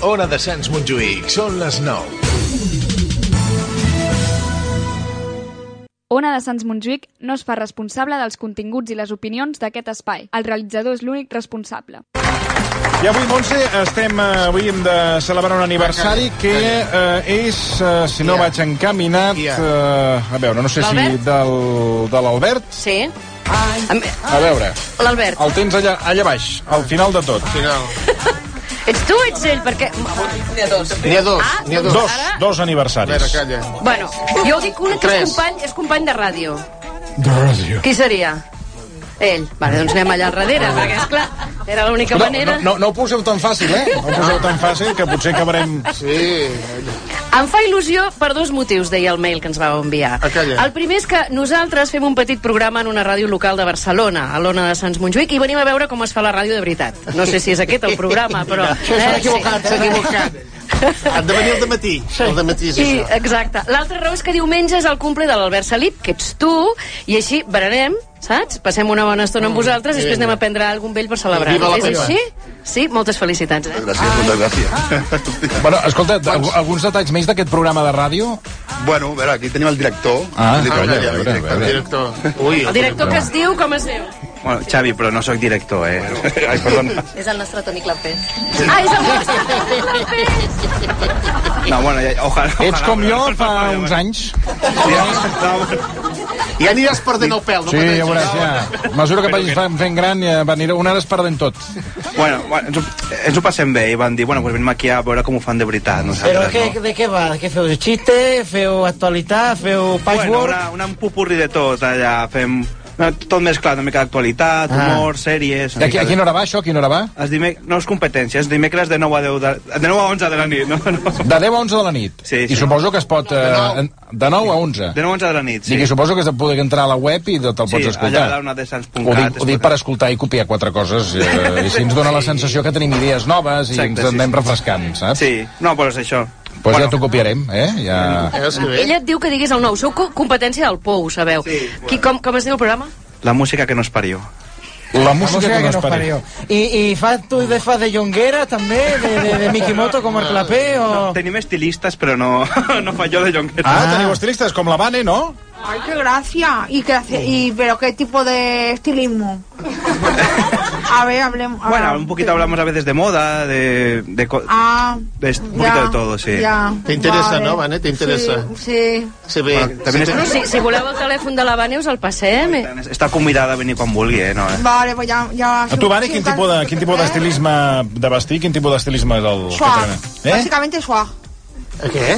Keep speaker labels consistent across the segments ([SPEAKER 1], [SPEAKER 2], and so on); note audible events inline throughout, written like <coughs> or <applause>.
[SPEAKER 1] hora de Sants Montjuïc. Són les
[SPEAKER 2] <laughs>
[SPEAKER 1] 9.
[SPEAKER 3] Ona de Sants Montjuïc no es fa responsable dels continguts i les opinions d'aquest espai. El realitzador és l'únic responsable.
[SPEAKER 4] I avui, Montse, estem, eh, avui hem de celebrar un aniversari que eh, és, eh, si no
[SPEAKER 5] Dia.
[SPEAKER 4] vaig encaminat,
[SPEAKER 5] Dia.
[SPEAKER 4] eh, a veure, no sé si
[SPEAKER 2] L'Albert?
[SPEAKER 4] del, de l'Albert,
[SPEAKER 2] Sí. Em-
[SPEAKER 4] a veure,
[SPEAKER 2] L'Albert,
[SPEAKER 4] el tens allà, allà baix, al final de tot.
[SPEAKER 2] ets tu o ets ell? Perquè...
[SPEAKER 5] N'hi ha dos,
[SPEAKER 2] Ah,
[SPEAKER 5] n'hi ha dos.
[SPEAKER 4] Dos, dos aniversaris.
[SPEAKER 5] calla.
[SPEAKER 2] Bueno, jo dic una que és
[SPEAKER 5] Tres.
[SPEAKER 2] company, és company de ràdio.
[SPEAKER 4] De ràdio.
[SPEAKER 2] Qui seria? Ell. Vale, doncs anem allà al darrere, perquè, esclar, era l'única
[SPEAKER 4] No,
[SPEAKER 2] manera.
[SPEAKER 4] no, no, no ho poseu tan fàcil, eh? No ho poseu tan fàcil, que potser acabarem...
[SPEAKER 5] Ah. Sí,
[SPEAKER 2] Em fa il·lusió per dos motius, deia el mail que ens vau enviar.
[SPEAKER 5] Ah, calla.
[SPEAKER 2] El primer és que nosaltres fem un petit programa en una ràdio local de Barcelona, a l'Ona de Sants Montjuïc, i venim a veure com es fa la ràdio de veritat. No sé si és aquest el programa, però...
[SPEAKER 5] s'ha
[SPEAKER 2] eh,
[SPEAKER 5] equivocat, s'ha equivocat. Ha de venir el dematí. El dematí és
[SPEAKER 2] Sí,
[SPEAKER 5] això.
[SPEAKER 2] exacte. L'altra raó és que diumenge és el cumple de l'Albert Salip, que ets tu, i així berenem, saps? Passem una bona estona amb vosaltres i després anem a prendre algun vell per celebrar.
[SPEAKER 5] Viva la
[SPEAKER 2] És
[SPEAKER 5] Pepa.
[SPEAKER 2] així? Sí, moltes felicitats. Eh?
[SPEAKER 6] Gràcies, moltes gràcies.
[SPEAKER 4] Bueno, escolta, alg- alguns detalls més d'aquest programa de ràdio?
[SPEAKER 6] bueno, a veure, aquí tenim el director. El
[SPEAKER 4] Ah, ah,
[SPEAKER 6] director, ja,
[SPEAKER 4] ja, a
[SPEAKER 6] el
[SPEAKER 4] veure, a
[SPEAKER 6] director.
[SPEAKER 4] veure.
[SPEAKER 5] Director. Ui,
[SPEAKER 2] Ah, El director que es diu, com es diu?
[SPEAKER 7] Bueno, Xavi, però no sóc director, eh? <laughs> Ai, perdona.
[SPEAKER 8] És el nostre Toni Clapés.
[SPEAKER 2] Ah, és el vostre!
[SPEAKER 7] No, bueno, ja, ojalà, ojalà.
[SPEAKER 4] Ets com jo
[SPEAKER 7] però-
[SPEAKER 4] fa uns anys?
[SPEAKER 5] Ja aniràs perdent el pèl. No
[SPEAKER 4] Sí, ja
[SPEAKER 5] pateixis.
[SPEAKER 4] veuràs, ja. A mesura que et vagis fan- fent gran, ja va anirà, una hora es perdent tot.
[SPEAKER 7] Bueno, bueno ens, ho, ens ho Eh, passem bé i van dir, bueno, pues venim aquí a veure com ho fan de veritat
[SPEAKER 9] Però
[SPEAKER 7] nosaltres,
[SPEAKER 9] què,
[SPEAKER 7] Eh, no?
[SPEAKER 9] de què va? Què feu? Xiste? Feu actualitat? Feu
[SPEAKER 7] Bueno,
[SPEAKER 9] patchwork?
[SPEAKER 7] una, una empupurri de tot, allà, fem... bueno, Tot mesclat, una mica d'actualitat,
[SPEAKER 9] Ah.
[SPEAKER 7] humor, sèries...
[SPEAKER 4] I
[SPEAKER 7] una
[SPEAKER 4] Aquí,
[SPEAKER 7] mica
[SPEAKER 4] a
[SPEAKER 7] de-
[SPEAKER 4] quina hora va, això? A quina hora va?
[SPEAKER 7] Els dimec... No és competència, és dimecres de 9 a 10 de, de 9 a 11 de la nit, no? <laughs> no.
[SPEAKER 4] De 10 a 11 de la nit.
[SPEAKER 7] Sí, sí.
[SPEAKER 4] I suposo que es pot... Eh, en- de 9 a 11.
[SPEAKER 7] De 9 a 11 de la nit,
[SPEAKER 4] Sí.
[SPEAKER 7] sí.
[SPEAKER 4] Dic, i suposo que es poder entrar a la web i te'l pots
[SPEAKER 7] Sí,
[SPEAKER 4] escoltar.
[SPEAKER 7] allà a onadesans.cat
[SPEAKER 4] ho dic, ho dic
[SPEAKER 7] es pot-
[SPEAKER 4] per escoltar i copiar quatre coses. Eh, I així ens dona la sensació que tenim idees noves i
[SPEAKER 7] Exacte,
[SPEAKER 4] ens en
[SPEAKER 7] sí,
[SPEAKER 4] anem
[SPEAKER 7] sí.
[SPEAKER 4] refrescant, saps?
[SPEAKER 7] Sí, no, però és això.
[SPEAKER 4] Doncs pues ja t'ho copiarem, eh? Ja...
[SPEAKER 5] Ja, sí, bé.
[SPEAKER 2] Ella et diu que diguis el nou. Sou co- competència del Pou, sabeu.
[SPEAKER 7] Sí,
[SPEAKER 2] Qui, com, com es diu el programa?
[SPEAKER 7] La música que nos parió.
[SPEAKER 4] La
[SPEAKER 9] La
[SPEAKER 4] música que no es pari.
[SPEAKER 9] I, i fas tu de fas de jonguera també, Eh, de, de,
[SPEAKER 7] <laughs>
[SPEAKER 9] de Mikimoto com el clapé o...
[SPEAKER 7] Tenim estilistes, però no, <laughs> no fa jo de jonquera.
[SPEAKER 4] Ah, teniu estilistes com la Vane, no?
[SPEAKER 10] Ay, qué gracia. ¿Y, qué hace- y pero qué tipo de estilismo? A ver, hablemos.
[SPEAKER 7] Bueno, un poquito hablamos a veces de moda, de... de co-
[SPEAKER 10] Ah,
[SPEAKER 7] de est- un poquito de todo, sí.
[SPEAKER 10] ya,
[SPEAKER 5] Te interesa, ¿no, Vane? Te interesa.
[SPEAKER 10] Sí, sí.
[SPEAKER 5] Sí, bé.
[SPEAKER 7] Bueno, també
[SPEAKER 5] Sí,
[SPEAKER 7] n'és-
[SPEAKER 2] Si, si voleu el telèfon de la Vane us el passem. eh?
[SPEAKER 7] Està convidada a venir quan vulgui, eh? No, eh?
[SPEAKER 10] Vale, pues ya... ya
[SPEAKER 4] A tu, Vane, quin tipus de, quin tipus d'estilisme de vestir, quin tipus d'estilisme és el que
[SPEAKER 10] Suave.
[SPEAKER 4] tenen? Oh, Eh?
[SPEAKER 10] Básicamente suave.
[SPEAKER 5] Què?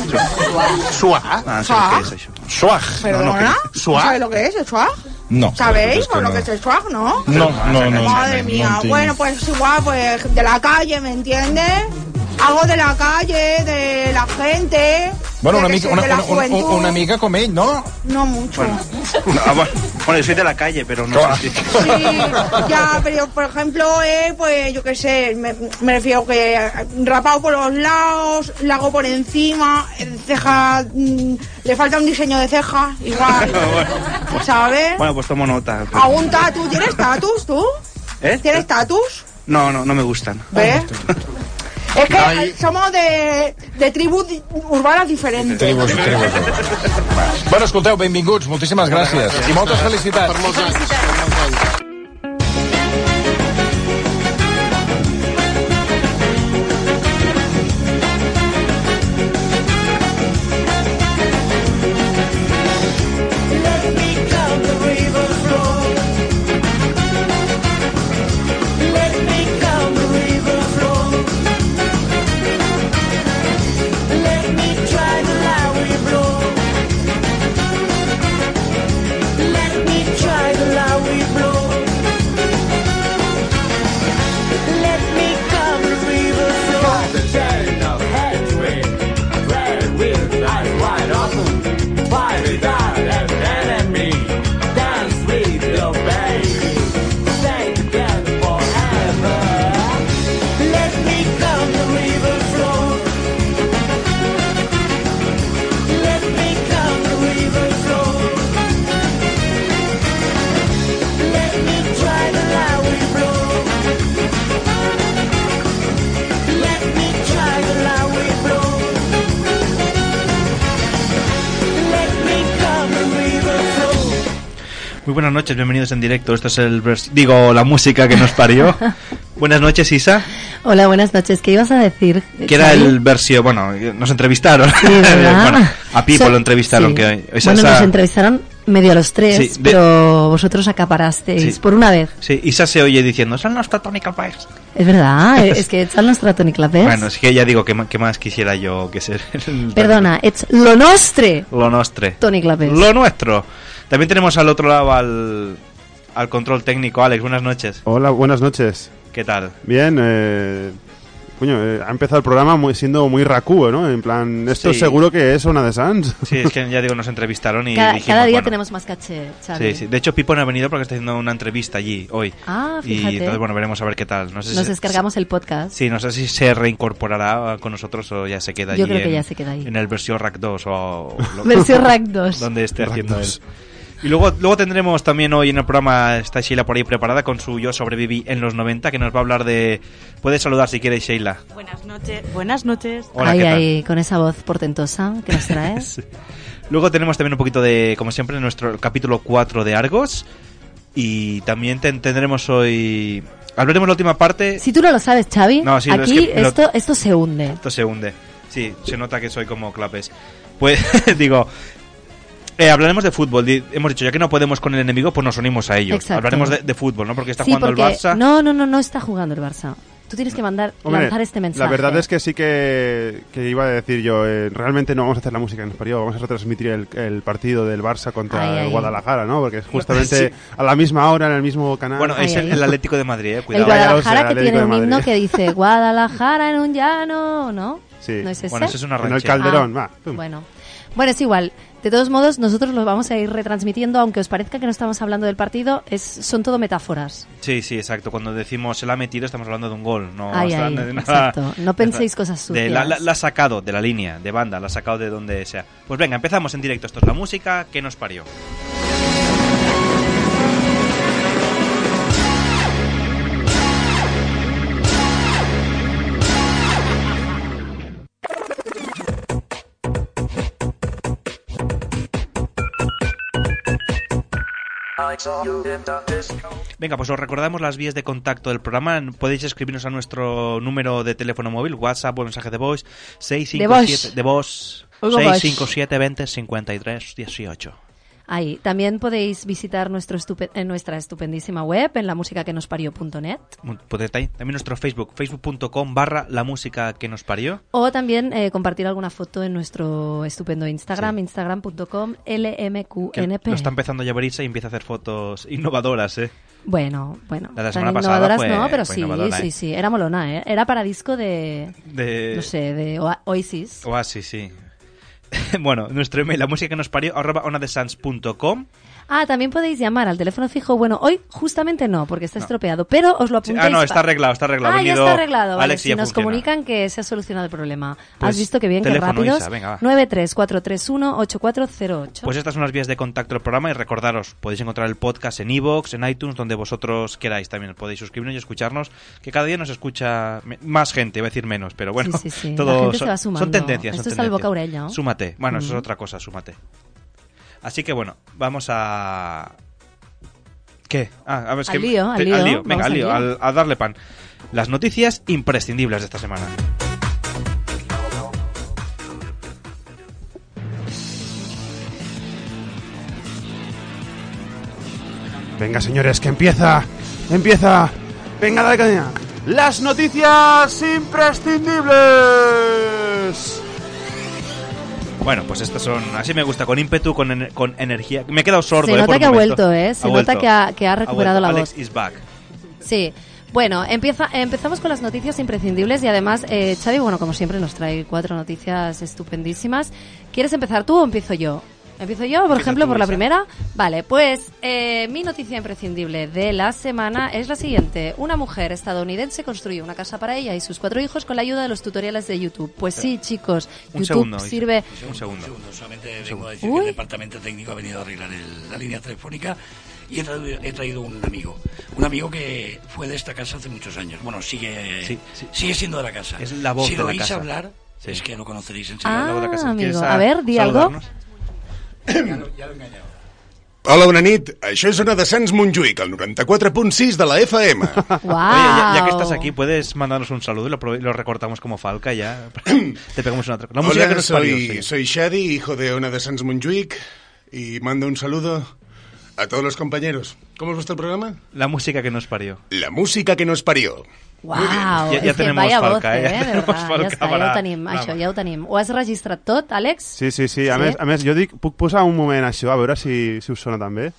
[SPEAKER 5] Suar.
[SPEAKER 7] Ah, no sé què és això.
[SPEAKER 4] Suaj.
[SPEAKER 10] ¿Perdona?
[SPEAKER 5] Suave.
[SPEAKER 10] ¿Sabes lo que es el suave?
[SPEAKER 4] pues No.
[SPEAKER 10] ¿Sabéis
[SPEAKER 4] por
[SPEAKER 10] por lo que es el suave, no?
[SPEAKER 4] No, no, no. no
[SPEAKER 10] Madre
[SPEAKER 4] no,
[SPEAKER 10] mía.
[SPEAKER 4] no tinc-
[SPEAKER 10] bueno, pues igual, pues de la calle, ¿me entiendes? Algo de la calle, de la gente.
[SPEAKER 4] Bueno,
[SPEAKER 10] yo
[SPEAKER 4] una
[SPEAKER 10] qué
[SPEAKER 4] mica,
[SPEAKER 10] sé,
[SPEAKER 4] una,
[SPEAKER 10] de la
[SPEAKER 4] una, una,
[SPEAKER 10] juventud.
[SPEAKER 4] una mica com ell, no?
[SPEAKER 10] No mucho.
[SPEAKER 7] No, ah, bueno, bueno, jo soy de la calle, però no
[SPEAKER 4] Clar.
[SPEAKER 7] sé si...
[SPEAKER 10] Sí, <laughs> ya, pero por ejemplo, eh, pues yo qué sé, me, me refiero que rapado por los lados, lago por encima, eh, ceja, mm, le falta un diseño de ceja, igual, ¿sabes?
[SPEAKER 7] Bueno, pues tomo nota.
[SPEAKER 10] ¿Algún tatu? ¿Tienes tatus tú?
[SPEAKER 7] ¿Eh?
[SPEAKER 10] ¿Tienes tatus?
[SPEAKER 7] No, no, no me gustan.
[SPEAKER 10] ¿Ves? Es que
[SPEAKER 5] Ay.
[SPEAKER 10] eh, somos de, de tribus di- urbanas diferentes.
[SPEAKER 4] Tribus, tribus. Va. Bueno, escolteu, benvinguts, moltíssimes gràcies. I moltes
[SPEAKER 5] Per
[SPEAKER 4] felicitats.
[SPEAKER 5] molts anys. Per molts anys.
[SPEAKER 9] Let me try the love we blow
[SPEAKER 7] Muy buenas noches, bienvenidos en directo. Esto es el... vers- Digo, la música que nos
[SPEAKER 10] <laughs>
[SPEAKER 7] parió. buenas noches, Isa.
[SPEAKER 11] Hola, buenas noches. ¿Qué ibas a decir?
[SPEAKER 7] Que era
[SPEAKER 11] Xavi?
[SPEAKER 7] el versión, bueno, nos entrevistaron.
[SPEAKER 11] ¿verdad?
[SPEAKER 7] <laughs> Bueno, a Pipo
[SPEAKER 11] So-
[SPEAKER 7] lo entrevistaron.
[SPEAKER 11] sí.
[SPEAKER 7] Que, o sea,
[SPEAKER 11] bueno,
[SPEAKER 7] esa-
[SPEAKER 11] nos entrevistaron medio a los tres,
[SPEAKER 7] Sí, de-
[SPEAKER 11] pero vosotros acaparasteis
[SPEAKER 7] Sí.
[SPEAKER 11] por una vez.
[SPEAKER 7] Sí, Isa se oye diciendo, son los Totónica Pais".
[SPEAKER 11] Es
[SPEAKER 7] <laughs>
[SPEAKER 11] verdad, eh, es que Echal Nostratón y Clapés.
[SPEAKER 7] Bueno, es que ya digo, ¿qué, ma- qué más quisiera yo que ser? <laughs> el-
[SPEAKER 11] Perdona, Ets lo nostre,
[SPEAKER 7] Lo nostre.
[SPEAKER 11] Toni Clapés.
[SPEAKER 7] Lo nuestro. También tenemos al otro lado al, al control técnico, Alex, buenas noches.
[SPEAKER 12] Hola, buenas noches.
[SPEAKER 7] ¿Qué tal?
[SPEAKER 12] Bien, eh, coño, eh, ha empezado el programa muy, siendo muy racuo, ¿no? En plan, esto
[SPEAKER 7] Sí.
[SPEAKER 12] seguro que es una de Sans.
[SPEAKER 7] Sí, es que ya digo, nos entrevistaron y
[SPEAKER 11] cada,
[SPEAKER 7] dijimos,
[SPEAKER 11] cada día
[SPEAKER 7] bueno,
[SPEAKER 11] tenemos más caché, Xavi.
[SPEAKER 7] Sí, sí. De hecho, Pipo no ha venido porque está haciendo una entrevista allí hoy.
[SPEAKER 11] Ah,
[SPEAKER 7] Y
[SPEAKER 11] fíjate.
[SPEAKER 7] entonces, bueno, veremos a ver qué tal. No sé si
[SPEAKER 11] Nos
[SPEAKER 7] se-
[SPEAKER 11] descargamos el podcast.
[SPEAKER 7] Sí, no sé si se reincorporará con nosotros o ya se queda
[SPEAKER 11] Yo
[SPEAKER 7] allí
[SPEAKER 11] creo que
[SPEAKER 7] en-
[SPEAKER 11] ya se queda ahí.
[SPEAKER 7] En el versión Rack 2 o...
[SPEAKER 11] <laughs>
[SPEAKER 7] lo-
[SPEAKER 11] Versión Rack 2.
[SPEAKER 7] Donde esté
[SPEAKER 11] Rack
[SPEAKER 7] haciendo
[SPEAKER 11] 2.
[SPEAKER 7] él. Y luego, luego tendremos también hoy en el programa, está Sheila por ahí preparada con su Yo sobreviví en los 90, que nos va a hablar de... Puedes saludar si quieres, Sheila.
[SPEAKER 13] Buenas noches. Buenas noches.
[SPEAKER 7] Hola,
[SPEAKER 11] ay,
[SPEAKER 7] ¿qué tal?
[SPEAKER 11] ay, con esa voz portentosa que nos
[SPEAKER 7] <laughs>
[SPEAKER 11] traes.
[SPEAKER 7] Luego tenemos también un poquito de, como siempre, nuestro capítulo 4 de Argos. Y también ten- tendremos hoy... Hablaremos la última parte...
[SPEAKER 11] si tú no lo sabes, Xavi,
[SPEAKER 7] No, sí, no,
[SPEAKER 11] aquí
[SPEAKER 7] es que lo-
[SPEAKER 11] esto, esto se hunde.
[SPEAKER 7] Esto se hunde. Sí, se nota que soy como clapes. Pues <laughs> digo, eh, hablaremos de fútbol. Di- Hemos dicho, ya que no podemos con el enemigo, pues nos unimos a ellos.
[SPEAKER 11] Exacto.
[SPEAKER 7] Hablaremos de, de fútbol, ¿no? Porque está
[SPEAKER 11] sí,
[SPEAKER 7] jugando
[SPEAKER 11] porque
[SPEAKER 7] el Barça.
[SPEAKER 11] no, no, no, no está jugando el Barça. Tú tienes que mandar
[SPEAKER 12] <laughs> Hombre,
[SPEAKER 11] lanzar este mensaje.
[SPEAKER 12] La verdad es que sí que, que iba a decir yo, eh, realmente no vamos a hacer la música que nos parió, vamos a retransmitir el, el partido del Barça contra
[SPEAKER 11] Ay,
[SPEAKER 12] el
[SPEAKER 11] ay.
[SPEAKER 12] Guadalajara,
[SPEAKER 11] <laughs>
[SPEAKER 12] ¿no? Porque es justamente
[SPEAKER 7] Sí.
[SPEAKER 12] a la misma hora, en el mismo canal.
[SPEAKER 7] Bueno, es el, el Atlético de Madrid, eh,
[SPEAKER 11] el
[SPEAKER 7] cuidado.
[SPEAKER 11] Guadalajara que tiene un himno que dice Guadalajara en un llano, ¿no?
[SPEAKER 12] Sí.
[SPEAKER 11] ¿No es ese?
[SPEAKER 12] Bueno, eso es una Con el ranchera. Calderón, va, pum.
[SPEAKER 11] Bueno. bueno, es igual. De todos modos, nosotros lo vamos a ir retransmitiendo, aunque os parezca que no estamos hablando del partido, es, son todo metáforas.
[SPEAKER 7] Sí, sí, exacto. Cuando decimos se la ha metido, estamos hablando de un gol. No,
[SPEAKER 11] Ay,
[SPEAKER 7] está-
[SPEAKER 11] ay,
[SPEAKER 7] de nada-
[SPEAKER 11] exacto.
[SPEAKER 7] <laughs>
[SPEAKER 11] No penséis cosas
[SPEAKER 7] de
[SPEAKER 11] sucias.
[SPEAKER 7] la, la- la ha sacado de la línea, de banda, la ha sacado de donde sea. Pues venga, empezamos en directo. Esto es la música que nos parió. Venga, pues os recordamos las vías de contacto del programa. Podéis escribirnos a nuestro número de teléfono móvil, WhatsApp o mensaje de voz
[SPEAKER 11] voz.
[SPEAKER 7] 657 de voz
[SPEAKER 11] Oigo voz.
[SPEAKER 7] 657 20 53 18.
[SPEAKER 11] Ahí. También podéis visitar nuestro estupe- en nuestra estupendísima web en lamusicaquenospario.net
[SPEAKER 7] Mu- podéis ahí. También nuestro Facebook, facebook.com barra la música que nos parió.
[SPEAKER 11] o también eh, compartir alguna foto en nuestro estupendo Instagram, instagram.com
[SPEAKER 7] que lo está
[SPEAKER 11] lmqnp.
[SPEAKER 7] empezando a abrirse y empieza a hacer fotos innovadoras, ¿eh?
[SPEAKER 11] Bueno, bueno.
[SPEAKER 7] La de la
[SPEAKER 11] tan
[SPEAKER 7] semana pasada
[SPEAKER 11] innovadoras
[SPEAKER 7] fue-
[SPEAKER 11] no, pero
[SPEAKER 7] fue
[SPEAKER 11] sí,
[SPEAKER 7] innovadora,
[SPEAKER 11] sí,
[SPEAKER 7] ¿eh?
[SPEAKER 11] sí. Era molona, ¿eh? Era para disco de...
[SPEAKER 7] De-
[SPEAKER 11] No sé, de Oa- Oasis.
[SPEAKER 7] O así, Ah, sí. <laughs> bueno, nuestro email, la música que nos parió, arroba onadesans.com.
[SPEAKER 11] Ah, también podéis llamar al teléfono fijo. Bueno, hoy justamente no, porque está estropeado, pero os lo
[SPEAKER 7] Sí,
[SPEAKER 11] apuntáis.
[SPEAKER 7] ah, no,
[SPEAKER 11] pa-
[SPEAKER 7] está arreglado, está arreglado.
[SPEAKER 11] Ah,
[SPEAKER 7] Ha
[SPEAKER 11] ya
[SPEAKER 7] venido
[SPEAKER 11] está arreglado. Vale,
[SPEAKER 7] Alex y
[SPEAKER 11] si
[SPEAKER 7] ya
[SPEAKER 11] nos
[SPEAKER 7] funciona.
[SPEAKER 11] comunican que se ha solucionado el problema.
[SPEAKER 7] Pues,
[SPEAKER 11] Has visto que bien, que
[SPEAKER 7] teléfono,
[SPEAKER 11] rápidos.
[SPEAKER 7] Isa, venga, va.
[SPEAKER 11] 934318408.
[SPEAKER 7] Pues estas son las vías de contacto del programa y recordaros, podéis encontrar el podcast en iVoox, en iTunes, donde vosotros queráis también. Podéis suscribirnos y escucharnos, que cada día nos escucha me- más gente, iba a decir menos, pero bueno,
[SPEAKER 11] Sí, sí,
[SPEAKER 7] <laughs>
[SPEAKER 11] sí.
[SPEAKER 7] todo
[SPEAKER 11] La gente
[SPEAKER 7] son,
[SPEAKER 11] se va
[SPEAKER 7] son
[SPEAKER 11] sumando.
[SPEAKER 7] tendencias.
[SPEAKER 11] Esto
[SPEAKER 7] son
[SPEAKER 11] es Mm. al
[SPEAKER 7] tendencias.
[SPEAKER 11] boca a orella.
[SPEAKER 7] Súmate. Bueno, eso
[SPEAKER 11] Ujú.
[SPEAKER 7] es otra cosa, súmate. Así que bueno, vamos a... ¿Qué? Ah, a ver, es
[SPEAKER 11] Al
[SPEAKER 7] que-
[SPEAKER 11] lío, al
[SPEAKER 7] te-
[SPEAKER 11] lío,
[SPEAKER 7] Venga,
[SPEAKER 11] vamos
[SPEAKER 7] al
[SPEAKER 11] al
[SPEAKER 7] lío,
[SPEAKER 11] lío.
[SPEAKER 7] al- a darle pan. Las noticias imprescindibles de esta semana.
[SPEAKER 12] Venga, señores, que empieza, empieza. Venga, dale caña. Las noticias imprescindibles.
[SPEAKER 7] Bueno, pues estas son. Así me gusta, con ímpetu, con, ener- con energía. Me he quedado sordo.
[SPEAKER 11] Se
[SPEAKER 7] eh,
[SPEAKER 11] nota
[SPEAKER 7] por un
[SPEAKER 11] que ha
[SPEAKER 7] momento.
[SPEAKER 11] vuelto, eh, se nota que ha- que ha recuperado la
[SPEAKER 7] vuelto.
[SPEAKER 11] voz.
[SPEAKER 7] Alex is back.
[SPEAKER 11] Sí. Bueno, empieza, empezamos con las noticias imprescindibles y además, eh, Xavi, bueno, como siempre nos trae cuatro noticias estupendísimas. ¿Quieres empezar tú o empiezo yo? ¿Empiezo yo, por ejemplo,
[SPEAKER 14] tú,
[SPEAKER 11] por la
[SPEAKER 14] Isa.
[SPEAKER 11] primera? Vale, pues eh, mi noticia imprescindible de la semana es la siguiente. Una mujer estadounidense construye una casa para ella y sus cuatro hijos con la ayuda de los tutoriales de YouTube. Pues sí, chicos,
[SPEAKER 7] Eh, Un
[SPEAKER 11] YouTube
[SPEAKER 7] segundo. Isa,
[SPEAKER 11] sirve...
[SPEAKER 7] Un segundo.
[SPEAKER 8] Solamente vengo a decir que el departamento técnico ha venido a arreglar el- la línea telefónica y he traído, he traído un amigo. Un amigo que fue de esta casa hace muchos años. Bueno, sigue,
[SPEAKER 7] Sí, sí.
[SPEAKER 8] sigue siendo de la casa.
[SPEAKER 7] Es la voz
[SPEAKER 8] si
[SPEAKER 7] de
[SPEAKER 8] lo
[SPEAKER 7] la
[SPEAKER 8] oís
[SPEAKER 7] casa.
[SPEAKER 8] hablar,
[SPEAKER 7] Sí.
[SPEAKER 8] es que lo conoceréis enseguida.
[SPEAKER 11] Ah, amigo, a ver, di algo.
[SPEAKER 7] saludarnos?
[SPEAKER 15] Hola, bona nit. Això és Ona de Sants Montjuïc, el 94.6 de la
[SPEAKER 2] <laughs>
[SPEAKER 15] FM.
[SPEAKER 7] Oye, ya, ya que estás aquí, puedes mandarnos un saludo y lo, pro- lo recortamos como falca y ya. <coughs> Te pegamos una otra. La música
[SPEAKER 15] Hola,
[SPEAKER 7] que nos
[SPEAKER 15] soy,
[SPEAKER 7] parió, sí.
[SPEAKER 15] soy Shadi, hijo de Ona de Sants Montjuïc, y mando un saludo a todos los compañeros. ¿Cómo es vuestro programa?
[SPEAKER 7] La música que nos parió.
[SPEAKER 15] La música que nos parió.
[SPEAKER 11] Wow,
[SPEAKER 7] Ja- ja
[SPEAKER 11] és que
[SPEAKER 7] tenim
[SPEAKER 11] vaya
[SPEAKER 7] falca,
[SPEAKER 11] voz, eh?
[SPEAKER 7] eh? <laughs>
[SPEAKER 11] de
[SPEAKER 7] Tenemos
[SPEAKER 11] verdad.
[SPEAKER 7] falca
[SPEAKER 11] ja està, ja
[SPEAKER 7] para-
[SPEAKER 11] ho tenim,
[SPEAKER 7] para-
[SPEAKER 11] això, ja ho tenim. Ho has registrat tot, Àlex?
[SPEAKER 12] Sí, sí, sí. A,
[SPEAKER 11] Sí?
[SPEAKER 12] Més, a més, jo dic, puc posar un moment això, a veure si, si us sona també?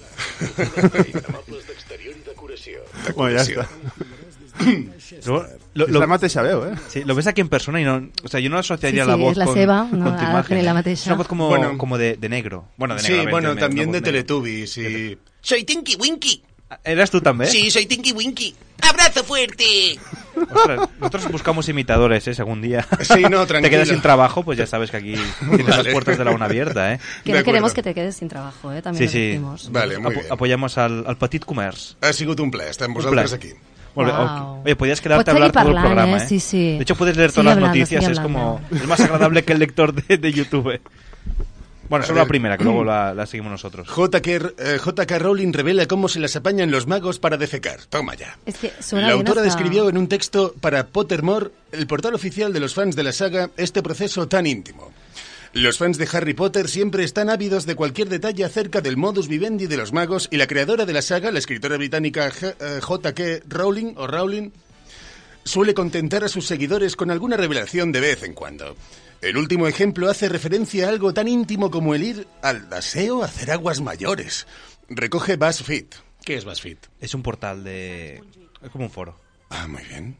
[SPEAKER 15] <laughs>
[SPEAKER 16] Amables d'exterior i decoració.
[SPEAKER 12] bueno, ja està.
[SPEAKER 7] <coughs> Luego, lo,
[SPEAKER 12] la mateixa veo, ¿eh?
[SPEAKER 7] Sí, lo ves aquí en persona y no. O sea, yo no asociaría
[SPEAKER 11] Sí,
[SPEAKER 7] la
[SPEAKER 11] sí,
[SPEAKER 7] voz
[SPEAKER 11] es la
[SPEAKER 7] con,
[SPEAKER 11] ceba, no,
[SPEAKER 7] con tu
[SPEAKER 11] ahora
[SPEAKER 7] imagen.
[SPEAKER 11] tiene la
[SPEAKER 7] es una
[SPEAKER 11] mateixa.
[SPEAKER 7] voz como,
[SPEAKER 11] Bueno.
[SPEAKER 7] como de, de negro. Bueno, de
[SPEAKER 15] Sí,
[SPEAKER 7] negro. a ver,
[SPEAKER 15] bueno, también
[SPEAKER 7] una voz
[SPEAKER 15] de
[SPEAKER 7] negra.
[SPEAKER 15] Teletubbies y...
[SPEAKER 17] Soy Tinky Winky.
[SPEAKER 7] ¿Eras tú también?
[SPEAKER 17] Sí, soy Tinky Winky. ¡Abrazo fuerte!
[SPEAKER 7] Ostras, nosotros buscamos imitadores, ¿eh? Si algún día
[SPEAKER 15] Sí, no,
[SPEAKER 7] <laughs> te
[SPEAKER 15] tranquilo.
[SPEAKER 7] quedas sin trabajo, pues ya sabes que aquí tienes las
[SPEAKER 15] Vale.
[SPEAKER 7] puertas de la una abierta, ¿eh?
[SPEAKER 11] Que no queremos que te quedes sin trabajo, eh? También
[SPEAKER 7] Sí,
[SPEAKER 11] lo
[SPEAKER 7] sí.
[SPEAKER 11] decimos.
[SPEAKER 15] Vale, muy bien.
[SPEAKER 7] Apoyamos al, al petit comerç.
[SPEAKER 15] Ha sigut un plaer estar amb
[SPEAKER 7] Un
[SPEAKER 15] vosaltres
[SPEAKER 7] plaer.
[SPEAKER 15] aquí.
[SPEAKER 7] Molt bé,
[SPEAKER 11] Wow.
[SPEAKER 7] ok. Oye, podías quedarte
[SPEAKER 11] Pots
[SPEAKER 7] a hablar
[SPEAKER 11] seguir
[SPEAKER 7] todo el
[SPEAKER 11] parlant,
[SPEAKER 7] programa,
[SPEAKER 11] eh?
[SPEAKER 7] ¿eh?
[SPEAKER 11] Sí, sí.
[SPEAKER 7] De hecho, puedes leer
[SPEAKER 11] Sigue
[SPEAKER 7] todas las
[SPEAKER 11] hablando,
[SPEAKER 7] noticias,
[SPEAKER 11] sigue
[SPEAKER 7] es como...
[SPEAKER 11] hablando.
[SPEAKER 7] Es más agradable que el lector de, de YouTube. ¿eh? Bueno,
[SPEAKER 15] A
[SPEAKER 7] solo la
[SPEAKER 15] ver.
[SPEAKER 7] primera, que luego la, la seguimos nosotros.
[SPEAKER 15] J.K. eh, J.K. Rowling revela cómo se las apañan los magos para defecar. Toma ya.
[SPEAKER 11] Es que suena
[SPEAKER 15] La
[SPEAKER 11] bien
[SPEAKER 15] autora
[SPEAKER 11] hasta-
[SPEAKER 15] describió en un texto para Pottermore, el portal oficial de los fans de la saga, este proceso tan íntimo. Los fans de Harry Potter siempre están ávidos de cualquier detalle acerca del modus vivendi de los magos y la creadora de la saga, la escritora británica G- eh, J.K. Rowling o Rowling, suele contentar a sus seguidores con alguna revelación de vez en cuando. El último ejemplo hace referencia a algo tan íntimo como el ir al aseo a hacer aguas mayores. Recoge BuzzFeed. ¿Qué es BuzzFeed?
[SPEAKER 7] Es un portal de... Es como un foro.
[SPEAKER 15] Ah, muy bien.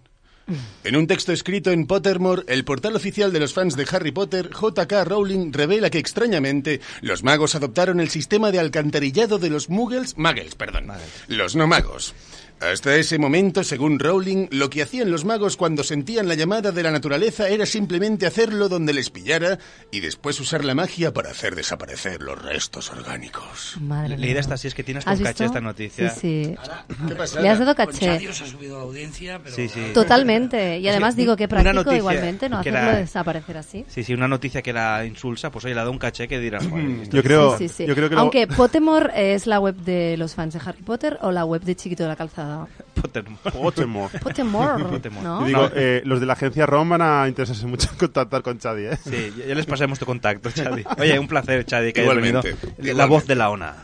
[SPEAKER 15] En un texto escrito en Pottermore, el portal oficial de los fans de Harry Potter, J.K. Rowling revela que extrañamente los magos adoptaron el sistema de alcantarillado de los muggles, muggles, perdón, los no magos. Hasta ese momento, según Rowling, lo que hacían los magos cuando sentían la llamada de la naturaleza era simplemente hacerlo donde les pillara y después usar la magia para hacer desaparecer los restos orgánicos.
[SPEAKER 11] Madre
[SPEAKER 7] Leída
[SPEAKER 11] mía.
[SPEAKER 7] esta, si es que tienes
[SPEAKER 11] ¿Has
[SPEAKER 7] con
[SPEAKER 11] visto?
[SPEAKER 7] caché esta noticia.
[SPEAKER 11] Sí,
[SPEAKER 15] ¿Qué
[SPEAKER 11] sí.
[SPEAKER 15] pasa?
[SPEAKER 11] Le has dado
[SPEAKER 18] Concha,
[SPEAKER 11] caché.
[SPEAKER 18] Dios ha subido la audiencia, pero...
[SPEAKER 7] Sí, sí.
[SPEAKER 11] Totalmente.
[SPEAKER 7] O
[SPEAKER 11] Y
[SPEAKER 7] sea,
[SPEAKER 11] además digo que
[SPEAKER 7] una
[SPEAKER 11] práctico
[SPEAKER 7] noticia
[SPEAKER 11] igualmente no
[SPEAKER 7] que
[SPEAKER 11] hacerlo
[SPEAKER 7] era-
[SPEAKER 11] desaparecer así.
[SPEAKER 7] Sí, sí, una noticia que era insulsa, pues oye, le ha dado un caché que dirás...
[SPEAKER 15] Mm.
[SPEAKER 7] "Joder, esto
[SPEAKER 12] Yo
[SPEAKER 7] es
[SPEAKER 12] creo,
[SPEAKER 11] Sí, sí, sí.
[SPEAKER 12] Yo creo que lo-
[SPEAKER 11] Aunque Pottermore es la web de los fans de Harry Potter o la web de Chiquito de la Calzada.
[SPEAKER 7] Pottermore.
[SPEAKER 12] Pottermore.
[SPEAKER 11] Pottermore, ¿no?
[SPEAKER 12] Y digo, eh, los de la agencia ROM van a interesarse mucho en contactar con Chadi, ¿eh?
[SPEAKER 7] Sí, ya ya les pasaremos tu contacto,
[SPEAKER 15] <laughs>
[SPEAKER 7] Chadi. Oye, un placer, Chadi, que hayas venido.
[SPEAKER 15] Igualmente,
[SPEAKER 7] La
[SPEAKER 15] igualmente.
[SPEAKER 7] voz de la ONA.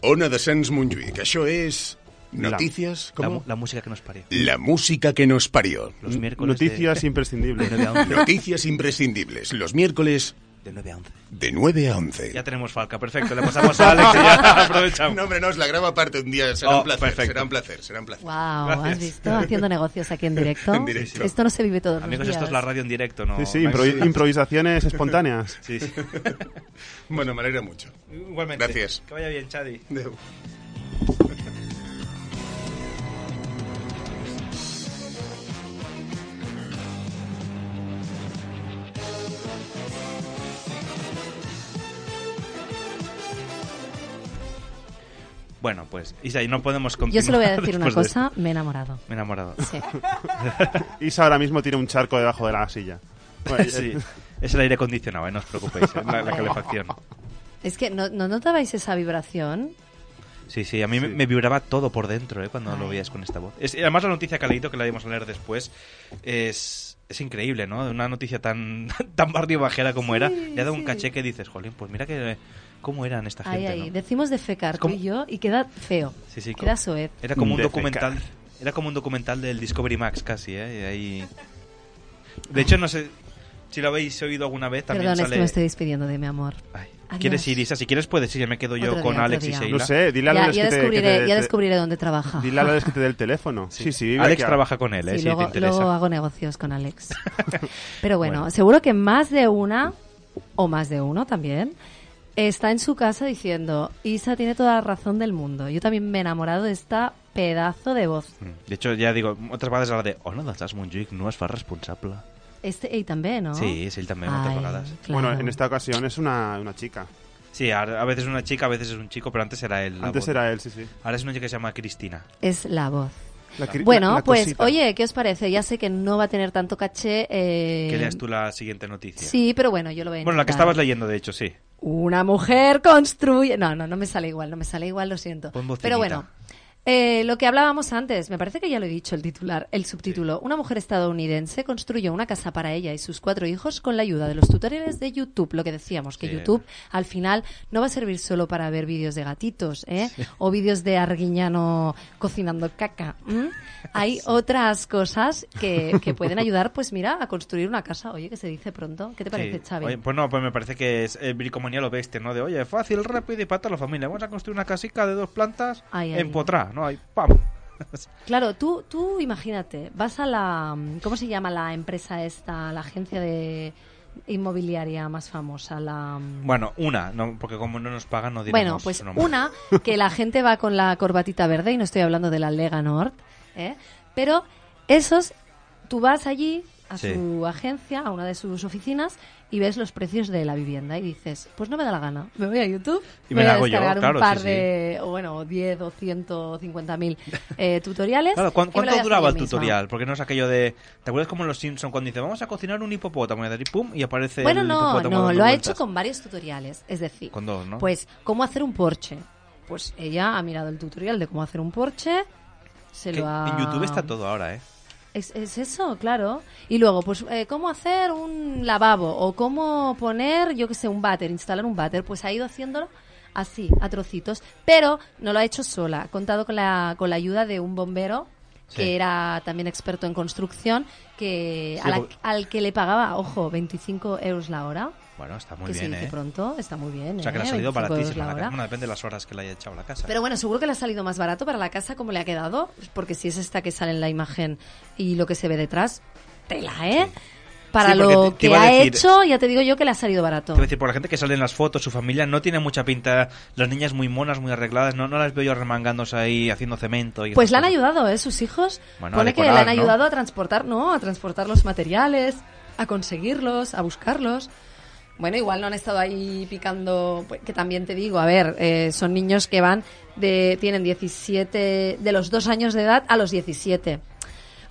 [SPEAKER 15] Ona de Sans Montjuïc, això és... Notícias,
[SPEAKER 7] La,
[SPEAKER 15] ¿cómo?
[SPEAKER 7] la música que nos parió.
[SPEAKER 15] La música que nos parió. Mm,
[SPEAKER 7] Los miércoles <laughs> Noticias de-
[SPEAKER 12] imprescindibles.
[SPEAKER 7] de 9 a 11.
[SPEAKER 15] Noticias imprescindibles. Los miércoles.
[SPEAKER 7] De 9 a 11.
[SPEAKER 15] De 9 a 11.
[SPEAKER 7] Ya tenemos Falca, perfecto. Le pasamos a Alex
[SPEAKER 15] <laughs>
[SPEAKER 7] y ya aprovechamos.
[SPEAKER 15] No, hombre, no, os la grabo aparte un día. Será
[SPEAKER 7] Oh,
[SPEAKER 15] un placer.
[SPEAKER 7] perfecto.
[SPEAKER 15] Será un placer. Será un placer.
[SPEAKER 11] Wow, ¿has visto? Haciendo negocios
[SPEAKER 7] <laughs>
[SPEAKER 11] aquí en directo.
[SPEAKER 15] En directo.
[SPEAKER 11] Esto no se vive todos los
[SPEAKER 7] Amigos,
[SPEAKER 11] días.
[SPEAKER 7] esto es la radio en directo, ¿no?
[SPEAKER 12] Sí, sí, impro- improvisaciones espontáneas.
[SPEAKER 7] Sí, sí.
[SPEAKER 15] <laughs> Bueno, me alegra mucho.
[SPEAKER 7] Igualmente.
[SPEAKER 15] Gracias.
[SPEAKER 7] Que vaya bien, Chadi. Bueno, pues, Isai, no podemos continuar.
[SPEAKER 11] Yo solo voy a decir una
[SPEAKER 7] después de
[SPEAKER 11] cosa,
[SPEAKER 7] esto.
[SPEAKER 11] me he enamorado.
[SPEAKER 7] Me he enamorado. <laughs>
[SPEAKER 11] Sí.
[SPEAKER 12] Isa ahora mismo tiene un charco debajo de la silla. Bueno,
[SPEAKER 7] Sí, Es el aire acondicionado, ¿eh? no os preocupéis, ¿eh? la, la calefacción.
[SPEAKER 11] Es que no, no notabais esa vibración.
[SPEAKER 7] Sí, sí, a mí me- me vibraba todo por dentro ¿eh? cuando lo veías con esta voz. Es- además, la noticia que ha leído, que la íbamos a leer después, es, es increíble, ¿no? Una noticia tan, <laughs> tan barrio bajera como era, le ha dado un caché que dices, jolín, pues mira que, cómo eran esta
[SPEAKER 11] Ahí,
[SPEAKER 7] gente,
[SPEAKER 11] ahí.
[SPEAKER 7] ¿no?
[SPEAKER 11] Decimos defecar tú y yo y queda feo.
[SPEAKER 7] Sí, sí,
[SPEAKER 11] queda soez.
[SPEAKER 7] Era como un
[SPEAKER 12] De fecar.
[SPEAKER 7] documental. Era como un documental del Discovery Max casi, ¿eh? Y ahí- De hecho, no sé si lo habéis oído alguna vez. También
[SPEAKER 11] Perdón, es que
[SPEAKER 7] sale...
[SPEAKER 11] me estoy despidiendo de mi amor. Adiós.
[SPEAKER 7] ¿Quieres ir, Isa? Si quieres, puedes ir. Ya me quedo yo
[SPEAKER 11] Otro
[SPEAKER 7] con
[SPEAKER 11] día, otro
[SPEAKER 7] Alex y
[SPEAKER 11] día.
[SPEAKER 7] Sheila.
[SPEAKER 12] No sé, dile a
[SPEAKER 11] Ya,
[SPEAKER 12] Alex
[SPEAKER 11] ya
[SPEAKER 12] que te- que
[SPEAKER 11] descubriré,
[SPEAKER 12] te-
[SPEAKER 11] ya
[SPEAKER 12] te-
[SPEAKER 11] descubriré dónde trabaja.
[SPEAKER 12] Dile a Alex que te dé
[SPEAKER 11] <laughs>
[SPEAKER 12] el teléfono. Sí, sí, vive
[SPEAKER 7] Alex
[SPEAKER 12] aquí a-
[SPEAKER 7] trabaja con él, ¿eh?
[SPEAKER 11] Sí,
[SPEAKER 7] si te
[SPEAKER 11] luego,
[SPEAKER 7] interesa.
[SPEAKER 11] luego hago negocios con
[SPEAKER 7] <laughs>
[SPEAKER 11] Alex. Pero bueno,
[SPEAKER 7] Bueno.
[SPEAKER 11] seguro que más de una, o más de uno también, está en su casa diciendo, Isa tiene toda la razón del mundo. Yo también me he enamorado de esta pedazo de voz.
[SPEAKER 7] De hecho, ja digo, altres vegades a la de Ona del Sas Montjuïc no es fa responsable.
[SPEAKER 11] Este, ell també, no?
[SPEAKER 7] Sí, sí, ell també, moltes
[SPEAKER 11] Ai,
[SPEAKER 7] vegades.
[SPEAKER 11] claro.
[SPEAKER 12] Bueno, en este- esta ocasión es una, una chica.
[SPEAKER 7] Sí, ara- a veces es una chica, a veces es un chico, pero antes era él. la
[SPEAKER 12] Antes
[SPEAKER 7] voz.
[SPEAKER 12] era él, sí, sí.
[SPEAKER 7] Ahora es una chica que se llama Cristina.
[SPEAKER 11] Es la voz.
[SPEAKER 12] La cri-
[SPEAKER 11] Bueno,
[SPEAKER 12] la- la
[SPEAKER 11] pues,
[SPEAKER 12] cosita.
[SPEAKER 11] oye, ¿qué os parece? Ya sé que no va a tener tanto caché. eh,
[SPEAKER 7] Que leas tú la siguiente noticia.
[SPEAKER 11] Sí, pero bueno, yo lo voy a
[SPEAKER 7] Bueno, la que
[SPEAKER 11] intentar.
[SPEAKER 7] estabas leyendo, de hecho, sí.
[SPEAKER 11] Una mujer construye. No, no, no me sale igual, no me sale igual, lo siento.
[SPEAKER 19] Pon bocinita.
[SPEAKER 11] Pero bueno, eh, lo que hablábamos antes, me parece que ya lo he dicho el titular, el subtítulo. Una mujer estadounidense construyó una casa para ella y sus cuatro hijos con la ayuda de los tutoriales de YouTube. Lo que decíamos, que
[SPEAKER 2] Sí.
[SPEAKER 11] YouTube al final no va a servir solo para ver vídeos de gatitos ¿eh? o vídeos de Arguiñano cocinando caca. ¿m? Hay otras cosas que, que pueden ayudar, pues mira, a construir una casa. Oye, que se dice pronto. ¿Qué te parece,
[SPEAKER 7] Sí.
[SPEAKER 11] Xavi?
[SPEAKER 7] Oye, pues no, pues me parece que es eh, bricomanía lo bestia, ¿no? De, oye, fácil, rápido y para toda la familia. Vamos a construir una casica de dos plantas
[SPEAKER 11] Ay, ay,
[SPEAKER 7] en Potrá, ¿no? Ahí, ¡pam! <laughs>
[SPEAKER 11] Claro, tú, tú imagínate, vas a la... ¿Cómo se llama la empresa esta, la agencia de inmobiliaria más famosa? La...
[SPEAKER 7] Bueno, una, no, porque como no nos pagan, no diremos
[SPEAKER 11] Bueno, pues
[SPEAKER 7] su nombre.
[SPEAKER 11] una, que la gente va con la corbatita verde, y no estoy hablando de la Lega Nord, ¿eh? pero esos, tú vas allí a
[SPEAKER 2] Sí.
[SPEAKER 11] su agencia, a una de sus oficinas, y ves los precios de la vivienda y dices, pues no me da la gana, me voy a YouTube,
[SPEAKER 2] Y me
[SPEAKER 11] voy
[SPEAKER 2] la
[SPEAKER 11] a
[SPEAKER 2] hago yo,
[SPEAKER 11] descargar
[SPEAKER 2] claro,
[SPEAKER 11] un par
[SPEAKER 2] sí, sí.
[SPEAKER 11] de, o bueno, 10 o 150 mil eh, tutoriales.
[SPEAKER 7] Claro,
[SPEAKER 11] y
[SPEAKER 7] ¿cuán-
[SPEAKER 11] me lo voy a
[SPEAKER 7] ¿cuánto
[SPEAKER 11] hacer
[SPEAKER 7] duraba
[SPEAKER 11] yo
[SPEAKER 7] el
[SPEAKER 11] misma.
[SPEAKER 7] tutorial? Porque no es aquello de. ¿Te acuerdas como en los Simpsons cuando dice vamos a cocinar un hipopótamo y, dar y pum y aparece
[SPEAKER 11] Bueno,
[SPEAKER 7] este,
[SPEAKER 11] no,
[SPEAKER 7] el hipopótamo
[SPEAKER 11] no,
[SPEAKER 7] dando
[SPEAKER 11] lo ha
[SPEAKER 7] vueltas?
[SPEAKER 11] hecho con varios tutoriales. Es decir,
[SPEAKER 7] Con dos, ¿no?
[SPEAKER 11] pues, ¿cómo hacer un Porsche? Pues ella ha mirado el tutorial de cómo hacer un Porsche, se
[SPEAKER 7] Que
[SPEAKER 11] lo ha...
[SPEAKER 7] En YouTube está todo ahora, ¿eh?
[SPEAKER 11] Es, es eso, claro. Y luego, pues, eh, ¿cómo hacer un lavabo? O cómo poner, yo qué sé, un váter, instalar un váter. Pues ha ido haciéndolo así, a trocitos. Pero no lo ha hecho sola. Ha contado con la, con la ayuda de un bombero
[SPEAKER 2] Sí.
[SPEAKER 11] que era también experto en construcción, que
[SPEAKER 2] Sí,
[SPEAKER 11] a la-
[SPEAKER 2] porque-
[SPEAKER 11] al que le pagaba, ojo, 25 euros la hora.
[SPEAKER 7] Bueno, está muy
[SPEAKER 11] que se
[SPEAKER 7] bien,
[SPEAKER 11] dice
[SPEAKER 7] ¿eh?
[SPEAKER 11] pronto, está muy bien.
[SPEAKER 7] O sea, que le ha
[SPEAKER 11] ¿eh? 25
[SPEAKER 7] salido
[SPEAKER 11] euros
[SPEAKER 7] baratísima
[SPEAKER 11] la
[SPEAKER 7] la
[SPEAKER 11] hora.
[SPEAKER 7] casa. Bueno, depende de las horas que le haya echado a la casa.
[SPEAKER 11] Pero bueno, seguro que le ha salido más barato para la casa como le ha quedado, porque si es esta que sale en la imagen y lo que se ve detrás, tela, ¿eh? Para
[SPEAKER 7] Sí, porque
[SPEAKER 11] lo
[SPEAKER 7] te- te
[SPEAKER 11] que
[SPEAKER 7] iba a
[SPEAKER 11] ha
[SPEAKER 7] decir-
[SPEAKER 11] hecho, ya te digo yo que le ha salido barato.
[SPEAKER 7] Quiero decir, por la gente que sale en las fotos, su familia no tiene mucha pinta. Las niñas muy monas, muy arregladas, no, no las veo yo remangándose ahí haciendo cemento. Y
[SPEAKER 11] Pues le
[SPEAKER 7] esas
[SPEAKER 11] han ayudado, ¿eh? Sus hijos.
[SPEAKER 7] Bueno, a
[SPEAKER 11] Pone que
[SPEAKER 7] decorar,
[SPEAKER 11] le han
[SPEAKER 7] ¿no?
[SPEAKER 11] ayudado a transportar, ¿no? A transportar los materiales, a conseguirlos, a buscarlos. Bueno, igual no han estado ahí picando, pues, que también te digo, a ver, eh, son niños que van de, tienen 17, de los dos años de edad a los 17.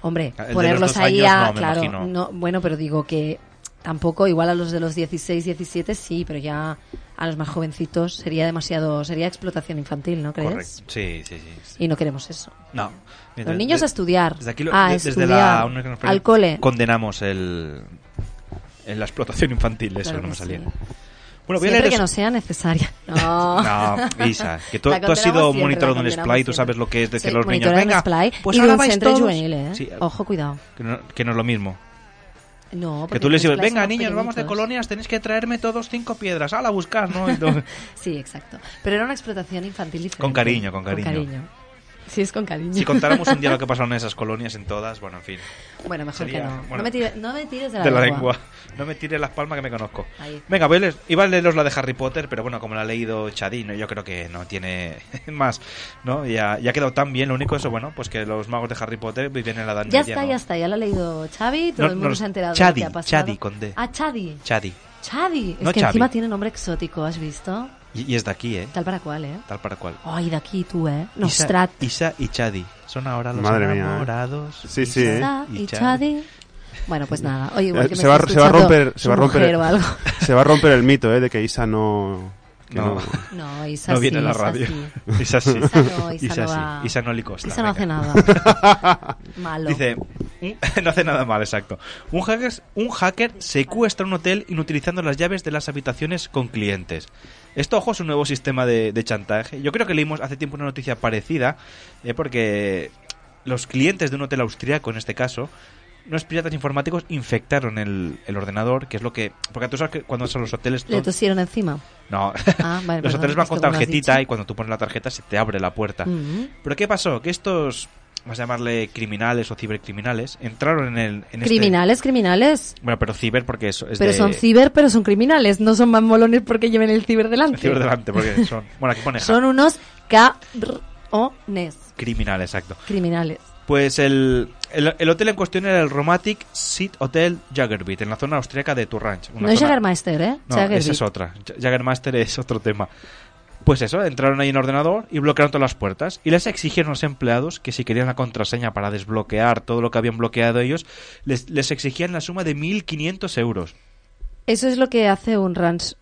[SPEAKER 11] Hombre,
[SPEAKER 2] El de los
[SPEAKER 11] ponerlos
[SPEAKER 2] dos
[SPEAKER 11] ahí
[SPEAKER 2] años
[SPEAKER 11] a,
[SPEAKER 2] no, me
[SPEAKER 11] claro,
[SPEAKER 2] imagino.
[SPEAKER 11] no, bueno, pero digo que tampoco, igual a los de los 16, 17 sí, pero ya a los más jovencitos sería demasiado, sería explotación infantil, ¿no crees?
[SPEAKER 7] Correcto. Sí, sí, sí.
[SPEAKER 11] Y no queremos eso.
[SPEAKER 7] No. Mira,
[SPEAKER 11] Los niños a estudiar.
[SPEAKER 7] Desde aquí lo-
[SPEAKER 11] A
[SPEAKER 7] de- desde
[SPEAKER 11] estudiar.
[SPEAKER 7] la UNED que nos
[SPEAKER 11] Al cole.
[SPEAKER 7] Condenamos el, el- la explotación infantil, eso
[SPEAKER 11] Claro
[SPEAKER 7] no me
[SPEAKER 11] que
[SPEAKER 7] salía.
[SPEAKER 11] sí.
[SPEAKER 7] Bueno, voy a
[SPEAKER 11] siempre
[SPEAKER 7] leer
[SPEAKER 11] que
[SPEAKER 7] eso.
[SPEAKER 11] no sea necesaria. No,
[SPEAKER 7] <laughs>
[SPEAKER 11] <laughs>
[SPEAKER 7] No, Isa, que tú,
[SPEAKER 11] La
[SPEAKER 7] tú has sido
[SPEAKER 11] condenamos siempre,
[SPEAKER 7] monitor
[SPEAKER 11] la
[SPEAKER 7] de un
[SPEAKER 11] condenamos
[SPEAKER 7] splay, tú
[SPEAKER 11] siempre.
[SPEAKER 7] sabes lo que es decir
[SPEAKER 11] Sí,
[SPEAKER 7] a los niños,
[SPEAKER 11] monitora de un
[SPEAKER 7] venga,
[SPEAKER 11] splay
[SPEAKER 7] pues
[SPEAKER 11] y de
[SPEAKER 7] ahora
[SPEAKER 11] un
[SPEAKER 7] vais
[SPEAKER 11] centro
[SPEAKER 7] todos.
[SPEAKER 11] juvenil, ¿eh?
[SPEAKER 7] Sí,
[SPEAKER 11] Ojo, cuidado.
[SPEAKER 7] Que no, que no es lo mismo.
[SPEAKER 11] No,
[SPEAKER 7] Que
[SPEAKER 11] porque
[SPEAKER 7] tú les
[SPEAKER 11] los
[SPEAKER 7] dices,
[SPEAKER 11] play son
[SPEAKER 7] venga
[SPEAKER 11] más
[SPEAKER 7] niños, vamos de
[SPEAKER 11] pequeñitos.
[SPEAKER 7] colonias, tenéis que traerme todos cinco piedras, ala, a buscar, ¿no? Y <laughs> todo.
[SPEAKER 11] Sí, exacto. Pero era una explotación infantil diferente.
[SPEAKER 7] Con cariño, con cariño.
[SPEAKER 11] Sí, es con cariño.
[SPEAKER 7] Si contáramos un día lo que pasaron en esas colonias, en todas, bueno, en fin.
[SPEAKER 11] <laughs> Bueno, mejor
[SPEAKER 7] Sería-
[SPEAKER 11] que no.
[SPEAKER 7] bueno,
[SPEAKER 11] no, me tire- no me tires de la,
[SPEAKER 7] de la
[SPEAKER 11] lengua.
[SPEAKER 7] lengua. <laughs> No me tires las palmas que me conozco.
[SPEAKER 11] Ahí.
[SPEAKER 7] Venga, voy a leer- iba a leeros la de Harry Potter, pero bueno, como la ha leído Chadino, yo creo que no tiene <laughs> más, ¿no? Y ha, y ha quedado tan bien, lo único eso, bueno, pues que los magos de Harry Potter viven en la Edad
[SPEAKER 11] Ya
[SPEAKER 7] Media,
[SPEAKER 11] está,
[SPEAKER 7] ¿no?
[SPEAKER 11] ya está. Ya lo ha leído Xavi. Todo
[SPEAKER 7] No,
[SPEAKER 11] el
[SPEAKER 7] no,
[SPEAKER 11] mundo se ha enterado
[SPEAKER 7] Chadi,
[SPEAKER 11] de lo que ha pasado.
[SPEAKER 7] Chadi, con D.
[SPEAKER 11] Ah, Chadi.
[SPEAKER 7] Chadi.
[SPEAKER 11] Chadi. Es
[SPEAKER 7] No
[SPEAKER 11] que
[SPEAKER 7] Xavi.
[SPEAKER 11] encima tiene nombre exótico, ¿has visto?
[SPEAKER 7] Y, y es de aquí, ¿eh?
[SPEAKER 11] Tal para cual, ¿eh?
[SPEAKER 7] Tal para cual.
[SPEAKER 11] Ay, de aquí tú, ¿eh?
[SPEAKER 7] Isa,
[SPEAKER 11] Nostrat.
[SPEAKER 7] Isa y Chadi. Son ahora los
[SPEAKER 12] Madre mía, ¿eh?
[SPEAKER 7] enamorados.
[SPEAKER 12] Sí, sí, ¿eh?
[SPEAKER 11] Isa y Chadi. Bueno, pues nada. Oye, igual que
[SPEAKER 12] Eh,
[SPEAKER 11] me
[SPEAKER 12] se, va,
[SPEAKER 11] está
[SPEAKER 12] se va a
[SPEAKER 11] escuchando
[SPEAKER 12] romper, se
[SPEAKER 11] su
[SPEAKER 12] va a romper,
[SPEAKER 11] mujer o algo.
[SPEAKER 12] <laughs> se va a romper el mito eh, de que Isa no. que
[SPEAKER 7] No.
[SPEAKER 11] <laughs> No, Isa sí, Isa sí.
[SPEAKER 7] <laughs> Isa sí.
[SPEAKER 11] Isa
[SPEAKER 7] <laughs>
[SPEAKER 12] <laughs>
[SPEAKER 11] no, Isa no
[SPEAKER 7] sí.
[SPEAKER 11] va-
[SPEAKER 7] Isa no le costa.
[SPEAKER 11] Isa no hace
[SPEAKER 7] venga. <laughs>
[SPEAKER 11] nada. Malo.
[SPEAKER 7] Dice, <laughs> no hace nada mal, exacto. Un hacker, un hacker secuestra un hotel inutilizando las llaves de las habitaciones con clientes. Esto, ojo, es un nuevo sistema de, de chantaje. Yo creo que leímos hace tiempo una noticia parecida, eh, porque los clientes de un hotel austriaco, en este caso, unos piratas informáticos infectaron el, el ordenador, que es lo que... Porque tú sabes que cuando son los hoteles...
[SPEAKER 11] Le
[SPEAKER 7] todo-
[SPEAKER 11] tosieron encima.
[SPEAKER 7] no, <laughs>
[SPEAKER 11] Ah, vale,
[SPEAKER 7] los
[SPEAKER 11] perdón,
[SPEAKER 7] hoteles van
[SPEAKER 11] esto
[SPEAKER 7] con
[SPEAKER 11] como has
[SPEAKER 7] tarjetita
[SPEAKER 11] dicho. Mm-hmm.
[SPEAKER 7] y cuando tú pones la tarjeta se te abre la puerta.
[SPEAKER 11] Ujú.
[SPEAKER 7] Pero ¿qué pasó? Que estos, vamos a llamarle criminales o cibercriminales, entraron en el... En este-
[SPEAKER 11] Criminales, criminales.
[SPEAKER 7] Bueno, pero ciber porque eso es
[SPEAKER 11] Pero
[SPEAKER 7] de-
[SPEAKER 11] son ciber, pero son criminales. No son más molones porque lleven el ciber delante.
[SPEAKER 7] ciber
[SPEAKER 11] <laughs>
[SPEAKER 7] delante, porque son... Bueno, aquí pone
[SPEAKER 11] Son unos cabrones
[SPEAKER 7] criminal, exacto.
[SPEAKER 11] criminales.
[SPEAKER 7] Pues el, el, el hotel en cuestión era el Romantic Seat Hotel Jaggerbeat, en la zona austriaca de Turranch. una
[SPEAKER 11] no es
[SPEAKER 7] zona-
[SPEAKER 11] Jägermeister, ¿eh?
[SPEAKER 7] No,
[SPEAKER 11] Jägerbeat.
[SPEAKER 7] esa es otra. Ja- Jaggermaster es otro tema. Pues eso, entraron ahí en el ordenador y bloquearon todas las puertas. Y les exigieron a los empleados que si querían la contraseña para desbloquear todo lo que habían bloqueado ellos, les, les exigían la suma de 1.500 euros.
[SPEAKER 11] Eso es lo que hace un rans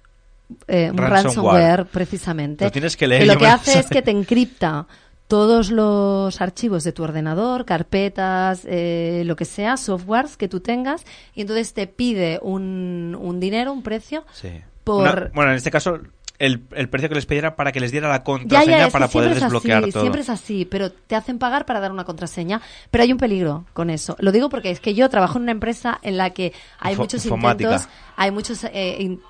[SPEAKER 11] eh, un
[SPEAKER 7] Ransomware.
[SPEAKER 11] ransomware, precisamente.
[SPEAKER 7] Lo tienes que leer,
[SPEAKER 11] lo
[SPEAKER 7] yo
[SPEAKER 11] que
[SPEAKER 7] me lo
[SPEAKER 11] hace
[SPEAKER 7] sé. <laughs>
[SPEAKER 11] es que te encripta todos los archivos de tu ordenador, carpetas, eh, lo que sea, softwares que tú tengas, y entonces te pide un, un dinero, un precio,
[SPEAKER 7] Sí.
[SPEAKER 11] por...
[SPEAKER 7] Una- bueno, en este caso, el, el precio que les pidiera para que les diera la contraseña
[SPEAKER 11] es que
[SPEAKER 7] para poder
[SPEAKER 11] siempre es
[SPEAKER 7] desbloquear
[SPEAKER 11] así,
[SPEAKER 7] todo.
[SPEAKER 11] Siempre es así, pero te hacen pagar para dar una contraseña. Pero hay un peligro con eso. Lo digo porque es que yo trabajo en una empresa en la que hay
[SPEAKER 7] Info-
[SPEAKER 11] muchos
[SPEAKER 7] informática.
[SPEAKER 11] intentos, hay muchos... eh, in-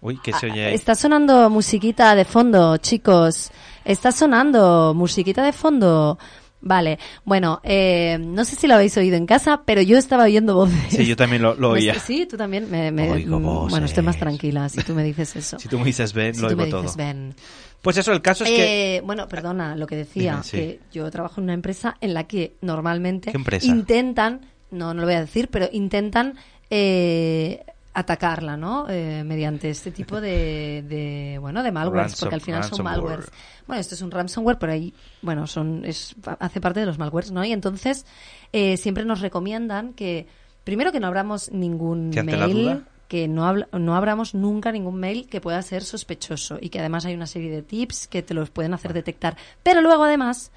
[SPEAKER 7] Uy, que se oye. ahí.
[SPEAKER 11] Está sonando musiquita de fondo, chicos. Está sonando musiquita de fondo. Vale, bueno, eh, no sé si lo habéis oído en casa, pero yo estaba oyendo voces.
[SPEAKER 7] Sí, yo también lo,
[SPEAKER 11] <laughs>
[SPEAKER 7] lo
[SPEAKER 11] No sé-
[SPEAKER 7] oía.
[SPEAKER 11] Sí, tú también. Me, me-
[SPEAKER 7] Oigo
[SPEAKER 11] mm, bueno,
[SPEAKER 7] voces.
[SPEAKER 11] estoy más tranquila si tú me dices eso.
[SPEAKER 7] Si tú me dices ven,
[SPEAKER 11] Si
[SPEAKER 7] lo
[SPEAKER 11] tú
[SPEAKER 7] oigo
[SPEAKER 11] me dices
[SPEAKER 7] todo.
[SPEAKER 11] ven.
[SPEAKER 7] Pues eso, el caso es que.
[SPEAKER 11] Eh, Bueno, perdona, lo que decía,
[SPEAKER 7] Dime, sí.
[SPEAKER 11] que yo trabajo en una empresa en la que normalmente
[SPEAKER 7] ¿Qué empresa?
[SPEAKER 11] intentan, no, no lo voy a decir, pero intentan eh, atacarla, ¿no? Eh, mediante este tipo de, de, bueno, de malwares,
[SPEAKER 2] Ransom-
[SPEAKER 11] porque al final son
[SPEAKER 2] ransomware.
[SPEAKER 11] malwares. Bueno, esto es un ransomware, pero ahí, bueno, son, es, hace parte de los malwares, ¿no? Y entonces eh, siempre nos recomiendan que, primero que no abramos ningún
[SPEAKER 7] Que ante la
[SPEAKER 11] mail
[SPEAKER 7] duda.
[SPEAKER 11] que no, habl- no abramos nunca ningún mail que pueda ser sospechoso y que además hay una serie de tips que te los pueden hacer detectar. Pero luego además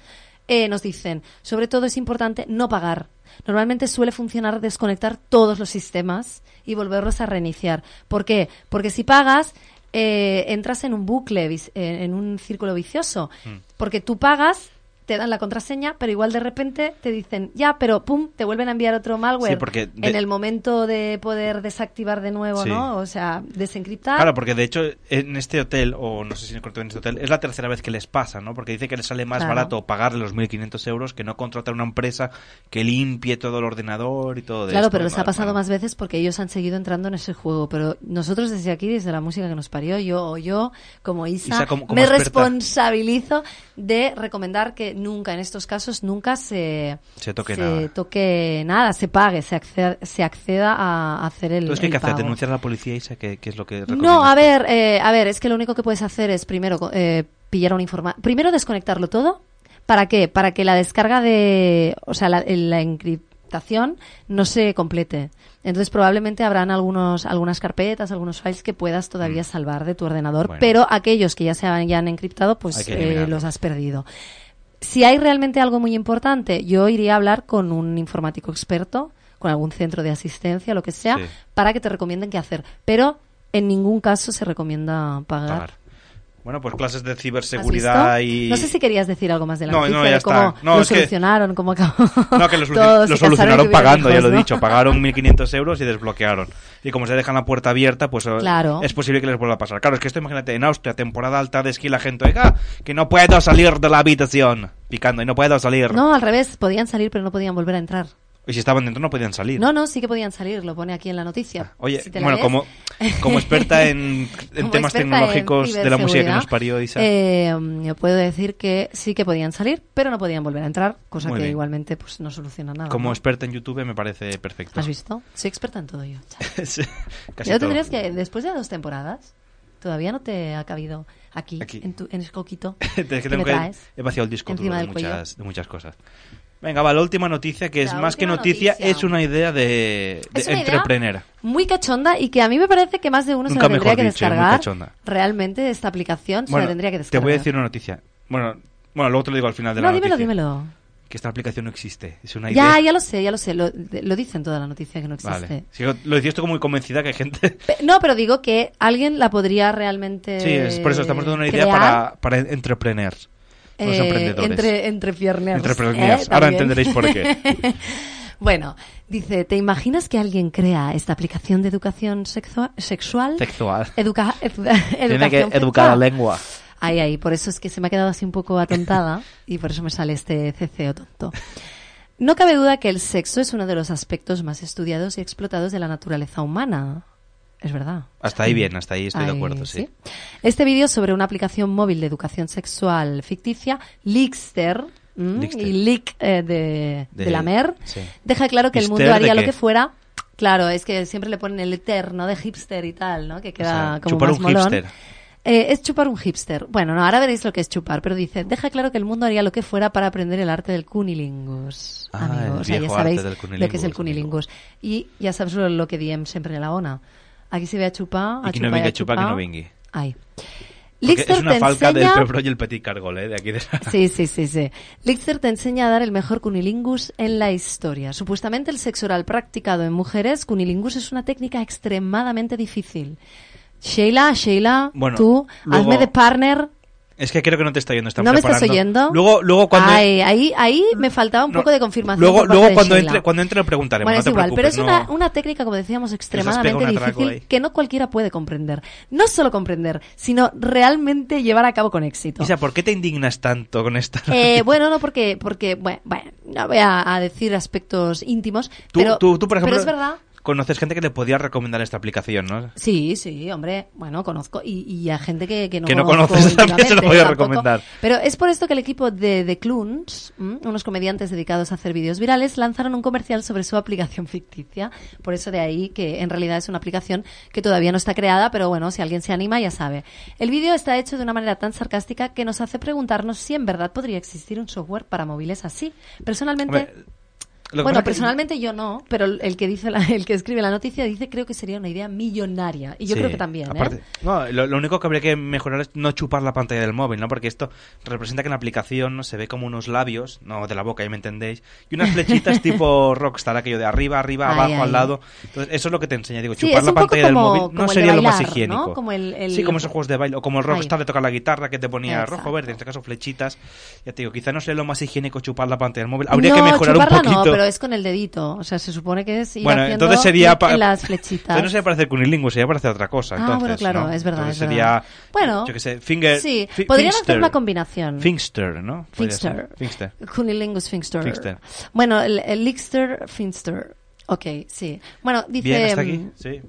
[SPEAKER 11] eh, nos dicen, sobre todo es importante no pagar. Normalmente suele funcionar desconectar todos los sistemas y volverlos a reiniciar. ¿Por qué? Porque si pagas, eh, entras en un bucle, vis- eh, en un círculo vicioso. Porque tú pagas, te dan la contraseña, pero igual de repente te dicen, ya, pero pum, te vuelven a enviar otro malware.
[SPEAKER 7] Sí, porque de-
[SPEAKER 11] En el momento de poder desactivar de nuevo,
[SPEAKER 7] Sí.
[SPEAKER 11] ¿no? O sea, desencriptar.
[SPEAKER 7] Claro, porque de hecho en este hotel, o no sé si en concreto en este hotel, es la tercera vez que les pasa, ¿no? Porque dice que les sale más
[SPEAKER 11] Claro.
[SPEAKER 7] barato pagarle los 1.500 euros que no contratar una empresa que limpie todo el ordenador y todo de
[SPEAKER 11] Claro,
[SPEAKER 7] esto,
[SPEAKER 11] pero
[SPEAKER 7] ¿no?
[SPEAKER 11] les ha pasado más veces porque ellos han seguido entrando en ese juego. Pero nosotros desde aquí, desde la música que nos parió, yo o yo, como Isa,
[SPEAKER 7] Isa, como- como
[SPEAKER 11] me
[SPEAKER 7] experta.
[SPEAKER 11] responsabilizo de recomendar que nunca, en estos casos, nunca se,
[SPEAKER 7] Se toque
[SPEAKER 11] se
[SPEAKER 7] nada.
[SPEAKER 11] toque nada, se pague, se acceda, se acceda a hacer el,
[SPEAKER 7] Entonces, ¿qué hay
[SPEAKER 11] el
[SPEAKER 7] que hacer?
[SPEAKER 11] pago.
[SPEAKER 7] ¿Denunciar a la policía, Isa? ¿Qué, qué es lo que
[SPEAKER 11] No,
[SPEAKER 7] recomiendas?
[SPEAKER 11] a ver, eh, a ver, es que lo único que puedes hacer es primero co- eh, pillar un informa, primero desconectarlo todo. ¿Para qué? Para que la descarga de, o sea, la, la encriptación no se complete. Entonces probablemente habrán algunos, algunas carpetas, algunos files que puedas todavía salvar de tu ordenador,
[SPEAKER 2] Mm. Bueno.
[SPEAKER 11] pero aquellos que ya se han, ya han encriptado,
[SPEAKER 2] Hay
[SPEAKER 11] pues
[SPEAKER 2] que
[SPEAKER 11] eh,
[SPEAKER 2] eliminarlos.
[SPEAKER 11] los has perdido. Si hay realmente algo muy importante, yo iría a hablar con un informático experto, con algún centro de asistencia, lo que sea,
[SPEAKER 7] Sí.
[SPEAKER 11] para que te recomienden qué hacer. Pero en ningún caso se recomienda pagar.
[SPEAKER 7] Pagar. Bueno, pues clases de
[SPEAKER 11] ¿Has
[SPEAKER 7] ciberseguridad
[SPEAKER 11] visto?
[SPEAKER 7] y...
[SPEAKER 11] No sé si querías decir algo más de la
[SPEAKER 7] No,
[SPEAKER 11] noticia,
[SPEAKER 7] no, ya
[SPEAKER 11] de cómo
[SPEAKER 7] está. No,
[SPEAKER 11] lo
[SPEAKER 7] es que-
[SPEAKER 11] solucionaron, cómo acabó.
[SPEAKER 7] No,
[SPEAKER 11] <laughs>
[SPEAKER 7] que lo,
[SPEAKER 11] Todos
[SPEAKER 7] solu- lo
[SPEAKER 11] se casaron y
[SPEAKER 7] solucionaron
[SPEAKER 11] tuvieron
[SPEAKER 7] pagando, ya
[SPEAKER 11] hijos,
[SPEAKER 7] lo he
[SPEAKER 11] ¿no?
[SPEAKER 7] dicho. Pagaron 1.500 euros y desbloquearon. Y como se dejan la puerta abierta, pues eh,
[SPEAKER 11] Claro.
[SPEAKER 7] es posible que les vuelva a pasar. Claro, es que esto imagínate, en Austria, temporada alta de esquí, la gente, oiga, que no puedo salir de la habitación. Picando, y no puedo salir.
[SPEAKER 11] No, al revés, podían salir pero no podían volver a entrar.
[SPEAKER 7] Y si estaban dentro no podían salir.
[SPEAKER 11] No, no, sí que podían salir, lo pone aquí en la noticia.
[SPEAKER 7] Oye,
[SPEAKER 11] Si te la
[SPEAKER 7] bueno,
[SPEAKER 11] lees.
[SPEAKER 7] como,
[SPEAKER 11] <laughs>
[SPEAKER 7] como experta en, en
[SPEAKER 11] Como
[SPEAKER 7] temas
[SPEAKER 11] experta en
[SPEAKER 7] tecnológicos de la música que
[SPEAKER 11] ciberseguridad,
[SPEAKER 7] nos parió Isa.
[SPEAKER 11] eh, yo puedo decir que sí que podían salir, pero no podían volver a entrar, cosa
[SPEAKER 7] Muy
[SPEAKER 11] que
[SPEAKER 7] bien.
[SPEAKER 11] igualmente pues no soluciona nada.
[SPEAKER 7] como
[SPEAKER 11] ¿no?
[SPEAKER 7] experta en YouTube me parece perfecto.
[SPEAKER 11] ¿Has visto? Soy experta en todo yo. chaval.
[SPEAKER 7] <laughs> Sí, casi
[SPEAKER 11] yo
[SPEAKER 7] todo.
[SPEAKER 11] tendrías que, después de dos temporadas, todavía no te ha cabido aquí,
[SPEAKER 7] Aquí.
[SPEAKER 11] en tu en el
[SPEAKER 7] <laughs>
[SPEAKER 11] coquito
[SPEAKER 7] Es que
[SPEAKER 11] que me
[SPEAKER 7] tengo que-
[SPEAKER 11] traes
[SPEAKER 7] he vaciado el disco duro
[SPEAKER 11] encima
[SPEAKER 7] de
[SPEAKER 11] del cuello.
[SPEAKER 7] muchas, de muchas cosas. Venga, va, la última noticia, que es
[SPEAKER 11] La
[SPEAKER 7] más que
[SPEAKER 11] última
[SPEAKER 7] noticia,
[SPEAKER 11] noticia.
[SPEAKER 7] es una idea de, de
[SPEAKER 11] Es una idea
[SPEAKER 7] entrepreneur.
[SPEAKER 11] Muy cachonda y que a mí me parece que más de uno
[SPEAKER 7] Nunca
[SPEAKER 11] se la tendría
[SPEAKER 7] mejor
[SPEAKER 11] que
[SPEAKER 7] dicho, ¿eh? Muy
[SPEAKER 11] descargar.
[SPEAKER 7] cachonda.
[SPEAKER 11] Realmente esta aplicación se la tendría que
[SPEAKER 7] te
[SPEAKER 11] descargar.
[SPEAKER 7] voy a decir una noticia. Bueno, bueno, luego te lo digo al final de
[SPEAKER 11] No,
[SPEAKER 7] la
[SPEAKER 11] dímelo,
[SPEAKER 7] noticia.
[SPEAKER 11] dímelo.
[SPEAKER 7] Que esta aplicación no existe. Es una idea.
[SPEAKER 11] Ya, ya lo sé, ya lo sé. Lo, de- lo dice en toda la noticia que no existe.
[SPEAKER 7] Vale. Sí, lo- lo decías tú como muy convencida que hay gente. <laughs>
[SPEAKER 11] Pe- no, pero digo que alguien la podría realmente.
[SPEAKER 7] sí, es por eso estamos dando una idea
[SPEAKER 11] crear,
[SPEAKER 7] para, para entrepreneurs. Los
[SPEAKER 11] eh,
[SPEAKER 7] emprendedores.
[SPEAKER 11] Entre, entre Eh, piernas.
[SPEAKER 7] Entrepreneurs. Ahora entenderéis por
[SPEAKER 11] <laughs>
[SPEAKER 7] qué.
[SPEAKER 11] bueno, dice: ¿Te imaginas que alguien crea esta aplicación de educación sexua- sexual?
[SPEAKER 7] Sexual.
[SPEAKER 11] Educa <laughs> ed-
[SPEAKER 7] Tiene que
[SPEAKER 11] educación
[SPEAKER 7] educar la
[SPEAKER 11] sexual.
[SPEAKER 7] lengua.
[SPEAKER 11] Ahí, ahí, por eso es que se me ha quedado así un poco atontada y por eso me sale este ceceo tonto. No cabe duda que el sexo es uno de los aspectos más estudiados y explotados de la naturaleza humana. Es verdad.
[SPEAKER 7] Hasta ahí bien, hasta ahí estoy de
[SPEAKER 11] Ahí,
[SPEAKER 7] acuerdo, sí.
[SPEAKER 11] Este vídeo sobre una aplicación móvil de educación sexual ficticia, Lickster, ¿m?
[SPEAKER 7] Lickster.
[SPEAKER 11] y Lick eh, de,
[SPEAKER 7] De-
[SPEAKER 11] de la mer,
[SPEAKER 7] sí.
[SPEAKER 11] deja claro que el
[SPEAKER 7] Lickster
[SPEAKER 11] mundo
[SPEAKER 7] de
[SPEAKER 11] haría lo
[SPEAKER 7] qué?
[SPEAKER 11] que fuera. Claro, es que siempre le ponen el eterno de hipster y tal, ¿no? Que queda
[SPEAKER 7] sea,
[SPEAKER 11] como
[SPEAKER 7] chupar
[SPEAKER 11] más
[SPEAKER 7] un
[SPEAKER 11] molón.
[SPEAKER 7] hipster.
[SPEAKER 11] Eh, es chupar un hipster. Bueno, no, ahora veréis lo que es chupar, pero dice, deja claro que el mundo haría lo que fuera para aprender el arte del cunilingus.
[SPEAKER 7] Ah,
[SPEAKER 11] amigos,
[SPEAKER 7] el
[SPEAKER 11] O sea, ya
[SPEAKER 7] viejo arte
[SPEAKER 11] sabéis
[SPEAKER 7] del
[SPEAKER 11] lo que es el
[SPEAKER 7] cunilingus,
[SPEAKER 11] cunilingus. Y ya sabes lo que diem siempre en la ONA. Aquí se ve a chupar, a
[SPEAKER 7] I qui no
[SPEAKER 11] chupar
[SPEAKER 7] vingui
[SPEAKER 11] a
[SPEAKER 7] a xupar, que no
[SPEAKER 11] chupar.
[SPEAKER 7] vingui.
[SPEAKER 11] Ai.
[SPEAKER 7] Porque
[SPEAKER 11] Lixter
[SPEAKER 7] es una
[SPEAKER 11] te
[SPEAKER 7] falca
[SPEAKER 11] enseña-
[SPEAKER 7] del Pebro y el Petit Cargol, ¿eh? De aquí de la-
[SPEAKER 11] Sí, sí, sí, sí. Lixter te enseña a dar el mejor cunilingus en la historia. Supuestamente el sexo oral practicado en mujeres, cunilingus es una técnica extremadamente difícil. Sheila, Sheila,
[SPEAKER 7] Bueno,
[SPEAKER 11] tú,
[SPEAKER 7] luego-
[SPEAKER 11] hazme de partner.
[SPEAKER 7] <laughs> Es que creo que no te está oyendo. están
[SPEAKER 11] ¿No me estás
[SPEAKER 7] preparando.
[SPEAKER 11] oyendo?
[SPEAKER 7] Luego, luego cuando...
[SPEAKER 11] Ay, ahí, ahí me faltaba un
[SPEAKER 7] No,
[SPEAKER 11] poco de confirmación.
[SPEAKER 7] Luego,
[SPEAKER 11] por parte
[SPEAKER 7] luego
[SPEAKER 11] de
[SPEAKER 7] cuando,
[SPEAKER 11] Sheila.
[SPEAKER 7] entre, cuando entre lo preguntaremos.
[SPEAKER 11] Bueno,
[SPEAKER 7] no
[SPEAKER 11] es
[SPEAKER 7] te
[SPEAKER 11] igual, pero
[SPEAKER 7] preocupes,
[SPEAKER 11] es una,
[SPEAKER 7] no.
[SPEAKER 11] una técnica, como decíamos,
[SPEAKER 7] pega
[SPEAKER 11] extremadamente
[SPEAKER 7] un atraco
[SPEAKER 11] difícil
[SPEAKER 7] ahí.
[SPEAKER 11] que no cualquiera puede comprender. No solo comprender, sino realmente llevar a cabo con éxito.
[SPEAKER 7] O sea, ¿por qué te indignas tanto con esta?
[SPEAKER 11] <laughs> Eh, bueno, no porque, porque bueno, bueno, no voy a, a decir aspectos íntimos,
[SPEAKER 7] Tú-
[SPEAKER 11] pero,
[SPEAKER 7] tú- tú, por ejemplo-
[SPEAKER 11] pero es verdad.
[SPEAKER 7] <laughs> Conoces gente que le podía recomendar esta aplicación, ¿no?
[SPEAKER 11] Sí, sí, hombre, bueno, conozco y, y a gente que, que no
[SPEAKER 7] que no
[SPEAKER 11] conozco
[SPEAKER 7] conoces <laughs> también se lo
[SPEAKER 11] íntimamente,
[SPEAKER 7] podía
[SPEAKER 11] tampoco.
[SPEAKER 7] recomendar.
[SPEAKER 11] Pero es por esto que el equipo de The Clunes, ¿m? unos comediantes dedicados a hacer vídeos virales, lanzaron un comercial sobre su <laughs> aplicación ficticia. Por eso de ahí que en realidad es una aplicación que todavía no está creada, pero bueno, si alguien se anima ya sabe. El vídeo está hecho de una manera tan sarcástica que nos hace preguntarnos si en verdad podría existir un software para móviles así. Personalmente...
[SPEAKER 7] Hombre, Lo que pasa
[SPEAKER 11] Bueno,
[SPEAKER 7] es que-
[SPEAKER 11] personalmente yo no, pero el que dice la- <laughs> el que escribe la noticia dice creo que sería una idea millonaria y yo
[SPEAKER 7] Sí,
[SPEAKER 11] creo que también, ¿eh?
[SPEAKER 7] aparte- no, lo, lo único que habría que mejorar es no chupar la pantalla del móvil, ¿no? Porque esto representa que en la aplicación ¿no? se ve como unos labios, no de la boca, ya me entendéis, y unas
[SPEAKER 11] <laughs>
[SPEAKER 7] flechitas tipo rockstar, aquello de arriba, arriba,
[SPEAKER 11] Ay,
[SPEAKER 7] abajo,
[SPEAKER 11] ay.
[SPEAKER 7] al lado. Entonces, eso es lo que te enseña. Digo,
[SPEAKER 11] Sí,
[SPEAKER 7] chupar
[SPEAKER 11] es
[SPEAKER 7] la
[SPEAKER 11] un poco
[SPEAKER 7] pantalla del
[SPEAKER 11] como-
[SPEAKER 7] móvil
[SPEAKER 11] como
[SPEAKER 7] no
[SPEAKER 11] el de
[SPEAKER 7] sería lo más
[SPEAKER 11] bailar, ¿no?
[SPEAKER 7] higiénico.
[SPEAKER 11] Como el- el-
[SPEAKER 7] Sí, como esos juegos de baile, o como el
[SPEAKER 11] Ay.
[SPEAKER 7] rockstar de tocar la guitarra que te ponía
[SPEAKER 11] Exacto.
[SPEAKER 7] rojo, verde, en este caso flechitas. Ya te digo, quizá no sería lo más higiénico chupar la pantalla del móvil. Habría
[SPEAKER 11] no,
[SPEAKER 7] que mejorar un
[SPEAKER 11] chuparla
[SPEAKER 7] poquito.
[SPEAKER 11] no, pero es con el dedito, o sea, se supone que es ir
[SPEAKER 7] Bueno,
[SPEAKER 11] haciendo
[SPEAKER 7] entonces sería
[SPEAKER 11] clic
[SPEAKER 7] pa-
[SPEAKER 11] en las flechitas.
[SPEAKER 7] <laughs> Entonces no sería para hacer cunilingüe, sería para hacer otra cosa.
[SPEAKER 11] Ah,
[SPEAKER 7] entonces,
[SPEAKER 11] bueno, claro,
[SPEAKER 7] ¿no?
[SPEAKER 11] es verdad,
[SPEAKER 7] Entonces
[SPEAKER 11] es
[SPEAKER 7] sería,
[SPEAKER 11] verdad. Bueno,
[SPEAKER 7] yo qué sé, finger.
[SPEAKER 11] sí,
[SPEAKER 7] fi-
[SPEAKER 11] podrían hacer
[SPEAKER 7] Fingster.
[SPEAKER 11] una combinación.
[SPEAKER 7] Fingster, ¿no? Podría ser.
[SPEAKER 11] Fingster.
[SPEAKER 7] Fingster.
[SPEAKER 11] Cunilingus Fingster.
[SPEAKER 7] Fingster.
[SPEAKER 11] Bueno, el, el Lixter Finster. Ok, sí. Bueno, dice...
[SPEAKER 7] Bien, hasta aquí.
[SPEAKER 11] mm,
[SPEAKER 7] Sí.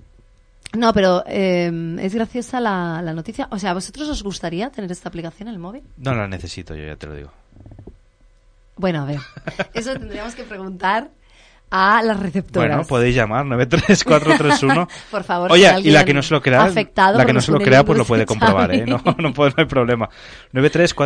[SPEAKER 11] No, pero eh, es graciosa la, la noticia. O sea, ¿a vosotros os gustaría tener esta aplicación en el
[SPEAKER 7] <laughs>
[SPEAKER 11] móvil?
[SPEAKER 7] No la necesito yo, ya te lo digo.
[SPEAKER 11] Bueno, a ver. Eso tendríamos que preguntar a las receptoras.
[SPEAKER 7] Bueno, pues podéis llamar 93431.
[SPEAKER 11] <laughs> Por favor,
[SPEAKER 7] Oye,
[SPEAKER 11] si
[SPEAKER 7] y la
[SPEAKER 11] alguien
[SPEAKER 7] que no se lo crea,
[SPEAKER 11] afectado
[SPEAKER 7] la que
[SPEAKER 11] por
[SPEAKER 7] no
[SPEAKER 11] los
[SPEAKER 7] se lo crea pues lo
[SPEAKER 11] cunilingus
[SPEAKER 7] puede
[SPEAKER 11] que
[SPEAKER 7] comprobar,
[SPEAKER 11] sabe.
[SPEAKER 7] ¿eh? No, no, puedo, no hay problema.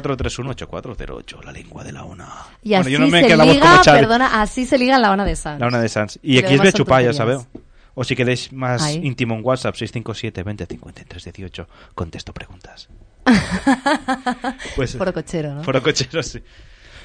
[SPEAKER 7] 934318408, la lengua de la ONA.
[SPEAKER 11] Y así
[SPEAKER 7] yo no me
[SPEAKER 11] se
[SPEAKER 7] quedaba
[SPEAKER 11] liga,
[SPEAKER 7] como Xavi.
[SPEAKER 11] perdona, así se liga la ONA de Sanz.
[SPEAKER 7] La una de Sans. Y
[SPEAKER 11] Lo
[SPEAKER 7] aquí es
[SPEAKER 11] demás
[SPEAKER 7] de
[SPEAKER 11] son
[SPEAKER 7] chupar, ya
[SPEAKER 11] tonterías.
[SPEAKER 7] sabéis. O si queréis más
[SPEAKER 11] Ahí.
[SPEAKER 7] íntimo en WhatsApp, 657 20 53 18.
[SPEAKER 11] <laughs>
[SPEAKER 7] Contesto preguntas. Pues,
[SPEAKER 11] Foro cochero, ¿no?
[SPEAKER 7] Foro cochero, sí.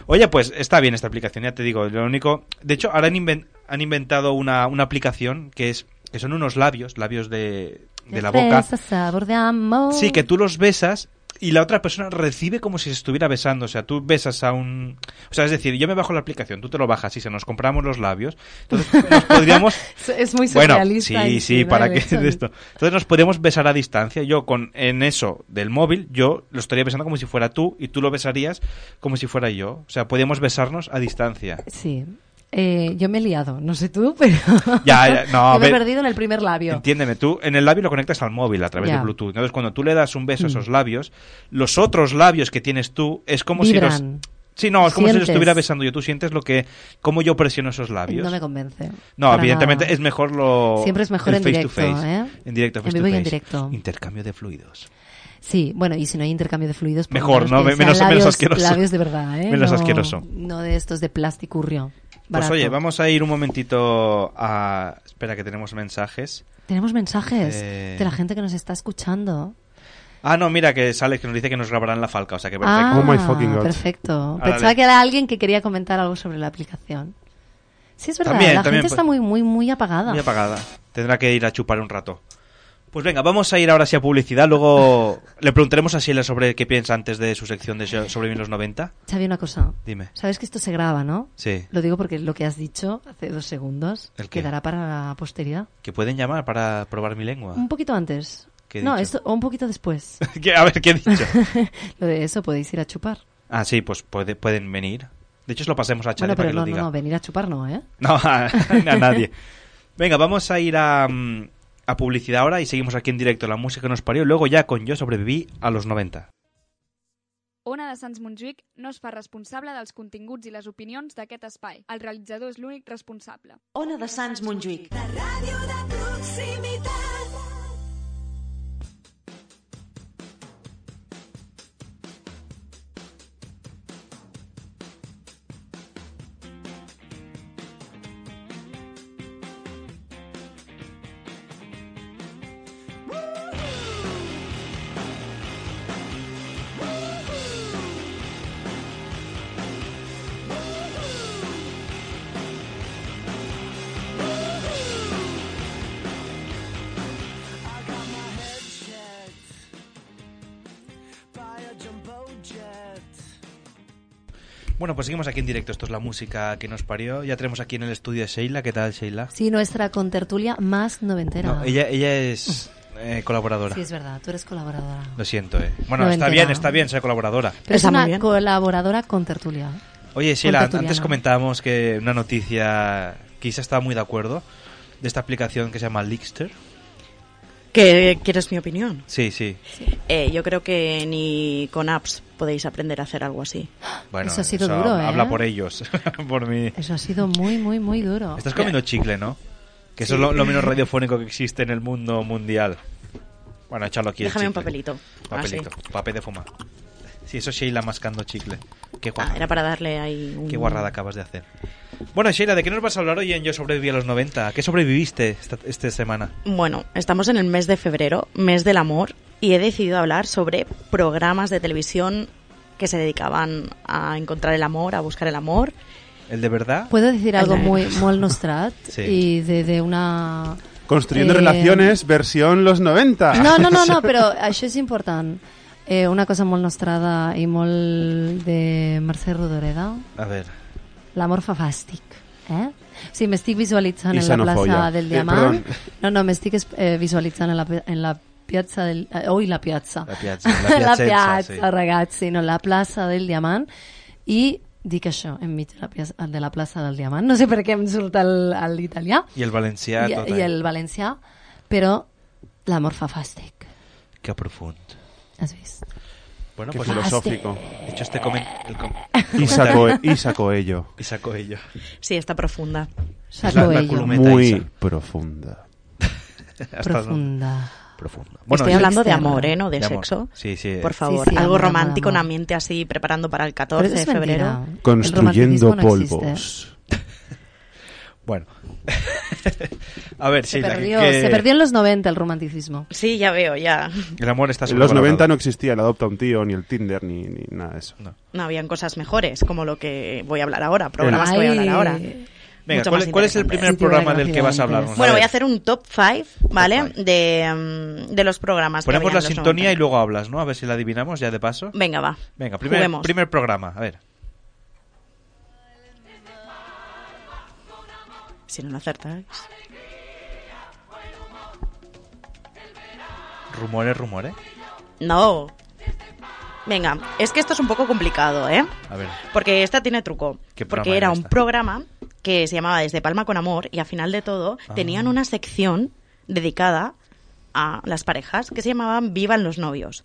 [SPEAKER 7] Oye, pues está bien esta aplicación, ya te digo. Lo único. De hecho, ahora han, inven- han inventado una, una aplicación que es que son unos labios, labios de, de la boca.
[SPEAKER 11] Fresa, sabor de amor.
[SPEAKER 7] Sí, que tú los besas y la otra persona recibe como si se estuviera besando. O sea, tú besas a un. O sea, es decir, yo me bajo la aplicación, tú te lo bajas y se nos compramos los labios. Entonces
[SPEAKER 11] <laughs>
[SPEAKER 7] nos podríamos.
[SPEAKER 11] Es muy
[SPEAKER 7] bueno,
[SPEAKER 11] surrealista.
[SPEAKER 7] sí,
[SPEAKER 11] en
[SPEAKER 7] sí,
[SPEAKER 11] sí,
[SPEAKER 7] ¿para
[SPEAKER 11] vale,
[SPEAKER 7] qué
[SPEAKER 11] son-
[SPEAKER 7] de esto? Entonces nos podríamos besar a distancia. Yo con en eso del móvil, yo lo estaría besando como si fuera tú y tú lo besarías como si fuera yo. O sea, podríamos besarnos
[SPEAKER 11] <laughs>
[SPEAKER 7] a distancia.
[SPEAKER 11] Sí. Eh, yo me he liado, no sé tú, <laughs> pero.
[SPEAKER 7] Ya, ya, no, a
[SPEAKER 11] yo me he
[SPEAKER 7] ver.
[SPEAKER 11] perdido en el primer labio.
[SPEAKER 7] Entiéndeme, tú en el labio lo conectas al móvil a través
[SPEAKER 11] Ya.
[SPEAKER 7] de Bluetooth. Entonces, cuando tú le das un beso a
[SPEAKER 11] Mm.
[SPEAKER 7] esos labios, los otros labios que tienes tú es como si
[SPEAKER 11] Vibran.
[SPEAKER 7] los. Sí, no, es como si
[SPEAKER 11] Sientes.
[SPEAKER 7] los estuviera besando yo. Tú sientes lo que. cómo yo presiono esos labios.
[SPEAKER 11] No me convence.
[SPEAKER 7] No,
[SPEAKER 11] Para
[SPEAKER 7] evidentemente
[SPEAKER 11] nada.
[SPEAKER 7] es mejor lo.
[SPEAKER 11] Siempre es mejor
[SPEAKER 7] el
[SPEAKER 11] en
[SPEAKER 7] face
[SPEAKER 11] directo,
[SPEAKER 7] to face.
[SPEAKER 11] ¿eh?
[SPEAKER 7] En directo,
[SPEAKER 11] En
[SPEAKER 7] face to
[SPEAKER 11] vivo y en
[SPEAKER 7] face.
[SPEAKER 11] directo.
[SPEAKER 7] Intercambio de fluidos.
[SPEAKER 11] Sí, bueno, y si no hay intercambio de fluidos. por lo
[SPEAKER 7] Mejor,
[SPEAKER 11] menos
[SPEAKER 7] ¿no?
[SPEAKER 11] que
[SPEAKER 7] Me-
[SPEAKER 11] sean
[SPEAKER 7] menos- menos
[SPEAKER 11] labios,
[SPEAKER 7] asqueroso.
[SPEAKER 11] Labios de verdad, ¿eh?
[SPEAKER 7] Menos
[SPEAKER 11] no,
[SPEAKER 7] asqueroso.
[SPEAKER 11] No de estos de plasticurrio.
[SPEAKER 7] Pues
[SPEAKER 11] Barato.
[SPEAKER 7] oye, vamos a ir un momentito a. Espera, que tenemos mensajes.
[SPEAKER 11] Tenemos mensajes
[SPEAKER 7] Eh,
[SPEAKER 11] de la gente que nos está escuchando.
[SPEAKER 7] Ah, no, mira, que es Alex que nos dice que nos grabarán la falca, o sea que perfecto.
[SPEAKER 11] Ah, perfecto.
[SPEAKER 7] Ahora
[SPEAKER 11] Pensaba
[SPEAKER 7] le-
[SPEAKER 11] que era alguien que quería comentar algo sobre la aplicación. Sí, es verdad,
[SPEAKER 7] También,
[SPEAKER 11] la
[SPEAKER 7] también
[SPEAKER 11] gente está
[SPEAKER 7] pu-
[SPEAKER 11] muy, muy, muy apagada.
[SPEAKER 7] Muy apagada. Tendrá que ir a chupar un rato. Pues venga, vamos a ir ahora sí a publicidad. Luego le preguntaremos a Sheila sobre qué piensa antes de su sección de Sho- sobre los 90.
[SPEAKER 11] Xavi, una cosa.
[SPEAKER 7] Dime.
[SPEAKER 11] Sabes que esto se graba, ¿no?
[SPEAKER 7] Sí.
[SPEAKER 11] Lo digo porque lo que has dicho hace dos segundos
[SPEAKER 7] ¿El qué?
[SPEAKER 11] quedará para la posteridad.
[SPEAKER 7] Que pueden llamar para probar mi lengua.
[SPEAKER 11] Un poquito antes.
[SPEAKER 7] ¿Qué he
[SPEAKER 11] no,
[SPEAKER 7] dicho?
[SPEAKER 11] esto, o un poquito después.
[SPEAKER 7] <laughs> ¿Qué? A ver, ¿qué he dicho?
[SPEAKER 11] lo de eso podéis ir a chupar.
[SPEAKER 7] Ah, sí, pues puede- pueden venir. De hecho, se lo pasemos a
[SPEAKER 11] bueno,
[SPEAKER 7] Charlie Ah, para
[SPEAKER 11] pero
[SPEAKER 7] que
[SPEAKER 11] no,
[SPEAKER 7] lo
[SPEAKER 11] no,
[SPEAKER 7] diga.
[SPEAKER 11] no, venir a chupar no, ¿eh?
[SPEAKER 7] <laughs> No, a, a nadie. Venga, vamos a ir a, mm, a publicidad ahora y seguimos aquí en directo. La música nos parió. Luego ya con Yo sobreviví a los 90.
[SPEAKER 3] Ona de Sants Montjuïc no es fa responsable dels continguts i les opinions d'aquest espai. El realitzador és l'únic responsable.
[SPEAKER 17] Ona de Sants Montjuïc. La ràdio de proximitat.
[SPEAKER 7] Bueno, pues seguimos aquí en directo. Esto es la música que nos parió. Ya tenemos aquí en el estudio a Sheila. ¿Qué tal, Sheila?
[SPEAKER 11] Sí, nuestra contertulia más noventera.
[SPEAKER 7] No, ella, ella es eh, colaboradora.
[SPEAKER 11] Sí, es verdad, tú eres colaboradora.
[SPEAKER 7] Lo siento, eh. Bueno,
[SPEAKER 11] No
[SPEAKER 7] está
[SPEAKER 11] entera.
[SPEAKER 7] bien, está bien ser colaboradora.
[SPEAKER 11] Pero es una colaboradora contertulia.
[SPEAKER 7] Oye, Sheila,
[SPEAKER 11] Contertuliana.
[SPEAKER 7] antes comentábamos que una noticia que Isa estaba muy de acuerdo de esta aplicación que se llama Leakster.
[SPEAKER 13] ¿Que quieres mi opinión?
[SPEAKER 7] Sí, sí.
[SPEAKER 13] Eh, yo creo que ni con apps podéis aprender a hacer algo así.
[SPEAKER 7] Bueno,
[SPEAKER 11] Eso ha sido duro, ¿eh?
[SPEAKER 7] Habla por ellos, <laughs> por mí.
[SPEAKER 11] Eso ha sido muy, muy, muy duro.
[SPEAKER 7] Estás comiendo chicle, ¿no? Que eso es lo, lo menos radiofónico que existe en el mundo mundial. Bueno, échalo aquí. el
[SPEAKER 13] Déjame un
[SPEAKER 7] chicle.
[SPEAKER 13] papelito. Ah, sí.
[SPEAKER 7] Papelito. Papel de fumar. Sí, eso es Sheila mascando chicle. Qué guarrada.
[SPEAKER 13] Ah, Era para darle ahí un...
[SPEAKER 7] Qué guarrada acabas de hacer. Bueno, Sheila, ¿de qué nos vas a hablar hoy en Yo sobreviví a los 90? ¿A qué sobreviviste esta, esta semana?
[SPEAKER 13] Bueno, estamos en el mes de febrero, mes del amor, y he decidido hablar sobre programas de televisión que se dedicaban a encontrar el amor, a buscar el amor.
[SPEAKER 7] ¿El de verdad?
[SPEAKER 11] Puedo decir algo
[SPEAKER 13] Hola.
[SPEAKER 11] muy molt nostrat
[SPEAKER 7] Sí.
[SPEAKER 11] y de, de una...
[SPEAKER 12] Construyendo
[SPEAKER 11] Eh,
[SPEAKER 12] relaciones, versión los 90.
[SPEAKER 11] <laughs> No, no, no,
[SPEAKER 7] <laughs>
[SPEAKER 11] no, però això és important. Eh, una cosa molt nostrada i molt de Mercè Rodoreda,
[SPEAKER 7] A ver.
[SPEAKER 11] l'amor fa fàstic. Eh? O sigui, m'estic visualitzant
[SPEAKER 12] I
[SPEAKER 11] en la
[SPEAKER 12] xenofòbia.
[SPEAKER 11] plaça del
[SPEAKER 12] Eh,
[SPEAKER 11] Diamant.
[SPEAKER 12] perdón.
[SPEAKER 11] no, no, m'estic es- eh, visualitzant en la, pi- en la piazza del... Eh, ui, la piazza.
[SPEAKER 7] La piazza,
[SPEAKER 11] <laughs>
[SPEAKER 7] la
[SPEAKER 11] la
[SPEAKER 7] piazzetta,
[SPEAKER 11] piazza,
[SPEAKER 7] sí.
[SPEAKER 11] ragazzi, no, la plaça del Diamant. I dic això, enmig de la, piazza, de la plaça del Diamant. No sé per què em surt el- el l'italià
[SPEAKER 7] Y el valenciano.
[SPEAKER 11] i, i el valencià, però l'amor fa fàstic.
[SPEAKER 7] Qué profundo.
[SPEAKER 11] Has vist?
[SPEAKER 7] Bueno,
[SPEAKER 12] Qué
[SPEAKER 7] pues
[SPEAKER 12] filosófico.
[SPEAKER 7] De hecho, este comen... el com-
[SPEAKER 12] <laughs> Isa, Coe-
[SPEAKER 7] comentario-
[SPEAKER 12] Isa Coello.
[SPEAKER 7] Isa Coello.
[SPEAKER 13] Sí, está profunda.
[SPEAKER 7] Es la- la columeta
[SPEAKER 12] Muy
[SPEAKER 7] Isa.
[SPEAKER 12] profunda.
[SPEAKER 7] <laughs> Hasta donde-
[SPEAKER 13] Profunda.
[SPEAKER 7] Profunda.
[SPEAKER 13] Estoy
[SPEAKER 7] sí.
[SPEAKER 13] hablando de amor, ¿eh? No de,
[SPEAKER 7] De amor.
[SPEAKER 13] sexo.
[SPEAKER 7] Sí, sí.
[SPEAKER 13] Por favor,
[SPEAKER 11] Sí, sí,
[SPEAKER 13] algo
[SPEAKER 11] amor, amor,
[SPEAKER 13] romántico,
[SPEAKER 11] amor.
[SPEAKER 13] un ambiente así preparando para el 14
[SPEAKER 11] Pero
[SPEAKER 13] de
[SPEAKER 11] eso es
[SPEAKER 13] febrero.
[SPEAKER 11] mentira.
[SPEAKER 12] Construyendo
[SPEAKER 11] El romanticismo no
[SPEAKER 12] polvos. <laughs>
[SPEAKER 7] Bueno. a ver,
[SPEAKER 11] Se
[SPEAKER 7] Sheila,
[SPEAKER 11] perdió,
[SPEAKER 7] que-
[SPEAKER 11] se perdió en los 90 el romanticismo.
[SPEAKER 13] Sí, ya veo, ya.
[SPEAKER 7] El amor está
[SPEAKER 12] En los
[SPEAKER 7] sobrevalorado.
[SPEAKER 12] 90 no existía el adopta un tío, ni el Tinder, ni, ni nada de eso.
[SPEAKER 13] No habían cosas mejores, como lo que voy a hablar ahora, programas que voy a hablar
[SPEAKER 11] Ay.
[SPEAKER 13] ahora.
[SPEAKER 7] Venga,
[SPEAKER 13] Mucho
[SPEAKER 7] ¿cuál,
[SPEAKER 13] más
[SPEAKER 7] cuál es el primer
[SPEAKER 13] interesantes.
[SPEAKER 7] programa del que vas a hablar?
[SPEAKER 13] Bueno, voy a hacer un top 5, ¿vale? De, mm, de los programas que
[SPEAKER 7] Ponemos
[SPEAKER 13] había
[SPEAKER 7] la
[SPEAKER 13] en los
[SPEAKER 7] sintonía y luego hablas, ¿no? A ver si la adivinamos ya de paso.
[SPEAKER 13] Venga, va.
[SPEAKER 7] Venga, primer,
[SPEAKER 13] Juguemos.
[SPEAKER 7] primer programa, a ver.
[SPEAKER 13] Si no lo acertáis.
[SPEAKER 7] Rumores, rumores.
[SPEAKER 13] No. Venga, es que esto es un poco complicado, ¿eh?
[SPEAKER 7] A ver.
[SPEAKER 13] Porque esta tiene truco.
[SPEAKER 7] ¿Qué
[SPEAKER 13] Porque
[SPEAKER 7] programa
[SPEAKER 13] era
[SPEAKER 7] era
[SPEAKER 13] un
[SPEAKER 7] esta?
[SPEAKER 13] programa que se llamaba Desde Palma con Amor y al final de todo
[SPEAKER 7] Ah.
[SPEAKER 13] tenían una sección dedicada a las parejas que se llamaban Vivan los novios.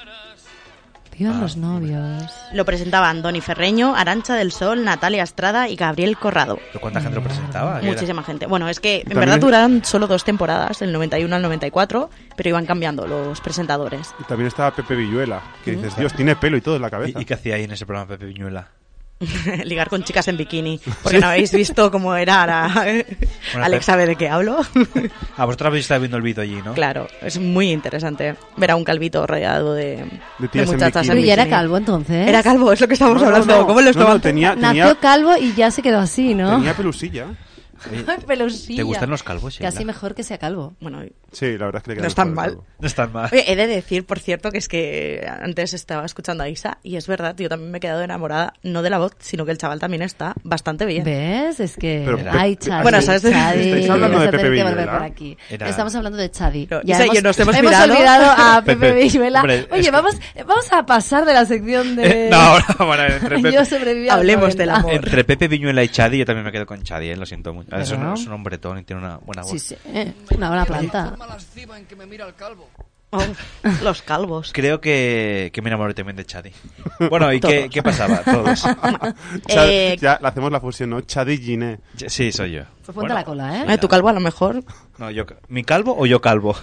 [SPEAKER 7] Ah,
[SPEAKER 11] Vivan los novios.
[SPEAKER 13] Lo presentaban Doni Ferreño, Arancha del Sol, Natalia Estrada y Gabriel Corrado.
[SPEAKER 7] ¿Pero cuánta gente lo presentaba? ¿Qué era?
[SPEAKER 13] Muchísima gente. Bueno, es que en
[SPEAKER 7] También
[SPEAKER 13] verdad
[SPEAKER 7] es-
[SPEAKER 13] duraron solo dos temporadas, del 91 al 94, pero iban cambiando los presentadores. <laughs>
[SPEAKER 12] Y también estaba Pepe Villuela, que dices, Dios, tiene pelo y todo en la cabeza.
[SPEAKER 7] Mm. ¿Y, y qué hacía ahí en ese programa Pepe Viñuela?
[SPEAKER 13] Ligar con chicas en bikini, porque no habéis visto cómo era la... <laughs> Alex sabe de qué hablo.
[SPEAKER 7] A Ah, vosotros habéis estado viendo el vídeo allí, ¿no?
[SPEAKER 13] Claro, es muy interesante ver a un calvito rodeado de,
[SPEAKER 7] De
[SPEAKER 13] de
[SPEAKER 7] tías en
[SPEAKER 13] muchachas.
[SPEAKER 7] bikini. Pero ya
[SPEAKER 11] era calvo, entonces.
[SPEAKER 13] Era calvo, es lo que estábamos
[SPEAKER 12] No, no,
[SPEAKER 13] hablando.
[SPEAKER 12] no.
[SPEAKER 13] ¿Cómo lo
[SPEAKER 12] No,
[SPEAKER 13] estaban?
[SPEAKER 12] no, tenía-
[SPEAKER 11] Nació calvo y ya se quedó así, ¿no?
[SPEAKER 12] Tenía
[SPEAKER 11] <laughs>
[SPEAKER 12] pelusilla.
[SPEAKER 11] Pelusilla.
[SPEAKER 12] ¿te gustan los calvos, Sheila?
[SPEAKER 11] Casi mejor que sea calvo.
[SPEAKER 13] Bueno,
[SPEAKER 12] Sí, la verdad es que le queda
[SPEAKER 13] No están
[SPEAKER 12] mejor
[SPEAKER 13] mal.
[SPEAKER 12] el calvo.
[SPEAKER 7] No están mal.
[SPEAKER 13] Oye, he de decir, por cierto, que es que antes estaba escuchando a Isa y es verdad, yo también me he quedado enamorada, no de la voz, sino que el chaval también está bastante bien.
[SPEAKER 11] ¿Ves? Es que...
[SPEAKER 13] Pero
[SPEAKER 11] Ay,
[SPEAKER 13] Pepe-
[SPEAKER 11] Chadi.
[SPEAKER 13] Bueno, ¿sabes de-
[SPEAKER 11] Chadi,
[SPEAKER 13] Estáis hablando
[SPEAKER 11] vas
[SPEAKER 13] de
[SPEAKER 11] a tener
[SPEAKER 13] Pepe
[SPEAKER 11] que volver
[SPEAKER 13] Villuela.
[SPEAKER 11] por aquí.
[SPEAKER 13] Era-
[SPEAKER 11] Estamos hablando de Chadi.
[SPEAKER 13] Pero
[SPEAKER 11] Ya
[SPEAKER 13] Isa y yo nos hemos mirado.
[SPEAKER 11] olvidado a Pepe,
[SPEAKER 7] Pepe.
[SPEAKER 11] Villuela.
[SPEAKER 7] Hombre, es
[SPEAKER 11] Oye, vamos, vamos a pasar de la sección
[SPEAKER 13] Eh,
[SPEAKER 11] de...
[SPEAKER 7] Eh, No, ahora, <laughs> bueno,
[SPEAKER 11] <laughs>
[SPEAKER 7] entre Pepe...
[SPEAKER 11] Yo sobreviví a los 90.
[SPEAKER 7] Entre Pepe Viñuela y Chadi, yo también me quedo con Chadi, ¿eh? lo siento mucho. Es un,
[SPEAKER 11] ¿Verdad?
[SPEAKER 7] es un hombretón y tiene una buena voz.
[SPEAKER 11] Sí, sí. eh, Una buena planta.
[SPEAKER 13] <laughs> <laughs> los calvos.
[SPEAKER 7] Creo que, que me enamoré también de Chadi.
[SPEAKER 13] <laughs>
[SPEAKER 7] Bueno, ¿y qué,
[SPEAKER 12] Todos.
[SPEAKER 7] qué
[SPEAKER 12] <laughs>
[SPEAKER 7] pasaba? Todos.
[SPEAKER 12] Chad-
[SPEAKER 13] Eh,
[SPEAKER 12] Ya le hacemos la fusión, ¿no? Chad y Giné.
[SPEAKER 7] Sí, soy yo.
[SPEAKER 11] Pues ponte la cola, ¿eh?
[SPEAKER 13] Eh, tu calvo a lo mejor.
[SPEAKER 7] No, yo, ¿Mi calvo o
[SPEAKER 11] <laughs>
[SPEAKER 7] yo calvo?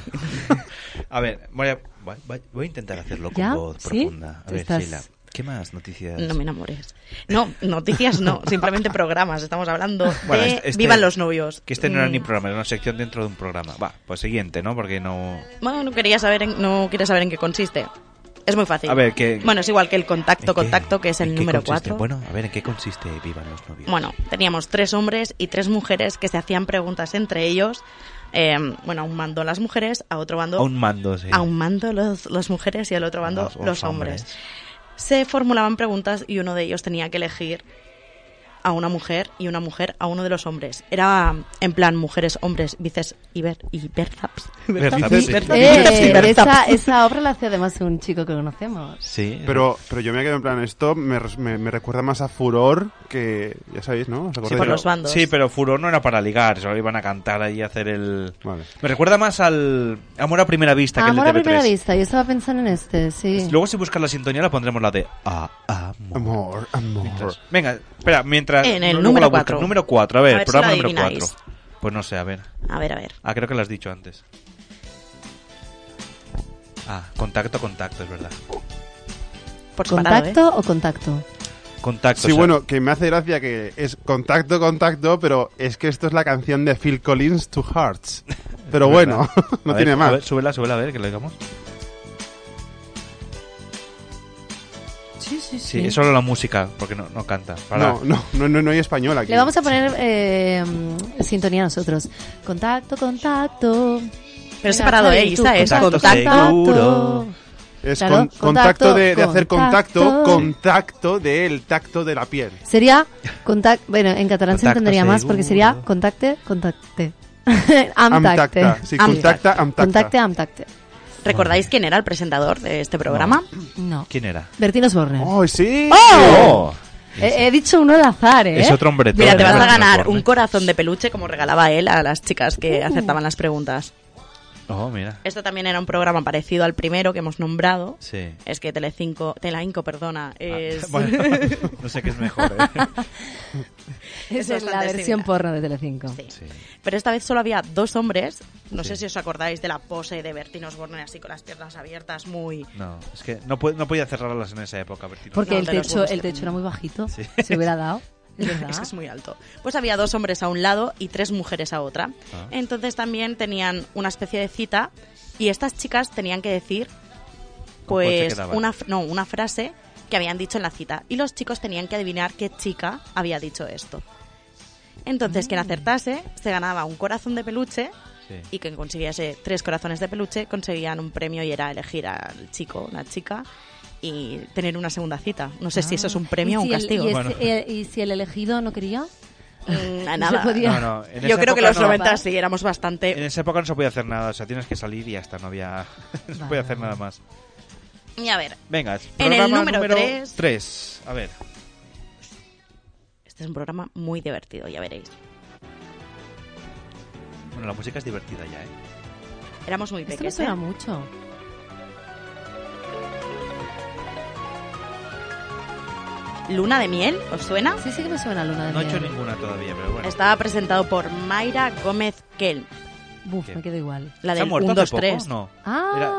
[SPEAKER 7] a ver, voy a, voy- voy a intentar hacerlo con
[SPEAKER 13] ¿Ya?
[SPEAKER 7] voz
[SPEAKER 13] ¿Sí?
[SPEAKER 7] profunda. A
[SPEAKER 13] Tú
[SPEAKER 7] ver,
[SPEAKER 13] estás-
[SPEAKER 7] Sheila, ¿qué más noticias?
[SPEAKER 13] No me enamores. No, noticias
[SPEAKER 7] <laughs>
[SPEAKER 13] no, simplemente programas, estamos hablando
[SPEAKER 7] Bueno,
[SPEAKER 13] de
[SPEAKER 7] este- este-
[SPEAKER 13] Eh, Vivan los novios.
[SPEAKER 7] Que este no era
[SPEAKER 13] Mm.
[SPEAKER 7] ni programa, era una sección dentro de un programa. Va, pues siguiente, ¿no? Porque no...
[SPEAKER 13] Bueno, no quería saber en, no quería saber en qué consiste. Es muy fácil.
[SPEAKER 7] A ver, ¿qué-
[SPEAKER 13] Bueno, es igual que el contacto,
[SPEAKER 7] ¿en qué-
[SPEAKER 13] contacto, que es el
[SPEAKER 7] ¿Qué
[SPEAKER 13] número
[SPEAKER 7] consiste?
[SPEAKER 13] 4.
[SPEAKER 7] Bueno, a ver, ¿en qué consiste Vivan los novios?
[SPEAKER 13] Bueno, teníamos tres hombres y tres mujeres que se hacían preguntas entre ellos. Eh, bueno, a un mando las mujeres, a otro bando...
[SPEAKER 7] A un mando, sí.
[SPEAKER 13] A un mando los- las mujeres y al otro bando
[SPEAKER 7] Los-
[SPEAKER 13] los,
[SPEAKER 7] los
[SPEAKER 13] hombres.
[SPEAKER 7] hombres.
[SPEAKER 13] se formulaban preguntas y uno de ellos tenía que elegir a una mujer y una mujer a uno de los hombres. Era en plan mujeres, hombres, bíceps y ver y berzaps.
[SPEAKER 12] Berzaps, sí.
[SPEAKER 13] Berzaps y
[SPEAKER 11] Eh, esa,
[SPEAKER 13] berzaps.
[SPEAKER 11] esa obra la hace además un chico que conocemos.
[SPEAKER 7] Sí.
[SPEAKER 12] Pero, pero yo me quedo en plan, esto me, res- me- me recuerda más a Furor que, ya sabéis, ¿no? ¿Os acordáis?
[SPEAKER 7] pero- Sí, pero Furor no era para ligar, solo iban a cantar allí a hacer el... Me recuerda más al Amor a primera vista que
[SPEAKER 11] Amor a
[SPEAKER 7] el de
[SPEAKER 11] primera
[SPEAKER 7] TV3.
[SPEAKER 11] vista, yo estaba pensando en este, sí.
[SPEAKER 7] Luego si buscas la sintonía la pondremos la de ah, amor.
[SPEAKER 12] Amor,
[SPEAKER 7] Mientras- Venga, espera, mientras...
[SPEAKER 13] En el
[SPEAKER 7] luego
[SPEAKER 13] número
[SPEAKER 7] la buscas.
[SPEAKER 13] cuatro.
[SPEAKER 7] Número 4, a ver,
[SPEAKER 13] A ver si
[SPEAKER 7] programa
[SPEAKER 13] la
[SPEAKER 7] número 4.
[SPEAKER 13] adivináis.
[SPEAKER 7] Pues no sé, a ver.
[SPEAKER 13] A ver, a ver.
[SPEAKER 7] Ah, creo que lo has dicho antes. Ah, contacto, contacto, es verdad.
[SPEAKER 13] Por ¿eh?
[SPEAKER 11] ¿Contacto o contacto?
[SPEAKER 7] Contacto.
[SPEAKER 12] Sí,
[SPEAKER 7] o sea,
[SPEAKER 12] bueno, que me hace gracia que es contacto, contacto, pero es que esto es la canción de Phil Collins, Two Hearts.
[SPEAKER 7] <laughs>
[SPEAKER 12] Pero
[SPEAKER 7] es
[SPEAKER 12] bueno, <laughs>
[SPEAKER 7] verdad.
[SPEAKER 12] no
[SPEAKER 7] A ver,
[SPEAKER 12] tiene
[SPEAKER 7] A
[SPEAKER 12] más.
[SPEAKER 7] ver, súbela, súbela, a ver, que lo digamos.
[SPEAKER 11] Sí, sí,
[SPEAKER 7] Sí, es solo la música, porque no, no canta. Para-
[SPEAKER 12] No, no, no, no, no hay español aquí.
[SPEAKER 11] Le vamos a poner eh, mm, sintonía a nosotros. Contacto, contacto. Venga,
[SPEAKER 13] separado,
[SPEAKER 11] Javi,
[SPEAKER 13] ¿eh,
[SPEAKER 11] tú,
[SPEAKER 13] Isa? Es contacto. Seguro.
[SPEAKER 12] Es
[SPEAKER 11] Claro,
[SPEAKER 12] con- contacto, de, de hacer contacto,
[SPEAKER 11] contacto.
[SPEAKER 12] contacto del tacto de la piel.
[SPEAKER 11] Sería contacto. Bueno, en catalán se
[SPEAKER 12] Contacto
[SPEAKER 11] entendería más porque sería contacte, contacte. <laughs> amtacte.
[SPEAKER 12] Amtacta, sí, contacta, amtacta.
[SPEAKER 11] Contacte, amtacte.
[SPEAKER 13] <laughs> ¿Recordáis quién era el presentador de este programa?
[SPEAKER 11] No.
[SPEAKER 7] ¿Quién era?
[SPEAKER 11] Bertín Osborne.
[SPEAKER 12] ¡Oh, sí!
[SPEAKER 7] ¡Oh!
[SPEAKER 11] He, he dicho uno al azar, ¿eh?
[SPEAKER 7] Es otro hombretón.
[SPEAKER 13] Mira, te vas a
[SPEAKER 7] Bertín
[SPEAKER 13] ganar
[SPEAKER 7] Osborne.
[SPEAKER 13] un corazón de peluche como regalaba él a las chicas que
[SPEAKER 11] Uh.
[SPEAKER 13] acertaban las preguntas.
[SPEAKER 7] Oh, mira.
[SPEAKER 13] Esto también era un programa parecido al primero que hemos nombrado.
[SPEAKER 7] Sí. Ah,
[SPEAKER 13] Es que Telecinco, Telainco, perdona, es... <laughs>
[SPEAKER 7] <laughs> bueno, no sé qué es mejor,
[SPEAKER 11] <laughs>
[SPEAKER 7] ¿eh?
[SPEAKER 11] Esa es la
[SPEAKER 13] bastante
[SPEAKER 11] versión
[SPEAKER 13] similar.
[SPEAKER 11] porno de Telecinco.
[SPEAKER 13] Pero esta vez solo había dos hombres. No
[SPEAKER 7] Sí.
[SPEAKER 13] sé si os acordáis de la pose de Bertín Osborne así con las piernas abiertas, muy...
[SPEAKER 7] No, es que no, pu- no podía cerrarlas en esa época. Bertino.
[SPEAKER 11] Porque
[SPEAKER 13] No,
[SPEAKER 11] el
[SPEAKER 13] de los
[SPEAKER 11] techo
[SPEAKER 13] buenos
[SPEAKER 11] el
[SPEAKER 13] que-
[SPEAKER 11] techo era muy bajito. Se hubiera dado. <laughs> Es
[SPEAKER 13] <laughs>
[SPEAKER 11] verdad.
[SPEAKER 13] Es que es muy alto. Pues había dos hombres a un lado y tres mujeres a otra.
[SPEAKER 11] Ah.
[SPEAKER 13] Entonces también tenían una especie de cita y estas chicas tenían que decir
[SPEAKER 7] ¿Con cuál se
[SPEAKER 13] pues
[SPEAKER 7] quedaban?
[SPEAKER 13] una, fr- no, una frase que habían dicho en la cita y los chicos tenían que adivinar qué chica había dicho esto. Entonces
[SPEAKER 11] Mm.
[SPEAKER 13] quien acertase se ganaba un corazón de peluche
[SPEAKER 7] Sí.
[SPEAKER 13] y quien consiguiese tres corazones de peluche conseguían un premio y era elegir al chico, la chica y tener una segunda cita. No sé si eso es un premio o un
[SPEAKER 11] ¿Y si Ah. el-
[SPEAKER 13] castigo.
[SPEAKER 11] y, ese- el- y si el elegido no quería?
[SPEAKER 13] <laughs>
[SPEAKER 11] Eh,
[SPEAKER 13] a
[SPEAKER 11] No
[SPEAKER 13] nada.
[SPEAKER 11] se podía.
[SPEAKER 7] No, no,
[SPEAKER 13] <laughs>
[SPEAKER 7] en
[SPEAKER 13] Yo
[SPEAKER 7] esa
[SPEAKER 13] creo que
[SPEAKER 7] época
[SPEAKER 13] los
[SPEAKER 7] no.
[SPEAKER 13] 90 sí éramos bastante.
[SPEAKER 7] En esa época no se podía hacer nada, o sea, tienes que salir y ya está, no había... <laughs> no se podía hacer nada más.
[SPEAKER 11] este-
[SPEAKER 13] Y a ver,
[SPEAKER 7] Venga,
[SPEAKER 13] En el
[SPEAKER 7] programa
[SPEAKER 13] número tres.
[SPEAKER 7] 3. A ver.
[SPEAKER 13] este es un programa muy divertido, ya veréis.
[SPEAKER 7] Bueno, la música es divertida ya, ¿eh?
[SPEAKER 13] Éramos muy
[SPEAKER 11] Esto me
[SPEAKER 13] pequeños. ¿eh?
[SPEAKER 11] suena mucho.
[SPEAKER 13] Luna de miel, ¿os suena?
[SPEAKER 11] Sí, sí que me suena Luna de
[SPEAKER 7] No he
[SPEAKER 11] miel.
[SPEAKER 7] hecho ninguna todavía, pero bueno.
[SPEAKER 13] Estaba presentado por Mayra Gómez Kelm.
[SPEAKER 11] Buf, me quedo igual. Ah.
[SPEAKER 13] La
[SPEAKER 7] ¿Se ha
[SPEAKER 13] del
[SPEAKER 7] muerto
[SPEAKER 13] 1, 2,
[SPEAKER 7] hace poco?
[SPEAKER 13] 3.
[SPEAKER 7] No. Era,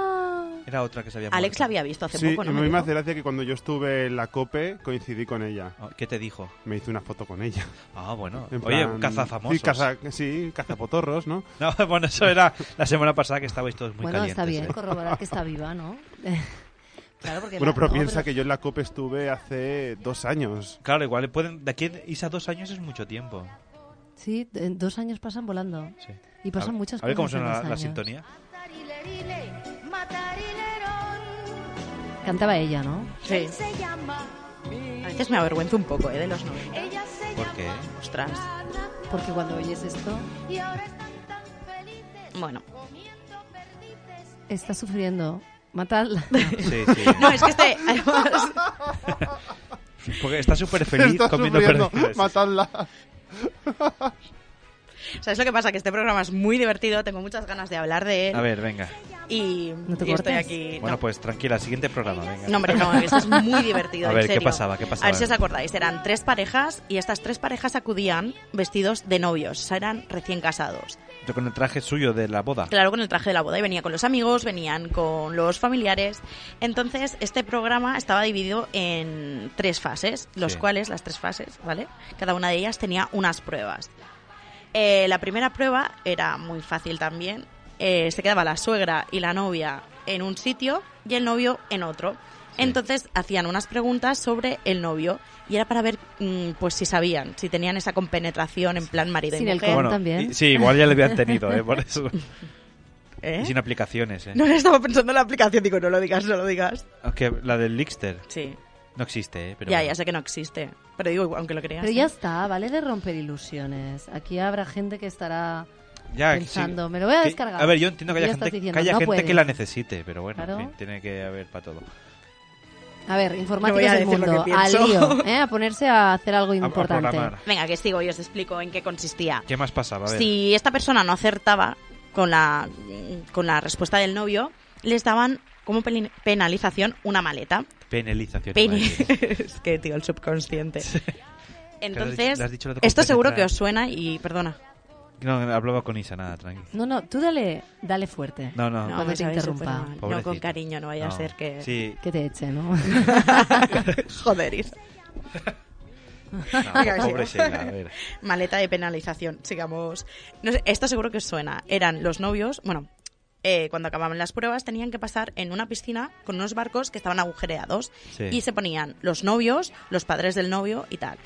[SPEAKER 7] era otra que se había
[SPEAKER 13] Ah. Alex la había visto hace
[SPEAKER 12] Sí,
[SPEAKER 13] poco,
[SPEAKER 12] y
[SPEAKER 13] ¿no?
[SPEAKER 12] a
[SPEAKER 13] me
[SPEAKER 12] mí me
[SPEAKER 13] dijo?
[SPEAKER 12] hace gracia que cuando yo estuve en la COPE coincidí con ella.
[SPEAKER 7] Ah, ¿Qué te dijo?
[SPEAKER 12] Me hice una foto con ella.
[SPEAKER 7] Ah, bueno.
[SPEAKER 12] En
[SPEAKER 7] Oye,
[SPEAKER 12] plan-
[SPEAKER 7] cazafamosos.
[SPEAKER 12] Sí, caza, sí, cazapotorros, ¿no?
[SPEAKER 7] <laughs> No, bueno, eso era la semana pasada que estabais todos muy
[SPEAKER 11] bueno,
[SPEAKER 7] calientes.
[SPEAKER 11] está bien
[SPEAKER 7] ¿eh?
[SPEAKER 11] corroborar que está viva,
[SPEAKER 7] <laughs>
[SPEAKER 11] ¿no? claro,
[SPEAKER 13] <laughs>
[SPEAKER 11] porque
[SPEAKER 12] Bueno,
[SPEAKER 11] la-
[SPEAKER 12] pero
[SPEAKER 11] no,
[SPEAKER 12] piensa
[SPEAKER 11] pero-
[SPEAKER 12] que yo en la COPE estuve hace dos años.
[SPEAKER 7] Claro, igual pueden... De aquí a Isa dos años es mucho tiempo.
[SPEAKER 11] Sí, eh, dos años pasan volando. Y pasan
[SPEAKER 7] A ver-
[SPEAKER 11] muchas
[SPEAKER 7] A ver cómo
[SPEAKER 11] cosas en
[SPEAKER 7] suena la,
[SPEAKER 11] dos
[SPEAKER 7] la
[SPEAKER 11] años.
[SPEAKER 7] sintonía.
[SPEAKER 11] Cantaba ella, ¿no?
[SPEAKER 13] Sí. A veces me avergüenzo un poco, ¿eh? De los 90.
[SPEAKER 7] ¿Por qué?
[SPEAKER 13] Ostras.
[SPEAKER 11] Porque cuando oyes esto,
[SPEAKER 13] Bueno.
[SPEAKER 11] está sufriendo. Matarla.
[SPEAKER 13] <laughs>
[SPEAKER 7] Sí, sí.
[SPEAKER 13] No, es que este, además,
[SPEAKER 7] Porque está súper feliz
[SPEAKER 12] Está
[SPEAKER 7] comiendo
[SPEAKER 12] sufriendo.
[SPEAKER 7] perdices.
[SPEAKER 12] Matadla.
[SPEAKER 13] <laughs> ¿Sabes lo que pasa? Que este programa es muy divertido, tengo muchas ganas de hablar de él.
[SPEAKER 7] A ver, venga.
[SPEAKER 13] Y,
[SPEAKER 11] te
[SPEAKER 13] y estoy
[SPEAKER 11] cortes?
[SPEAKER 13] aquí.
[SPEAKER 7] Bueno, pues tranquila, siguiente programa, venga.
[SPEAKER 13] No, hombre, no, esto es
[SPEAKER 7] <laughs>
[SPEAKER 13] muy divertido.
[SPEAKER 7] A
[SPEAKER 13] en
[SPEAKER 7] ver, ¿qué
[SPEAKER 13] serio.
[SPEAKER 7] pasaba? ¿Qué pasaba?
[SPEAKER 13] A ver si os acordáis. Eran tres parejas y estas tres parejas acudían vestidos de novios. O sea, eran recién casados.
[SPEAKER 7] Yo con el traje suyo de la boda.
[SPEAKER 13] Claro, con el traje de la boda. Y venía con los amigos, venían con los familiares. Entonces, este programa estaba dividido en tres fases, los
[SPEAKER 11] Sí.
[SPEAKER 13] cuales, las tres fases, ¿vale? Cada una de ellas tenía unas pruebas. Eh, la primera prueba era muy fácil también. Eh, se quedaba la suegra y la novia en un sitio y el novio en otro. Entonces hacían unas preguntas sobre el novio y era para ver mm, pues si sabían, si tenían esa compenetración en plan marido y mujer.
[SPEAKER 7] Bueno, y- sí, igual ya
[SPEAKER 13] <laughs>
[SPEAKER 7] lo habían tenido, ¿eh? Por eso.
[SPEAKER 13] ¿Eh?
[SPEAKER 7] Y sin aplicaciones, ¿eh?
[SPEAKER 13] No, estaba pensando en la aplicación, digo, no lo digas, no lo digas.
[SPEAKER 7] Ok, la del Lixter.
[SPEAKER 13] Sí.
[SPEAKER 7] No existe, ¿eh? Pero
[SPEAKER 13] ya,
[SPEAKER 7] bueno.
[SPEAKER 13] ya sé que no existe. Pero digo, aunque lo creas. ¿eh?
[SPEAKER 11] Pero ya está, vale de romper ilusiones. Aquí habrá gente que estará
[SPEAKER 7] Ya, que sí.
[SPEAKER 11] pensando, me lo voy a
[SPEAKER 7] Que-
[SPEAKER 11] descargar.
[SPEAKER 7] A ver, yo entiendo que
[SPEAKER 11] Y
[SPEAKER 7] haya
[SPEAKER 11] ya estás
[SPEAKER 7] gente,
[SPEAKER 11] diciendo,
[SPEAKER 7] que, haya
[SPEAKER 11] "No
[SPEAKER 7] gente que
[SPEAKER 11] puedes".
[SPEAKER 7] la necesite, pero bueno,
[SPEAKER 11] Claro.
[SPEAKER 7] en fin, tiene que haber para todo.
[SPEAKER 11] A ver,
[SPEAKER 13] Yo voy
[SPEAKER 11] informáticos
[SPEAKER 13] a
[SPEAKER 11] del
[SPEAKER 13] decir lo
[SPEAKER 11] mundo,
[SPEAKER 13] que
[SPEAKER 11] al
[SPEAKER 13] pienso. <laughs>
[SPEAKER 11] lío, ¿eh? a ponerse a hacer algo importante.
[SPEAKER 7] programar.
[SPEAKER 13] Venga, que sigo y os explico en qué consistía.
[SPEAKER 7] ¿Qué más pasaba? A ver.
[SPEAKER 13] Si esta persona no acertaba con la, con la respuesta del novio, les daban como peli- penalización una maleta.
[SPEAKER 7] Penalización.
[SPEAKER 13] Peni-
[SPEAKER 7] madre.
[SPEAKER 13] <laughs> es que, tío, el subconsciente.
[SPEAKER 7] dicho-
[SPEAKER 13] Entonces,
[SPEAKER 7] le has dicho lo de
[SPEAKER 13] esto seguro que
[SPEAKER 7] compenetrar.
[SPEAKER 13] os suena y, perdona,
[SPEAKER 7] No, hablaba con Isa, nada, tranqui.
[SPEAKER 11] No, no, tú dale, dale fuerte.
[SPEAKER 7] No, no. No,
[SPEAKER 11] Cuando
[SPEAKER 13] me
[SPEAKER 11] te
[SPEAKER 13] sabéis
[SPEAKER 11] interrumpa.
[SPEAKER 13] supermal. No, con cariño, no vaya a ser que-
[SPEAKER 7] Sí.
[SPEAKER 11] Que te eche, ¿no?
[SPEAKER 13] <laughs> Joder, Isa. <laughs> Venga, que
[SPEAKER 7] pobre
[SPEAKER 13] sigo.
[SPEAKER 7] Sheila, a ver.
[SPEAKER 13] Maleta de penalización, sigamos. No sé, esto seguro que os suena. Eran los novios, bueno, eh, cuando acababan las pruebas tenían que pasar en una piscina con unos barcos que estaban agujereados
[SPEAKER 20] Sí.
[SPEAKER 13] y se ponían los novios, los padres del novio y tal.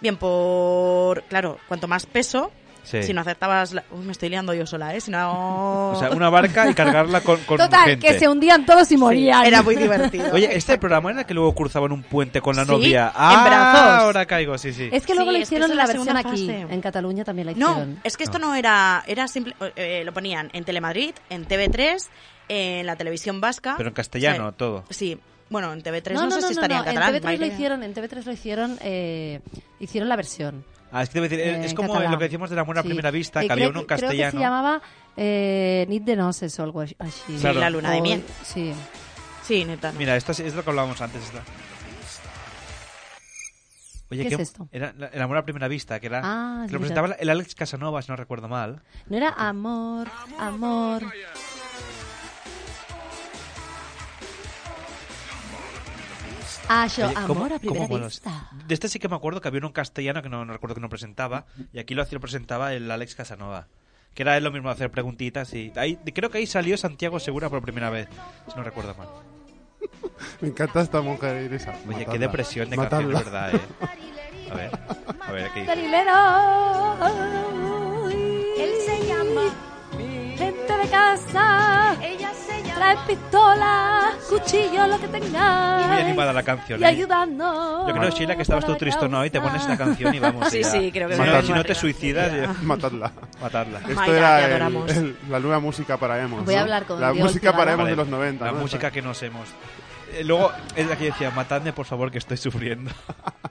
[SPEAKER 13] Bien, por... Claro, cuanto más peso...
[SPEAKER 7] Sí.
[SPEAKER 13] Si no acertabas... la- Uy, me estoy liando yo sola, ¿eh? Si no...
[SPEAKER 7] <laughs>
[SPEAKER 13] <laughs>
[SPEAKER 7] O sea, una barca y cargarla con, con
[SPEAKER 13] Total,
[SPEAKER 7] gente.
[SPEAKER 13] que se hundió.
[SPEAKER 11] Hundían todos y morían.
[SPEAKER 13] era muy divertido.
[SPEAKER 7] Oye, este programa era que luego cruzaban un puente con la
[SPEAKER 13] Sí,
[SPEAKER 7] novia.
[SPEAKER 13] en
[SPEAKER 7] ah,
[SPEAKER 13] brazos.
[SPEAKER 7] ahora caigo, sí, sí.
[SPEAKER 11] Es que luego
[SPEAKER 13] Sí,
[SPEAKER 11] lo
[SPEAKER 13] es que
[SPEAKER 11] hicieron
[SPEAKER 13] esa es
[SPEAKER 11] la,
[SPEAKER 13] la
[SPEAKER 11] versión
[SPEAKER 13] segunda
[SPEAKER 11] aquí,
[SPEAKER 13] fase.
[SPEAKER 11] en Cataluña también la
[SPEAKER 13] No,
[SPEAKER 11] hicieron.
[SPEAKER 13] es que esto no, era... Era simple... eh, lo ponían en Telemadrid, en TV3, en la televisión vasca...
[SPEAKER 7] Pero en castellano, todo.
[SPEAKER 13] Sí, bueno, en TV3 no,
[SPEAKER 11] No, no,
[SPEAKER 13] sé
[SPEAKER 11] no,
[SPEAKER 13] si
[SPEAKER 11] no,
[SPEAKER 13] estaría
[SPEAKER 11] no,
[SPEAKER 13] en catalán.
[SPEAKER 11] en TV3 lo
[SPEAKER 13] Maite.
[SPEAKER 11] hicieron, en TV3 lo hicieron, eh, hicieron la versión.
[SPEAKER 7] Ah, es que te voy a decir,
[SPEAKER 11] eh,
[SPEAKER 7] es
[SPEAKER 11] en
[SPEAKER 7] como
[SPEAKER 11] catalán.
[SPEAKER 7] lo que decíamos del amor a
[SPEAKER 11] Sí.
[SPEAKER 7] primera vista,
[SPEAKER 11] Eh,
[SPEAKER 7] que había
[SPEAKER 11] creo
[SPEAKER 7] uno en
[SPEAKER 11] Creo que se
[SPEAKER 7] castellano.
[SPEAKER 11] llamaba eh, Nit de Noces o algo así. Sí,
[SPEAKER 7] Claro. la
[SPEAKER 13] luna de miel.
[SPEAKER 11] Sí.
[SPEAKER 13] Sí, neta. no.
[SPEAKER 7] Mira, esto es, es lo que hablábamos antes. es la- Oye,
[SPEAKER 11] ¿Qué
[SPEAKER 7] que
[SPEAKER 11] es esto?
[SPEAKER 7] Era la- el amor a primera vista, que era
[SPEAKER 11] Ah,
[SPEAKER 7] que
[SPEAKER 11] es
[SPEAKER 7] lo
[SPEAKER 11] verdad.
[SPEAKER 7] presentaba el Alex Casanova, si no recuerdo mal.
[SPEAKER 11] No era amor, amor. Ah, yo,
[SPEAKER 7] Oye, ¿cómo-
[SPEAKER 11] amor a
[SPEAKER 7] cómo
[SPEAKER 11] primera
[SPEAKER 7] mola?
[SPEAKER 11] vista.
[SPEAKER 7] De este sí que me acuerdo que había uno en castellano que no, no recuerdo que no presentaba, y aquí lo hacía lo presentaba el Alex Casanova. Que era lo mismo hacer preguntitas y ahí, creo que ahí salió Santiago Segura por primera vez, si no recuerdo mal.
[SPEAKER 12] Me encanta esta mujer, Irisa.
[SPEAKER 7] Oye,
[SPEAKER 12] Matadla.
[SPEAKER 7] qué depresión de canción,
[SPEAKER 12] Matadla.
[SPEAKER 7] de verdad,
[SPEAKER 12] <laughs>
[SPEAKER 7] eh. A ver, a ver, aquí.
[SPEAKER 20] Darilero. Él se llama gente de casa. Ella se llama trae pistola, cuchillo, lo que tenga.
[SPEAKER 7] Muy animada la canción.
[SPEAKER 20] Y
[SPEAKER 7] ¿eh?
[SPEAKER 20] ayudando.
[SPEAKER 7] Yo creo, Sheila, que estabas tú tristón hoy, te pones esta canción y vamos.
[SPEAKER 20] Sí,
[SPEAKER 7] ya.
[SPEAKER 20] sí, creo que
[SPEAKER 7] Si no-
[SPEAKER 20] sí.
[SPEAKER 7] Si no te suicidas, ya.
[SPEAKER 12] Matadla.
[SPEAKER 7] Matadla.
[SPEAKER 12] Esto era el- el- la nueva música para Emos.
[SPEAKER 11] Voy a
[SPEAKER 12] ¿no?
[SPEAKER 11] hablar con
[SPEAKER 12] La
[SPEAKER 11] Dios,
[SPEAKER 12] música para
[SPEAKER 11] Cigala.
[SPEAKER 12] Emos
[SPEAKER 7] Vale,
[SPEAKER 12] de los 90.
[SPEAKER 7] La
[SPEAKER 12] ¿no?
[SPEAKER 7] música que nos hemos. Eh, luego, es la que decía, matadme por favor que estoy sufriendo.
[SPEAKER 12] <laughs>